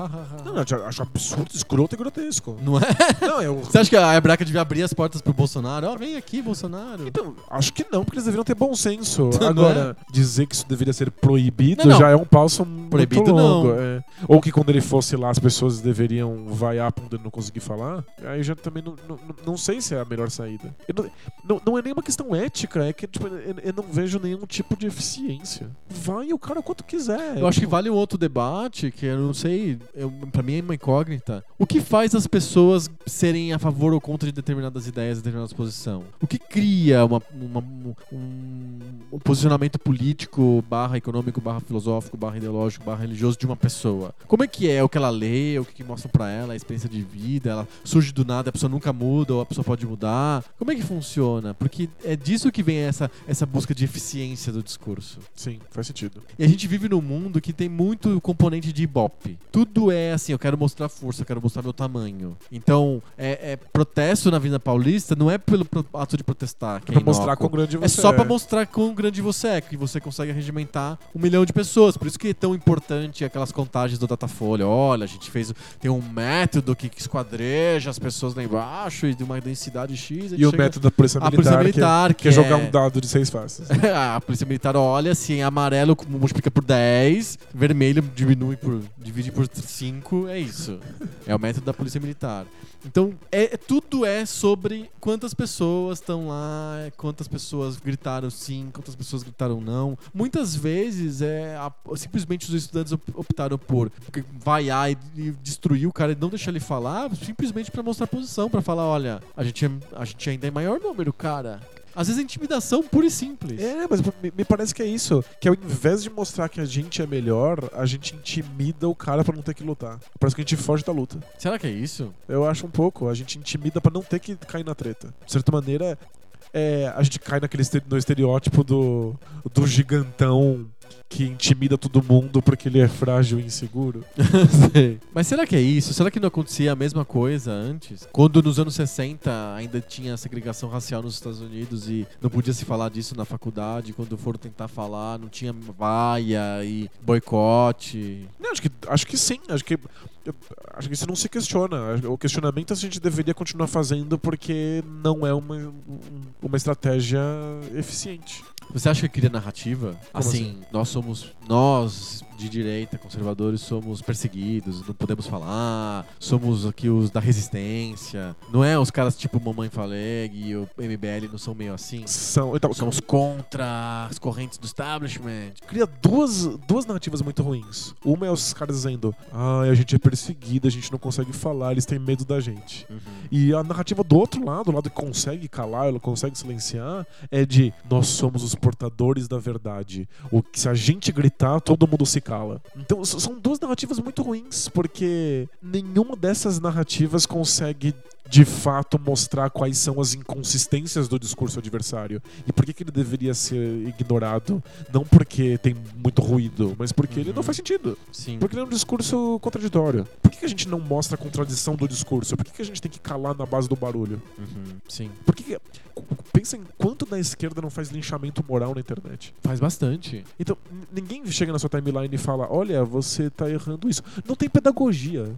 B: Não, eu acho- acho absurdo, escroto e grotesco.
A: Não é?
B: Não, eu...
A: Você acha que a hebraica devia abrir as portas pro Bolsonaro? Ó, vem aqui, Bolsonaro.
B: Então, acho que não, porque eles deveriam ter bom senso.
A: Não
B: Agora, dizer que isso deveria ser proibido
A: Né? Não, não.
B: já é um passo muito
A: Proibido
B: longo.
A: não.
B: é. Ou que quando ele fosse lá as pessoas deveriam vaiar pra onde ele não conseguir falar. Aí eu já também não, não, não sei se é a melhor saída. Eu não, não, não é nenhuma questão ética, é que tipo, eu, eu não vejo nenhum tipo de eficiência. Vai o cara o quanto quiser.
A: Eu acho que vale um outro debate, que eu não sei, eu, pra mim é uma incógnita. O que faz as pessoas serem a favor ou contra de determinadas ideias, determinada posição? O que cria uma- uma- um, um posicionamento político, barra econômico, barra filosófico, barra ideológico, barra religioso de uma pessoa? Como é que é o que ela lê, o que, que mostram pra ela, a experiência de vida, ela surge do nada, a pessoa nunca muda ou a pessoa pode mudar? Como é que funciona? Porque é disso que vem essa, essa busca de eficiência do discurso.
B: Sim, faz sentido.
A: E a gente vive num mundo que tem muito componente de ibope. Tudo é assim, eu quero mostrar força, eu quero mostrar meu tamanho. Então, é, é protesto na Avenida Paulista não é pelo pro- ato de protestar. Que é
B: pra mostrar
A: inócuo.
B: quão grande você
A: É só pra mostrar quão grande você é, que você consegue regimentar um milhão de pessoas. Por isso que é tão importante aquelas contagens do Datafolha. Olha, a gente fez. Tem um método que que esquadreja as pessoas lá embaixo e de uma densidade X. a gente
B: E o
A: chega-
B: método da polícia
A: A
B: militar,
A: polícia
B: que-
A: militar,
B: que, é jogar um dado de seis faces.
A: a polícia militar olha, se em amarelo multiplica por 10, vermelho diminui por, divide por 5, é isso. É o método da polícia militar. Então, é, é- tudo é sobre quantas pessoas estão lá, quantas pessoas gritaram sim, quantas pessoas gritaram não. Muitas vezes, é a- simplesmente os estudantes op- optaram por vaiar e, e destruir o cara e não deixar ele falar, simplesmente pra mostrar posição, pra falar, olha, a gente, é- a gente ainda é maior número, cara. Às vezes é intimidação pura e simples.
B: É, mas me- me parece que é isso. Que ao invés de mostrar que a gente é melhor, a gente intimida o cara pra não ter que lutar. Parece que a gente foge da luta.
A: Será que é isso?
B: Eu acho um pouco. A gente intimida pra não ter que cair na treta. De certa maneira, é, a gente cai naquele estere- no estereótipo do, do gigantão que intimida todo mundo porque ele é frágil e inseguro.
A: Sei. Mas será que é isso? Será que não acontecia a mesma coisa antes? Quando nos anos 60 ainda tinha a segregação racial nos Estados Unidos e não podia se falar disso na faculdade, quando foram tentar falar, não tinha vaia e boicote.
B: Não, acho que, acho que sim. Acho que, eu- acho que isso não se questiona. Acho que O questionamento é se a gente deveria continuar fazendo porque não é uma, um- uma estratégia eficiente.
A: Você acha que cria narrativa? assim, nós somos. Nós, de direita, conservadores, somos perseguidos, não podemos falar, somos aqui os da resistência. Não é os caras tipo Mamãe Faleg e o MBL não são meio assim?
B: São, então,
A: Somos contra as correntes do establishment.
B: cria duas, duas narrativas muito ruins. Uma é os caras dizendo: ai, a gente é perseguido, a gente não consegue falar, eles têm medo da gente. E a narrativa do outro lado, o lado que consegue calar, ela consegue silenciar, é de nós somos os portadores da verdade. O que se a gente gritar, todo mundo se cala. Então s- são duas narrativas muito ruins, porque nenhuma dessas narrativas consegue de fato mostrar quais são as inconsistências do discurso adversário e por que, que ele deveria ser ignorado não porque tem muito ruído mas porque ele não
A: Uhum.
B: faz sentido
A: Sim.
B: porque ele é um discurso contraditório. Por que, que a gente não mostra a contradição do discurso? Por que, que a gente tem que calar na base do barulho?
A: Uhum. Sim.
B: Por que. que- Pensa em quanto da esquerda não faz linchamento moral na internet.
A: Faz bastante.
B: Então, n- ninguém chega na sua timeline e fala: olha, você tá errando isso. Não tem pedagogia.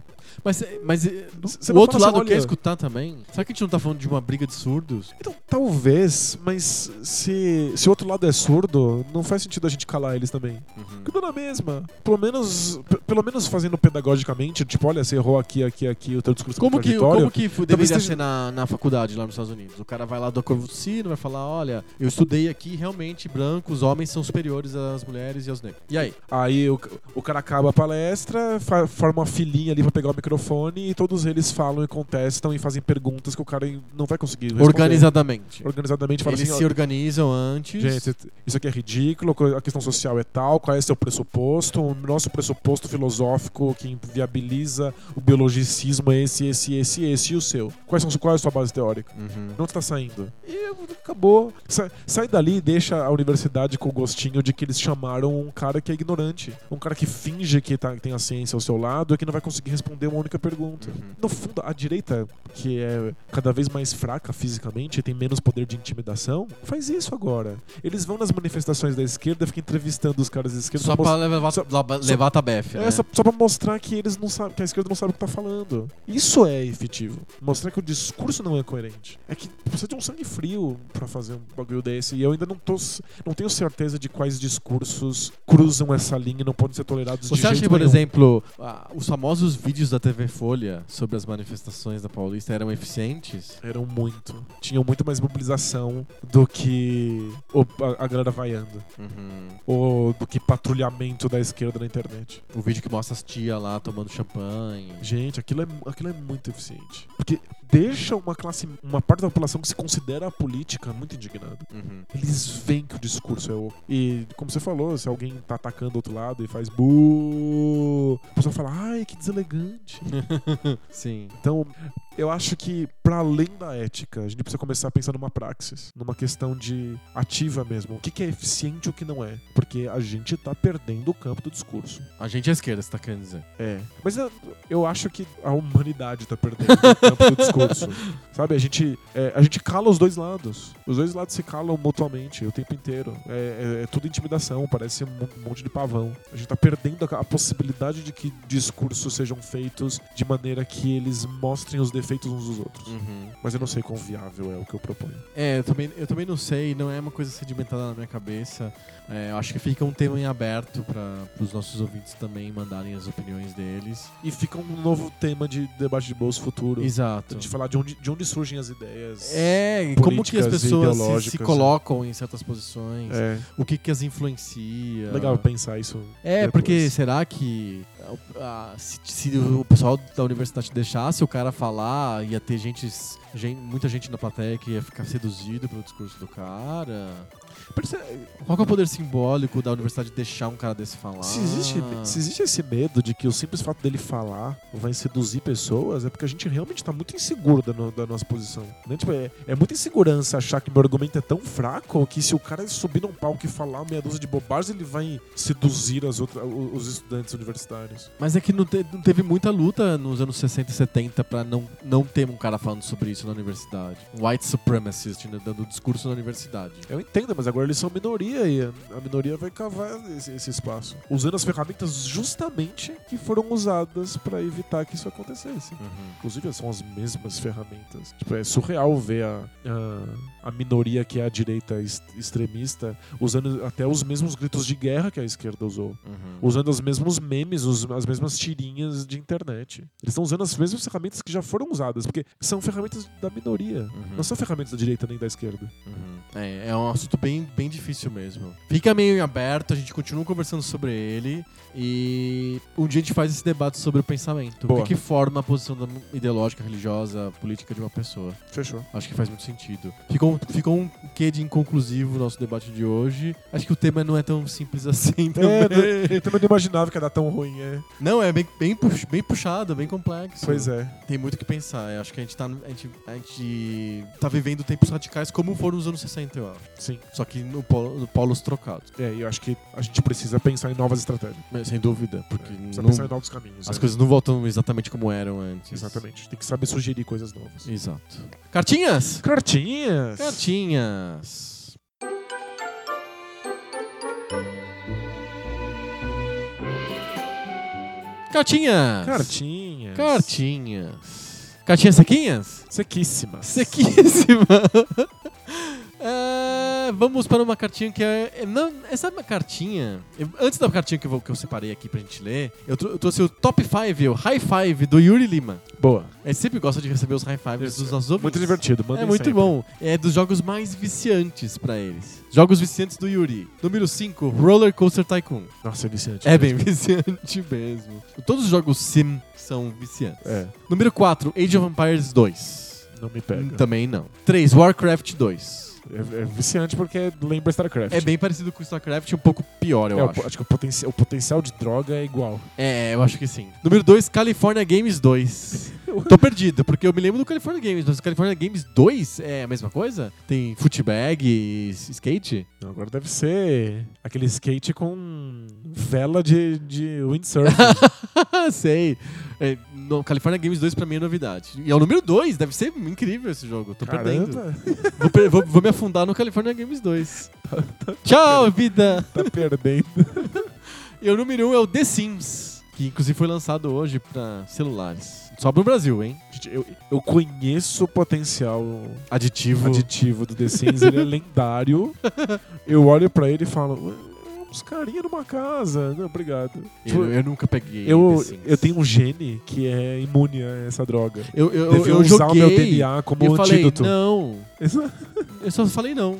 A: Mas, mas eh,
B: C- você
A: o
B: não
A: outro
B: fala assim,
A: lado
B: "Olha,
A: quer escutar também. Será que a gente não tá falando de uma briga de surdos?
B: Então, talvez, mas se, se o outro lado é surdo, não faz sentido a gente calar eles também. Porque dá na mesma. Pelo menos, p- pelo menos fazendo pedagogicamente, tipo, olha, você errou aqui, aqui, aqui, o teu discurso é
A: Como que,
B: contraditório.
A: como que fu- deveria
B: esteja-
A: ser na, na faculdade lá nos Estados Unidos? O cara vai lá do Corvucino, vai falar: olha, eu estudei aqui, realmente brancos, homens são superiores às mulheres e aos negros. E aí?
B: Aí o, o cara acaba a palestra, fa- forma uma filinha ali pra pegar o microfone e todos eles falam e contestam e fazem perguntas que o cara não vai conseguir responder.
A: Organizadamente.
B: Organizadamente fala
A: Eles
B: assim,
A: se
B: ó,
A: organizam antes.
B: gente, isso aqui é ridículo, co- a questão social é tal, qual é o seu pressuposto? O nosso pressuposto filosófico que viabiliza o biologicismo é esse, esse, esse, esse e o seu. Quais são, qual é a sua base teórica?
A: Uhum.
B: Não tá saindo. E acabou. Sai, sai dali e deixa a universidade com o gostinho de que eles chamaram um cara que é ignorante. Um cara que finge que tá- tem a ciência ao seu lado e que não vai conseguir responder uma única pergunta.
A: Uhum.
B: No fundo, a direita, que é cada vez mais fraca fisicamente e tem menos poder de intimidação, faz isso agora. Eles vão nas manifestações da esquerda, ficam entrevistando os caras da esquerda. tá
A: Só
B: pra
A: pra levar,
B: Uhum. só-
A: la- levar a tabefe.
B: é,
A: né?
B: só, só pra mostrar que eles não sabem, que a esquerda não sabe o que tá falando. Isso é efetivo. Mostrar que o discurso não é coerente. É que precisa de um sangue frio pra fazer um bagulho desse. E eu ainda não tô. c- não tenho certeza de quais discursos cruzam essa linha e não podem ser tolerados de
A: Você acha que,
B: jeito
A: por
B: nenhum.
A: exemplo, ah, os famosos vídeos da TV Folha sobre as manifestações da Paulista eram eficientes?
B: Eram muito. Tinham muito mais mobilização do que o- a, a galera vaiando. Uhum. Ou do que patrulhamento da esquerda na internet.
A: O vídeo que mostra as tias lá tomando champanhe.
B: Gente, aquilo é, aquilo é muito eficiente. Porque deixa uma classe, uma parte da população que se considera apolítica muito indignada. Eles veem que o discurso é o. E, como você falou, se alguém tá atacando o outro lado e faz bu, a pessoa fala, ai, que deselegante.
A: Sim.
B: Então, eu acho que, para além da ética, a gente precisa começar a pensar numa praxis, numa questão de ativa mesmo. O que, que é eficiente e o que não é. Porque a gente tá perdendo o campo do discurso.
A: A gente é esquerda, você tá querendo dizer.
B: É. Mas eu, eu acho que a humanidade tá perdendo o campo do discurso. Sabe? A gente, é, a gente cala os dois lados. Os dois lados se calam mutuamente o tempo inteiro. É, é- é tudo intimidação, parece um mon- monte de pavão. A gente tá perdendo a, a possibilidade de que discursos sejam feitos de maneira que eles mostrem os defeitos uns dos outros. Mas eu não sei quão viável é o que eu proponho.
A: É, eu também, eu também não sei, não é uma coisa sedimentada na minha cabeça. É, eu acho que fica um tema em aberto para os nossos ouvintes também mandarem as opiniões deles.
B: E fica um novo tema de debate de bolso futuro.
A: Exato.
B: De falar de onde, de onde surgem as ideias.
A: É, e como que as
B: Políticas
A: pessoas se- se,
B: ideológicas, né?
A: colocam em certas posições,
B: É,
A: o que, que as influencia.
B: legal pensar isso.
A: É,
B: depois.
A: porque será que ah, se, se o pessoal da universidade deixasse o cara falar, ia ter gente, gen- muita gente na plateia que ia ficar seduzido pelo discurso do cara.
B: Perce-
A: Qual que é o poder simbólico da universidade deixar um cara desse falar?
B: Se existe,
A: Ah.
B: se existe esse medo de que o simples fato dele falar vai seduzir pessoas, é porque a gente realmente tá muito inseguro da, no- da nossa posição. né? Tipo, é, é muita insegurança achar que meu argumento é tão fraco que se o cara subir num palco e falar meia dúzia de bobagens, ele vai seduzir as outras, o- os estudantes universitários.
A: Mas é que não, te- não teve muita luta nos anos 60 e 70 pra não, não ter um cara falando sobre isso na universidade. Um white supremacist né, dando discurso na universidade.
B: Eu entendo, mas agora eles são minoria e a- a minoria vai cavar esse, esse espaço. Usando as ferramentas justamente que foram usadas para evitar que isso acontecesse. Inclusive, são as mesmas ferramentas. Tipo, é surreal ver a, a, a minoria que é a direita est- extremista usando até os mesmos gritos de guerra que a esquerda usou. Usando os mesmos memes, os- as mesmas tirinhas de internet. Eles estão usando as mesmas ferramentas que já foram usadas, porque são ferramentas da minoria.
A: Uhum.
B: Não são ferramentas da direita nem da esquerda.
A: É, é um assunto bem, bem difícil mesmo. Fica meio em aberto, a gente continua conversando sobre ele e um dia a gente faz esse debate sobre o pensamento.
B: Boa.
A: O que, que forma a posição da- ideológica, religiosa, política de uma pessoa.
B: Fechou.
A: Acho que faz muito sentido. Ficou, ficou um quê de inconclusivo o nosso debate de hoje. Acho que o tema não é tão simples assim também.
B: É, eu também não imaginava que ia dar tão ruim, é.
A: Não, é bem, bem, pux- bem puxado, bem complexo.
B: Pois é.
A: Tem muito o que pensar. Eu acho que a gente, tá, no- a, gente, a gente tá vivendo tempos radicais como foram os anos 60, eu acho.
B: Sim.
A: Só que no polo, no polos trocados.
B: É, e eu acho que a gente precisa pensar em novas estratégias.
A: Mas, Sem dúvida, porque
B: É, precisa
A: não-
B: pensar em novos caminhos.
A: as
B: é.
A: coisas não voltam exatamente como eram antes.
B: Exatamente. Tem que saber sugerir coisas novas.
A: Exato. Cartinhas!
B: Cartinhas!
A: Cartinhas! Cartinhas!
B: Cartinhas.
A: Cartinhas! Cartinhas sequinhas?
B: Sequíssimas.
A: Sequíssima! É, vamos para uma cartinha que é. é não, essa é uma cartinha. eu- antes da cartinha que eu, vou- que eu separei aqui pra gente ler, eu, trou- eu trouxe o top 5, o high five do Yuri Lima.
B: Boa.
A: Ele sempre gosta de receber os high fives
B: Isso.
A: dos nossos ouvintes.
B: Muito divertido. Mandem
A: É muito
B: sempre.
A: bom. É dos jogos mais viciantes pra eles. Jogos viciantes do Yuri. Número 5, Roller Coaster Tycoon.
B: Nossa, é viciante.
A: É bem
B: mesmo.
A: viciante mesmo. Todos os jogos sim são viciantes.
B: É,
A: Número 4, Age of Empires 2.
B: não me pega.
A: Também não. 3. Warcraft 2.
B: Hum, É, é viciante porque lembra StarCraft.
A: É bem parecido com StarCraft, um pouco pior, eu
B: É, o
A: acho.
B: po- acho que o, potenci- o potencial de droga é igual.
A: É, eu acho que sim. Número 2, California Games 2. Tô perdido, porque eu me lembro do California Games, mas o California Games 2 é a mesma coisa? Tem footbag, e s- skate?
B: Não, Então, Agora deve ser aquele skate com vela de, de windsurf.
A: Ah, Sei. É, no, California Games 2 pra mim é novidade. E é o número 2, deve ser incrível esse jogo. Tô perdendo.
B: Caramba,
A: Vou, per- vou- vou me afundar no California Games 2. Tchau, vida!
B: tá perdendo.
A: E o número 1 um é o The Sims, que inclusive foi lançado hoje pra celulares. Só pro Brasil, hein?
B: Gente, eu, eu conheço o potencial
A: Aditivo.
B: aditivo do The Sims, ele é lendário. Eu olho pra ele e falo, "Ué, é uns carinha numa casa. Não, obrigado. Tipo,
A: Eu, eu nunca peguei The
B: eu,
A: Sims.
B: eu tenho um gene que é imune a essa droga.
A: Eu, eu, eu,
B: Devia
A: eu
B: usar
A: joguei
B: o meu DNA
A: e
B: como
A: eu falei,
B: antídoto.
A: não. Eu só falei não.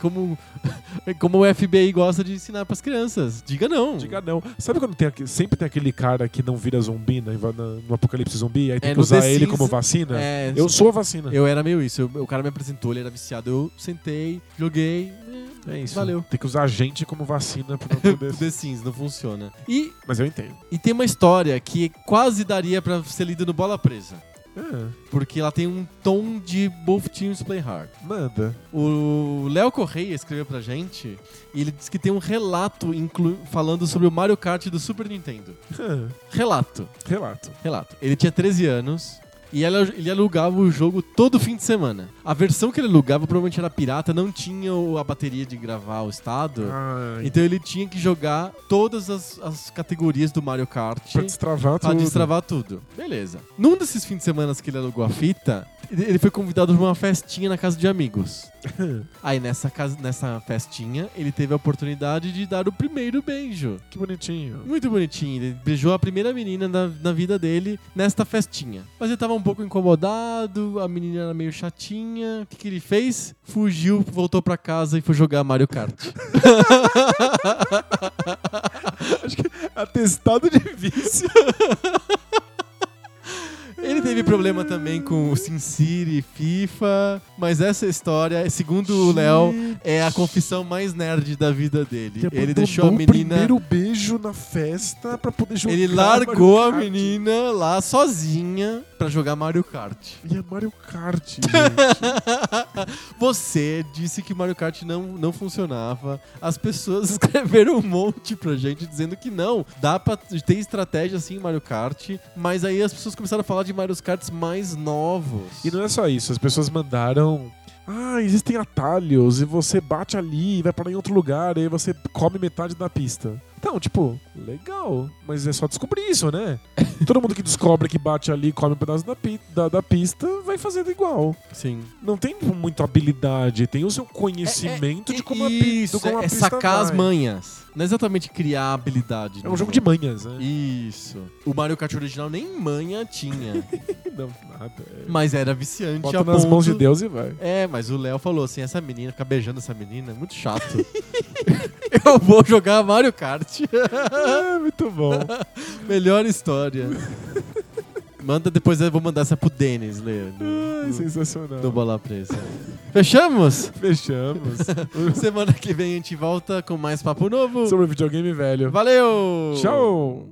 A: Como, como o FBI gosta de ensinar pras crianças. Diga não.
B: Diga não. Sabe quando tem aquele- sempre tem aquele cara que não vira zumbi na, na- no apocalipse zumbi? Aí tem
A: É,
B: que
A: no
B: usar
A: The
B: ele
A: Sims,
B: como vacina?
A: É,
B: Eu sou a vacina.
A: eu era meio isso. Eu- o cara me apresentou, ele era viciado. Eu sentei, joguei.
B: É isso.
A: Valeu.
B: Tem que usar a gente como vacina pra não poder.
A: The Sims, não funciona. E
B: Mas eu entendo.
A: E tem uma história que quase daria pra ser lida no Bola Presa.
B: É,
A: Porque ela tem um tom de Both Teams Play Hard.
B: manda.
A: O Léo Correia escreveu pra gente e ele disse que tem um relato inclu- falando sobre o Mario Kart do Super Nintendo.
B: É,
A: Relato,
B: relato.
A: relato. Ele tinha 13 anos e ela- ele alugava o jogo todo fim de semana. A versão que ele alugava provavelmente era pirata, não tinha o- a bateria de gravar o
B: Ah,
A: estado.
B: Ai,
A: Então ele tinha que jogar todas as, as categorias do Mario Kart.
B: pra destravar
A: Pra
B: tudo.
A: destravar tudo. Beleza. Num desses fins de semana que ele alugou a fita, ele foi convidado pra uma festinha na casa de amigos. Aí nessa, casa, nessa festinha, ele teve a oportunidade de dar o primeiro beijo.
B: Que bonitinho.
A: Muito bonitinho. Ele beijou a primeira menina na, na vida dele nesta festinha. Mas ele tava um pouco incomodado, a menina era meio chatinha. O que, que ele fez? Fugiu, voltou pra casa e foi jogar Mario Kart.
B: Atestado de vício.
A: Ele teve problema também com o Sin City, FIFA, mas essa história, segundo o Léo, é a confissão mais nerd da vida dele. Ele deixou a
B: O
A: menina
B: primeiro beijo na festa pra poder jogar.
A: Ele largou
B: Mario
A: a
B: Kart.
A: menina lá sozinha pra jogar Mario Kart.
B: E é Mario Kart. gente.
A: Você disse que Mario Kart não, não funcionava. As pessoas escreveram um monte pra gente dizendo que não. Dá pra ter estratégia assim em Mario Kart. Mas aí as pessoas começaram a falar de Mario Karts mais novos.
B: e não é só isso, as pessoas mandaram. Ah, existem atalhos e você bate ali e vai parar em outro lugar e aí você come metade da pista. Então, tipo, legal, mas é só descobrir isso, né? Todo mundo que descobre que bate ali e come um pedaço da, pi- da- da pista vai fazendo igual.
A: Sim.
B: Não tem muita habilidade, tem o seu conhecimento de como a, pi
A: É, Isso,
B: do como a
A: é, é
B: pista
A: sacar as
B: vai.
A: manhas. Não é exatamente criar habilidade.
B: É
A: no
B: um jogo de manhas, né?
A: Isso. O Mario Kart original nem manha tinha.
B: Não, nada. é.
A: mas era viciante
B: Bota
A: a
B: nas mãos de
A: ponto-
B: Deus e vai.
A: É, mas o Léo falou assim: essa menina, ficar beijando essa menina é muito chato. Eu vou jogar Mario Kart.
B: É, muito bom.
A: Melhor história. Manda depois, eu vou mandar essa pro Denis ler. no-
B: Ai,
A: no-
B: sensacional.
A: No Bola Presa. Fechamos?
B: Fechamos.
A: Semana que vem a gente volta com mais papo novo.
B: Sobre videogame velho.
A: Valeu!
B: Tchau.